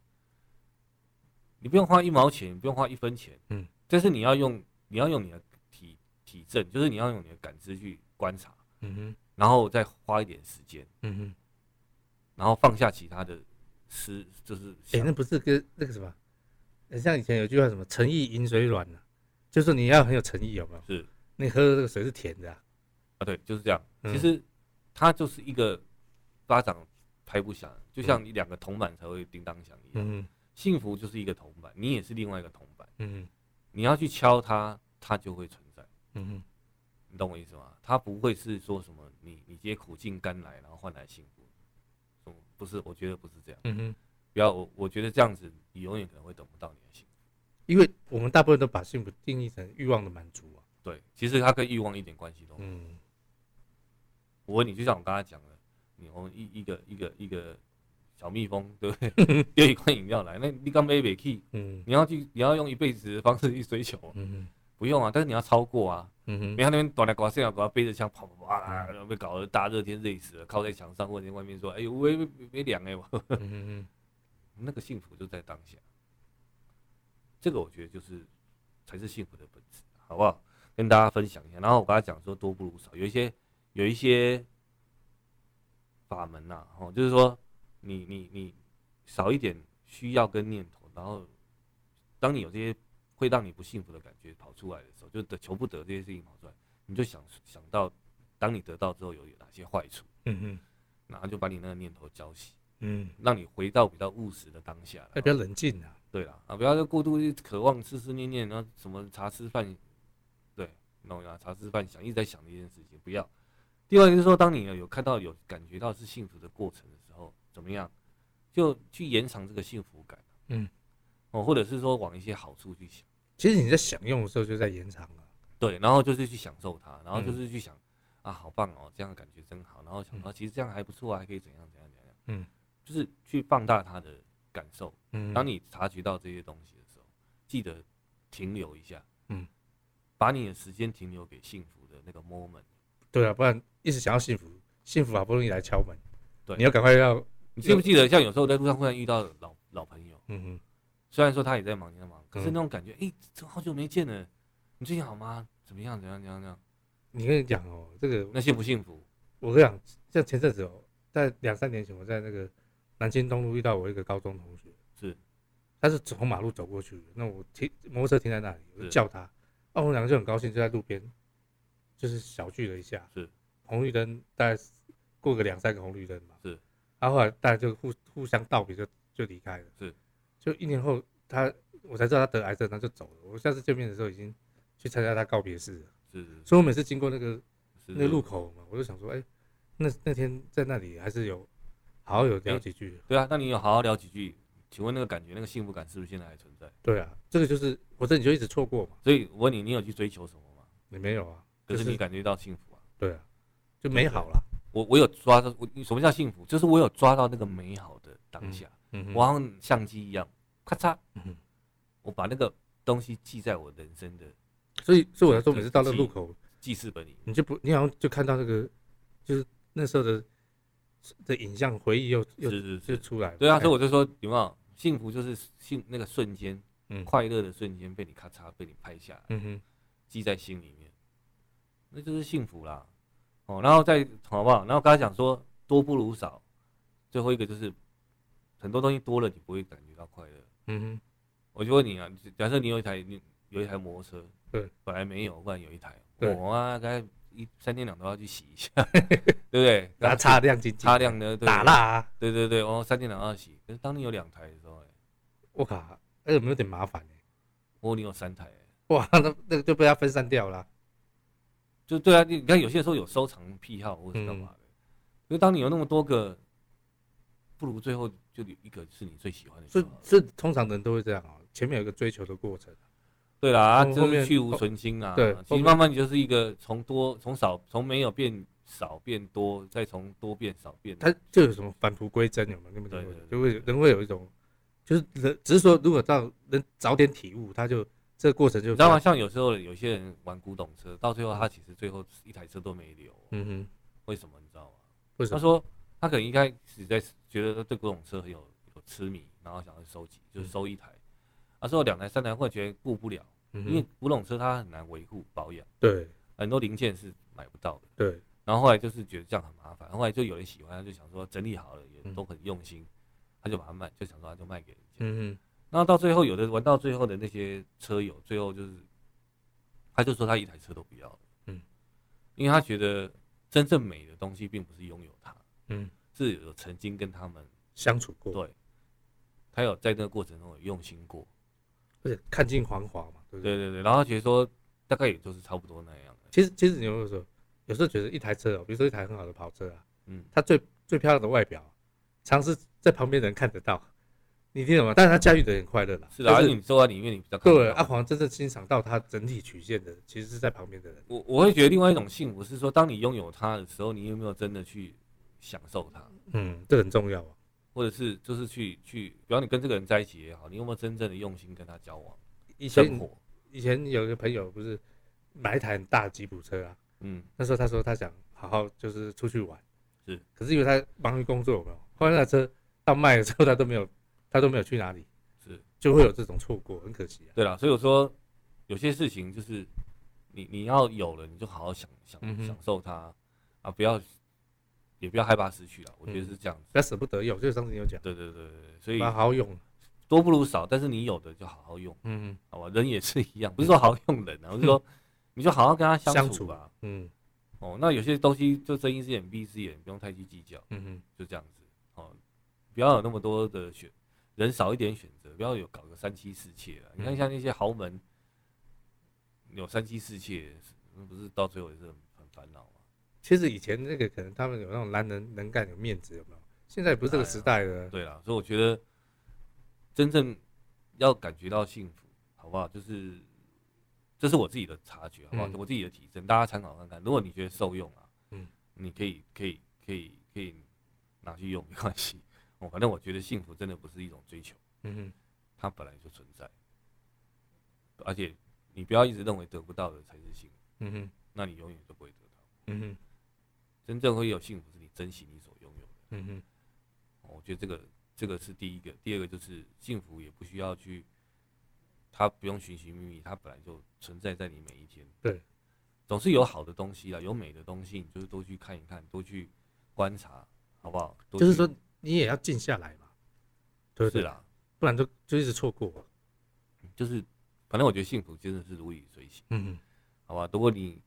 [SPEAKER 2] 你不用花一毛钱，你不用花一分钱，
[SPEAKER 1] 嗯，
[SPEAKER 2] 但是你要用你要用你的体体证，就是你要用你的感知去观察，
[SPEAKER 1] 嗯
[SPEAKER 2] 然后再花一点时间，
[SPEAKER 1] 嗯嗯，
[SPEAKER 2] 然后放下其他的思，就是
[SPEAKER 1] 哎，
[SPEAKER 2] 想
[SPEAKER 1] 那不是跟那个什么，很像以前有句话什么“诚意饮水软”呢，啊就是说你要很有诚意，有没有？
[SPEAKER 2] 是
[SPEAKER 1] 你喝的这个水是甜的、啊，
[SPEAKER 2] 啊，对，就是这样。
[SPEAKER 1] 嗯
[SPEAKER 2] 其实它就是一个巴掌拍不响，就像两个铜板才会叮当响一样。
[SPEAKER 1] 嗯
[SPEAKER 2] 幸福就是一个铜板，你也是另外一个铜板，
[SPEAKER 1] 嗯
[SPEAKER 2] 你要去敲它，它就会存在。
[SPEAKER 1] 嗯
[SPEAKER 2] 你懂我意思吗？它不会是说什么你你接苦尽甘来，然后换来幸福。嗯，不是，我觉得不是这样。
[SPEAKER 1] 嗯嗯，
[SPEAKER 2] 不要，我我觉得这样子，你永远可能会等不到你的幸福。
[SPEAKER 1] 因为我们大部分都把幸福定义成欲望的满足啊，
[SPEAKER 2] 对，其实它跟欲望一点关系都没有。
[SPEAKER 1] 嗯
[SPEAKER 2] 我问你，就像我刚才讲的，你我们一一个一个一个小蜜蜂， 对不对？丢一罐饮料来，那你刚杯杯 key，
[SPEAKER 1] 嗯
[SPEAKER 2] 你要去，你要用一辈子的方式去追求，
[SPEAKER 1] 嗯
[SPEAKER 2] 不用啊，但是你要超过啊。
[SPEAKER 1] 嗯
[SPEAKER 2] 你看那边短来刮线啊，刮背着枪跑跑跑啊，然后被搞得大热天累死了，靠在墙上，或者在外面说，哎呦，我也没没凉哎、我
[SPEAKER 1] 嗯
[SPEAKER 2] 那个幸福就在当下。这个我觉得就是才是幸福的本质，好不好？跟大家分享一下。然后我刚才讲说多不如少，有一些有一些法门呐、哦，就是说你你你少一点需要跟念头，然后当你有这些会让你不幸福的感觉跑出来的时候，就得求不得这些事情跑出来，你就想想到当你得到之后有哪些坏处，
[SPEAKER 1] 嗯
[SPEAKER 2] 然后就把你那个念头浇熄，
[SPEAKER 1] 嗯，
[SPEAKER 2] 让你回到比较务实的当下来。
[SPEAKER 1] 要比较冷静啊，
[SPEAKER 2] 对啦，啊，不要再过度去渴望思思念念，然后什么茶吃饭，对，懂吗？茶吃饭想一直在想这件事情，不要。第二个就是说，当你有有看到有感觉到是幸福的过程的时候，怎么样，就去延长这个幸福感，啊
[SPEAKER 1] 嗯，
[SPEAKER 2] 哦，或者是说往一些好处去想，
[SPEAKER 1] 其实你在享用的时候就在延长啊了、
[SPEAKER 2] 对，然后就是去享受它，然后
[SPEAKER 1] 嗯
[SPEAKER 2] 就是去想、啊，好棒哦，这样感觉真好，然后想到、其实这样还不错啊，还可以怎样怎样怎样，
[SPEAKER 1] 嗯，
[SPEAKER 2] 就是去放大他的感受，
[SPEAKER 1] 嗯，
[SPEAKER 2] 当你察觉到这些东西的时候，记得停留一下，
[SPEAKER 1] 嗯，
[SPEAKER 2] 把你的时间停留给幸福的那个 moment，
[SPEAKER 1] 对啊，不然一直想要幸福，幸福好不容易来敲门，
[SPEAKER 2] 对
[SPEAKER 1] 你要赶快要，
[SPEAKER 2] 你记不记得？像有时候在路上忽然遇到老老朋友，
[SPEAKER 1] 嗯
[SPEAKER 2] 虽然说他也在忙，你在忙，可是
[SPEAKER 1] 嗯
[SPEAKER 2] 那种感觉，哎、这好久没见了，你最近好吗？怎么样？怎样？怎样？怎样？
[SPEAKER 1] 你跟你讲哦，这个
[SPEAKER 2] 那幸不幸福？
[SPEAKER 1] 我跟你讲，像前阵子哦，在两三年前，我在那个南京东路遇到我一个高中同学，
[SPEAKER 2] 是
[SPEAKER 1] 他是从马路走过去的，那我停摩托车停在那里，我就是叫他，啊，我们两个就很高兴，就在路边就是小聚了一下，
[SPEAKER 2] 是
[SPEAKER 1] 红绿灯，大概过个两三个红绿灯吧，
[SPEAKER 2] 是，
[SPEAKER 1] 然后后来大家就互互相道别就就离开了，
[SPEAKER 2] 是，
[SPEAKER 1] 就一年后他我才知道他得癌症，他就走了，我下次见面的时候已经去参加他告别式了，
[SPEAKER 2] 是是
[SPEAKER 1] 所以我每次经过那个
[SPEAKER 2] 是
[SPEAKER 1] 那个路，口嘛，我就想说，哎、那那天在那里还是有好好有聊几句。
[SPEAKER 2] 对啊，那你有好好聊几句？请问那个感觉，那个幸福感是不是现在还存在？
[SPEAKER 1] 对啊，这个就是我这你就一直错过嘛，
[SPEAKER 2] 所以我问你，你有去追求什么吗？
[SPEAKER 1] 你没有啊，
[SPEAKER 2] 可
[SPEAKER 1] 就是
[SPEAKER 2] 你
[SPEAKER 1] 是
[SPEAKER 2] 感觉到幸福啊？
[SPEAKER 1] 对啊，就美好了。
[SPEAKER 2] 我我有抓到，我什么叫幸福？就是我有抓到那个美好的当下。
[SPEAKER 1] 嗯哼
[SPEAKER 2] 我好像相机一样，咔嚓，
[SPEAKER 1] 嗯
[SPEAKER 2] 我把那个东西记在我人生的
[SPEAKER 1] 所以所以我要说，每次到那个路口，
[SPEAKER 2] 记事本里面。
[SPEAKER 1] 你就不你好像就看到那个就是那时候的的影像回忆又又
[SPEAKER 2] 是是，
[SPEAKER 1] 就是出来了。哎
[SPEAKER 2] 对啊，所以
[SPEAKER 1] 我
[SPEAKER 2] 我就说有没有幸福就是幸那个瞬间，
[SPEAKER 1] 嗯
[SPEAKER 2] 快乐的瞬间被你咔嚓被你拍下来，
[SPEAKER 1] 嗯哼，
[SPEAKER 2] 记在心里面，那就是幸福啦。哦，然后再好不好？然后刚才讲说多不如少，最后一个就是很多东西多了你不会感觉到快乐。
[SPEAKER 1] 嗯哼，
[SPEAKER 2] 我就问你啊，假设你有一台你有一台摩托车，
[SPEAKER 1] 对，
[SPEAKER 2] 本来没有，忽然有一台，
[SPEAKER 1] 对
[SPEAKER 2] 我啊，大概一三天两头要去洗 一下，对不对？啊
[SPEAKER 1] 把它擦亮晶晶，
[SPEAKER 2] 擦亮的对
[SPEAKER 1] 打蜡啊，
[SPEAKER 2] 对对对，哦，三天两头要洗。可是当你有两台的时候、哎，
[SPEAKER 1] 我靠，哎那有没有点麻烦呢？
[SPEAKER 2] 哦，你有三台、哎
[SPEAKER 1] 哇，那那个就被它分散掉了啊。
[SPEAKER 2] 就对啊，你你看有些时候有收藏癖好或是干嘛的，
[SPEAKER 1] 嗯
[SPEAKER 2] 可是当你有那么多个，不如最后就有一个是你最喜欢的
[SPEAKER 1] 所
[SPEAKER 2] 就
[SPEAKER 1] 以
[SPEAKER 2] 好了。
[SPEAKER 1] 这通常人都会这样啊，前面有一个追求的过程。
[SPEAKER 2] 对啦，啊
[SPEAKER 1] 后嗯
[SPEAKER 2] 就
[SPEAKER 1] 后面哦
[SPEAKER 2] 是去无存菁啊。
[SPEAKER 1] 对
[SPEAKER 2] 其
[SPEAKER 1] 后
[SPEAKER 2] 实
[SPEAKER 1] 面
[SPEAKER 2] 慢慢你就是一个从多从少从没有变少变多，再从多变少变。
[SPEAKER 1] 它就有什么返璞归真，有没有？你们懂
[SPEAKER 2] 对
[SPEAKER 1] 吗
[SPEAKER 2] 对对？
[SPEAKER 1] 就会人会有一种，就是人只是说，如果到能早点体悟，他就这个过程就
[SPEAKER 2] 你知道吗？？像有时候有些人玩古董车，到最后他其实最后一台车都没留，哦
[SPEAKER 1] 嗯哼，
[SPEAKER 2] 为什么？你知道吗？
[SPEAKER 1] 为什
[SPEAKER 2] 他
[SPEAKER 1] 么？
[SPEAKER 2] 说他可能一开始在觉得他对古董车很有有痴迷，然后想要收集，就是收一台。他说两台三台，会觉得顾不了，
[SPEAKER 1] 嗯
[SPEAKER 2] 因为
[SPEAKER 1] 哼，
[SPEAKER 2] 古董车它很难维护保养，
[SPEAKER 1] 对
[SPEAKER 2] 很多零件是买不到的。
[SPEAKER 1] 对，
[SPEAKER 2] 然后后来就是觉得这样很麻烦，后来就有人喜欢，他就想说整理好了也
[SPEAKER 1] 嗯
[SPEAKER 2] 都很用心，他就把它卖，就想说他就卖给人家。
[SPEAKER 1] 嗯
[SPEAKER 2] 然后到最后，有的玩到最后的那些车友，最后就是他就说他一台车都不要了，
[SPEAKER 1] 嗯，
[SPEAKER 2] 因为他觉得真正美的东西并不是拥有它，
[SPEAKER 1] 哼，嗯，
[SPEAKER 2] 是有曾经跟他们
[SPEAKER 1] 相处过，
[SPEAKER 2] 对，他有在那个过程中有用心过，
[SPEAKER 1] 而且看尽黄华嘛，对不对？
[SPEAKER 2] 对对对，然后他觉得说大概也就是差不多那样的，
[SPEAKER 1] 其实其实你有没有说，有时候觉得一台车哦，比如说一台很好的跑车啊，
[SPEAKER 2] 嗯，
[SPEAKER 1] 它最最漂亮的外表，啊常是在旁边的人看得到，你听懂吗？但是它驾驭的很快乐啦，
[SPEAKER 2] 是的，而
[SPEAKER 1] 就
[SPEAKER 2] 且你坐在里面你比较看不
[SPEAKER 1] 对
[SPEAKER 2] 到
[SPEAKER 1] 阿黄真正欣赏到它整体曲线的，其实是在旁边的人，
[SPEAKER 2] 我我会觉得另外一种幸福是说，当你拥有它的时候，你有没有真的去享受它，
[SPEAKER 1] 嗯，这很重要啊。
[SPEAKER 2] 或者是就是去去，比方你跟这个人在一起也好，你有没有真正的用心跟他交往
[SPEAKER 1] 以前
[SPEAKER 2] 生活？
[SPEAKER 1] 以前有一个朋友不是买一台很大的吉普车啊，
[SPEAKER 2] 嗯，
[SPEAKER 1] 那时候他说他想好好就是出去玩，
[SPEAKER 2] 是，
[SPEAKER 1] 可是因为他忙于工作，有没有？后来那台车到卖了之后，他都没有， 他都没有去哪里，
[SPEAKER 2] 是
[SPEAKER 1] 就会有这种错过，很可惜啊。
[SPEAKER 2] 对啦，所以我说有些事情就是你你要有了，你就好好享享
[SPEAKER 1] 嗯哼
[SPEAKER 2] 享受它啊，不要也不要害怕失去了，我觉得是这样子。
[SPEAKER 1] 不要舍不得用，就是上次你有讲，
[SPEAKER 2] 对对对对对，所
[SPEAKER 1] 把它
[SPEAKER 2] 以
[SPEAKER 1] 嗯好好用。
[SPEAKER 2] 多不如少，但是你有的就好好用，
[SPEAKER 1] 嗯
[SPEAKER 2] 好吧？人也是一样，不是说好好用人啊，我 是说你就好好跟他相
[SPEAKER 1] 相
[SPEAKER 2] 处
[SPEAKER 1] 处
[SPEAKER 2] 吧。
[SPEAKER 1] 嗯
[SPEAKER 2] 哦，那有些东西就睁一只眼闭一只眼，不用太去计较，
[SPEAKER 1] 嗯嗯，
[SPEAKER 2] 就这样子。哦，不要有那么多的选，人少一点选择，不要有搞个三妻四妾啊。你看
[SPEAKER 1] 嗯
[SPEAKER 2] 像那些豪门，有三妻四妾，那不是到最后也是很很烦恼吗？
[SPEAKER 1] 其实以前那个可能他们有那种男人能干有面子，有没有？现在不是这个时代了，
[SPEAKER 2] 对啦，所以我觉得真正要感觉到幸福，好不好？就是这是我自己的察觉，好不好？
[SPEAKER 1] 嗯
[SPEAKER 2] 我自己的体证，大家参考看看。如果你觉得受用啊，
[SPEAKER 1] 嗯，
[SPEAKER 2] 你可以可以可以可以拿去用，没 关系。哦，反正我觉得幸福真的不是一种追求，
[SPEAKER 1] 嗯哼，
[SPEAKER 2] 它本来就存在，而且你不要一直认为得不到的才是幸福，
[SPEAKER 1] 嗯哼，
[SPEAKER 2] 那你永远都不会得到。
[SPEAKER 1] 嗯哼，
[SPEAKER 2] 真正会有幸福，是你珍惜你所拥有的。
[SPEAKER 1] 嗯哼，
[SPEAKER 2] 我觉得这个这个是第一个，第二个就是幸福也不需要去，它不用寻寻觅觅，它本来就存在在你每一天。
[SPEAKER 1] 对，
[SPEAKER 2] 总是有好的东西啊，有美的东西，你就是多去看一看，多去观察，好不好？多
[SPEAKER 1] 就是
[SPEAKER 2] 去
[SPEAKER 1] 说你也要静下来嘛，对不
[SPEAKER 2] 是
[SPEAKER 1] 对？
[SPEAKER 2] 啦，
[SPEAKER 1] 不然就就一直错过。
[SPEAKER 2] 就是反正我觉得幸福真的是如影随形，
[SPEAKER 1] 嗯，
[SPEAKER 2] 好吧？如果你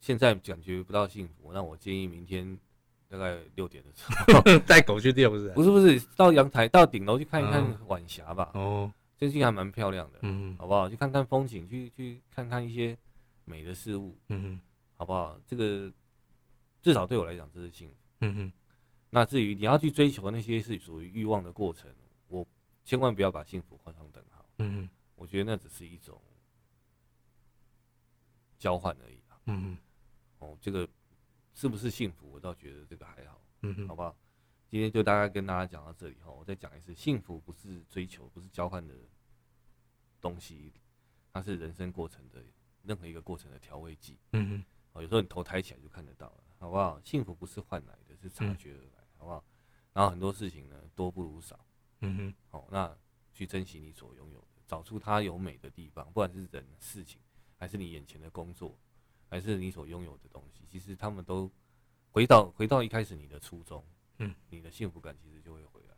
[SPEAKER 2] 现在感觉不到幸福，那我建议明天大概六点的时候
[SPEAKER 1] 哼，带狗去遛是不
[SPEAKER 2] 不
[SPEAKER 1] 是？
[SPEAKER 2] 是不是，到阳台到顶楼去看一
[SPEAKER 1] 嗯
[SPEAKER 2] 看晚霞吧，
[SPEAKER 1] 哦，
[SPEAKER 2] 最近还蛮漂亮的。
[SPEAKER 1] 嗯
[SPEAKER 2] 好不好？去看看风景，去去看看一些美的事物，
[SPEAKER 1] 嗯哼，
[SPEAKER 2] 好不好？这个至少对我来讲，这是幸福。
[SPEAKER 1] 嗯哼，
[SPEAKER 2] 那至于你要去追求那些是属于欲望的过程，我千万不要把幸福画上等号。
[SPEAKER 1] 嗯哼，
[SPEAKER 2] 我觉得那只是一种交换而已啊。
[SPEAKER 1] 嗯哼，
[SPEAKER 2] 哦，这个是不是幸福，我倒觉得这个还好，
[SPEAKER 1] 嗯
[SPEAKER 2] 好
[SPEAKER 1] 哼，
[SPEAKER 2] 不好？今天就大概跟大家讲到这里哈，我再讲一次，幸福不是追求，不是交换的东西，它是人生过程的任何一个过程的调味剂。
[SPEAKER 1] 嗯哼，
[SPEAKER 2] 哦，有时候你头抬起来就看得到了。啊、好不好？幸福不是换来的，是察觉而来，好不好？然后很多事情呢，多不如少，
[SPEAKER 1] 嗯哼，
[SPEAKER 2] 哦，那去珍惜你所拥有的，找出它有美的地方，不管是人、事情，还是你眼前的工作，还是你所拥有的东西，其实他们都回到回到一开始你的初衷，
[SPEAKER 1] 嗯，
[SPEAKER 2] 你的幸福感其实就会回来。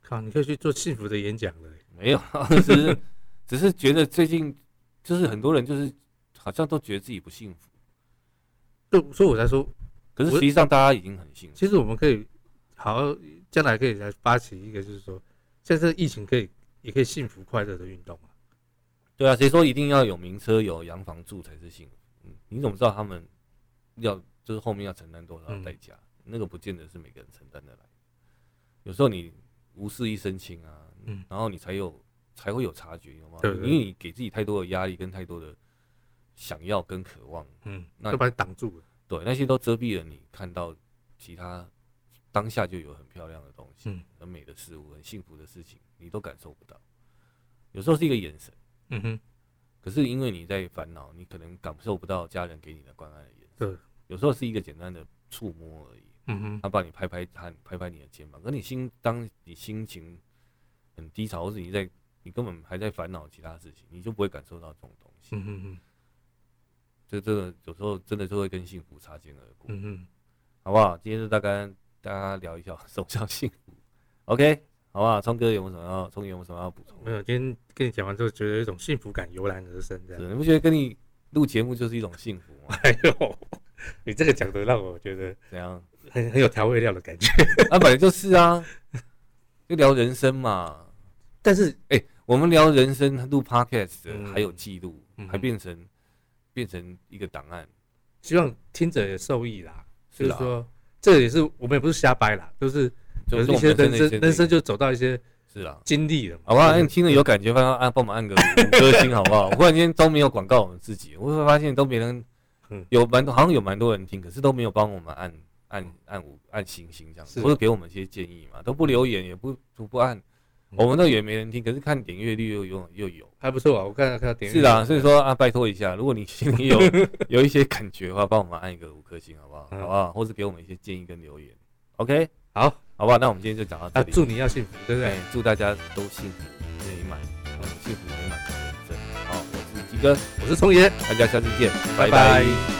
[SPEAKER 1] 靠，你可以去做幸福的演讲了欸。
[SPEAKER 2] 没有， 只是只是觉得最近就是很多人就是好像都觉得自己不幸福，
[SPEAKER 1] 就所以我才说，
[SPEAKER 2] 可是
[SPEAKER 1] 我
[SPEAKER 2] 实际上大家已经很幸福。
[SPEAKER 1] 其实我们可以好好，将来可以来发起一个，就是说，现在这个疫情可以也可以幸福快乐的运动啊。
[SPEAKER 2] 对啊，谁说一定要有名车有洋房住才是幸福？嗯，你怎么知道他们要就是后面要承担多少
[SPEAKER 1] 嗯
[SPEAKER 2] 代价？那个不见得是每个人承担得来。有时候你无事一身轻啊，
[SPEAKER 1] 嗯
[SPEAKER 2] 然后你才有才会有察觉，有吗？
[SPEAKER 1] 对对
[SPEAKER 2] 因为你给自己太多的压力跟太多的想要跟渴望，
[SPEAKER 1] 嗯，
[SPEAKER 2] 那
[SPEAKER 1] 都把你挡住了。
[SPEAKER 2] 对，那些都遮蔽了你看到其他当下就有很漂亮的东西、
[SPEAKER 1] 嗯
[SPEAKER 2] 很美的事物、很幸福的事情，你都感受不到。有时候是一个眼神，
[SPEAKER 1] 嗯哼，
[SPEAKER 2] 可是因为你在烦恼，你可能感受不到家人给你的关爱的眼神。
[SPEAKER 1] 对，
[SPEAKER 2] 有时候是一个简单的触摸而已，
[SPEAKER 1] 嗯哼，
[SPEAKER 2] 他帮你拍拍他，拍拍你的肩膀。可你心，当你心情很低潮，或是你在你根本还在烦恼其他事情，你就不会感受到这种东西。
[SPEAKER 1] 嗯哼哼，
[SPEAKER 2] 这真的有时候真的就会跟幸福擦肩而过。
[SPEAKER 1] 嗯哼，
[SPEAKER 2] 好不好？今天就大概跟大家聊一下什么叫幸福，OK，好不好？聪哥有没有什么要，聪哥有没有什么要补充？
[SPEAKER 1] 没有，今天跟你讲完之后，觉得有一种幸福感油然而生，这
[SPEAKER 2] 是
[SPEAKER 1] 样。
[SPEAKER 2] 你不觉得跟你录节目就是一种幸福吗？
[SPEAKER 1] 哎呦，你这个讲的让我觉得
[SPEAKER 2] 怎样？
[SPEAKER 1] 很很有调味料的感觉。
[SPEAKER 2] 啊，本来就是啊，就聊人生嘛。
[SPEAKER 1] 但是，
[SPEAKER 2] 我们聊人生，录 Podcast 的
[SPEAKER 1] 嗯
[SPEAKER 2] 还有记录，
[SPEAKER 1] 嗯
[SPEAKER 2] 还变成变成一个档案，
[SPEAKER 1] 希望听者也受益啦。就
[SPEAKER 2] 是
[SPEAKER 1] 是
[SPEAKER 2] 啦，
[SPEAKER 1] 说，这也是我们也不是瞎掰啦，就是有
[SPEAKER 2] 是
[SPEAKER 1] 一
[SPEAKER 2] 我
[SPEAKER 1] 些
[SPEAKER 2] 们
[SPEAKER 1] 人
[SPEAKER 2] 的一
[SPEAKER 1] 生
[SPEAKER 2] 些
[SPEAKER 1] 人生嗯就走到一些
[SPEAKER 2] 是啦。
[SPEAKER 1] 经历了嘛。
[SPEAKER 2] 好不哎好？那你听了有感觉，帮按帮忙按个五 颗星，好不好？忽然间都没有广告我们自己，我会发现都没人
[SPEAKER 1] 嗯，
[SPEAKER 2] 有蛮多好像有蛮多人听，可是都没有帮我们按按按五按星星这样
[SPEAKER 1] 嗯
[SPEAKER 2] 子，
[SPEAKER 1] 是
[SPEAKER 2] 或者给我们一些建议嘛，都不留言也不不不按，
[SPEAKER 1] 嗯
[SPEAKER 2] 我们那也没人听，可是看点阅率又又又有。
[SPEAKER 1] 还不错啊，我看看到点
[SPEAKER 2] 是啦，所以说啊，拜托一下，如果你心里有 有一些感觉的话，帮我们按一个五颗星，好不好？
[SPEAKER 1] 嗯
[SPEAKER 2] 好不好？或者给我们一些建议跟留言，OK，
[SPEAKER 1] 好
[SPEAKER 2] 好不好？那我们今天就讲到这
[SPEAKER 1] 啊，
[SPEAKER 2] 里。
[SPEAKER 1] 祝你要幸福，对不
[SPEAKER 2] 对
[SPEAKER 1] 对？，
[SPEAKER 2] 祝大家都幸福美满，嗯幸福美满的人生。好，我是鸡哥，
[SPEAKER 1] 我是聪爷，
[SPEAKER 2] 大家下次见，
[SPEAKER 1] 拜
[SPEAKER 2] 拜拜
[SPEAKER 1] 拜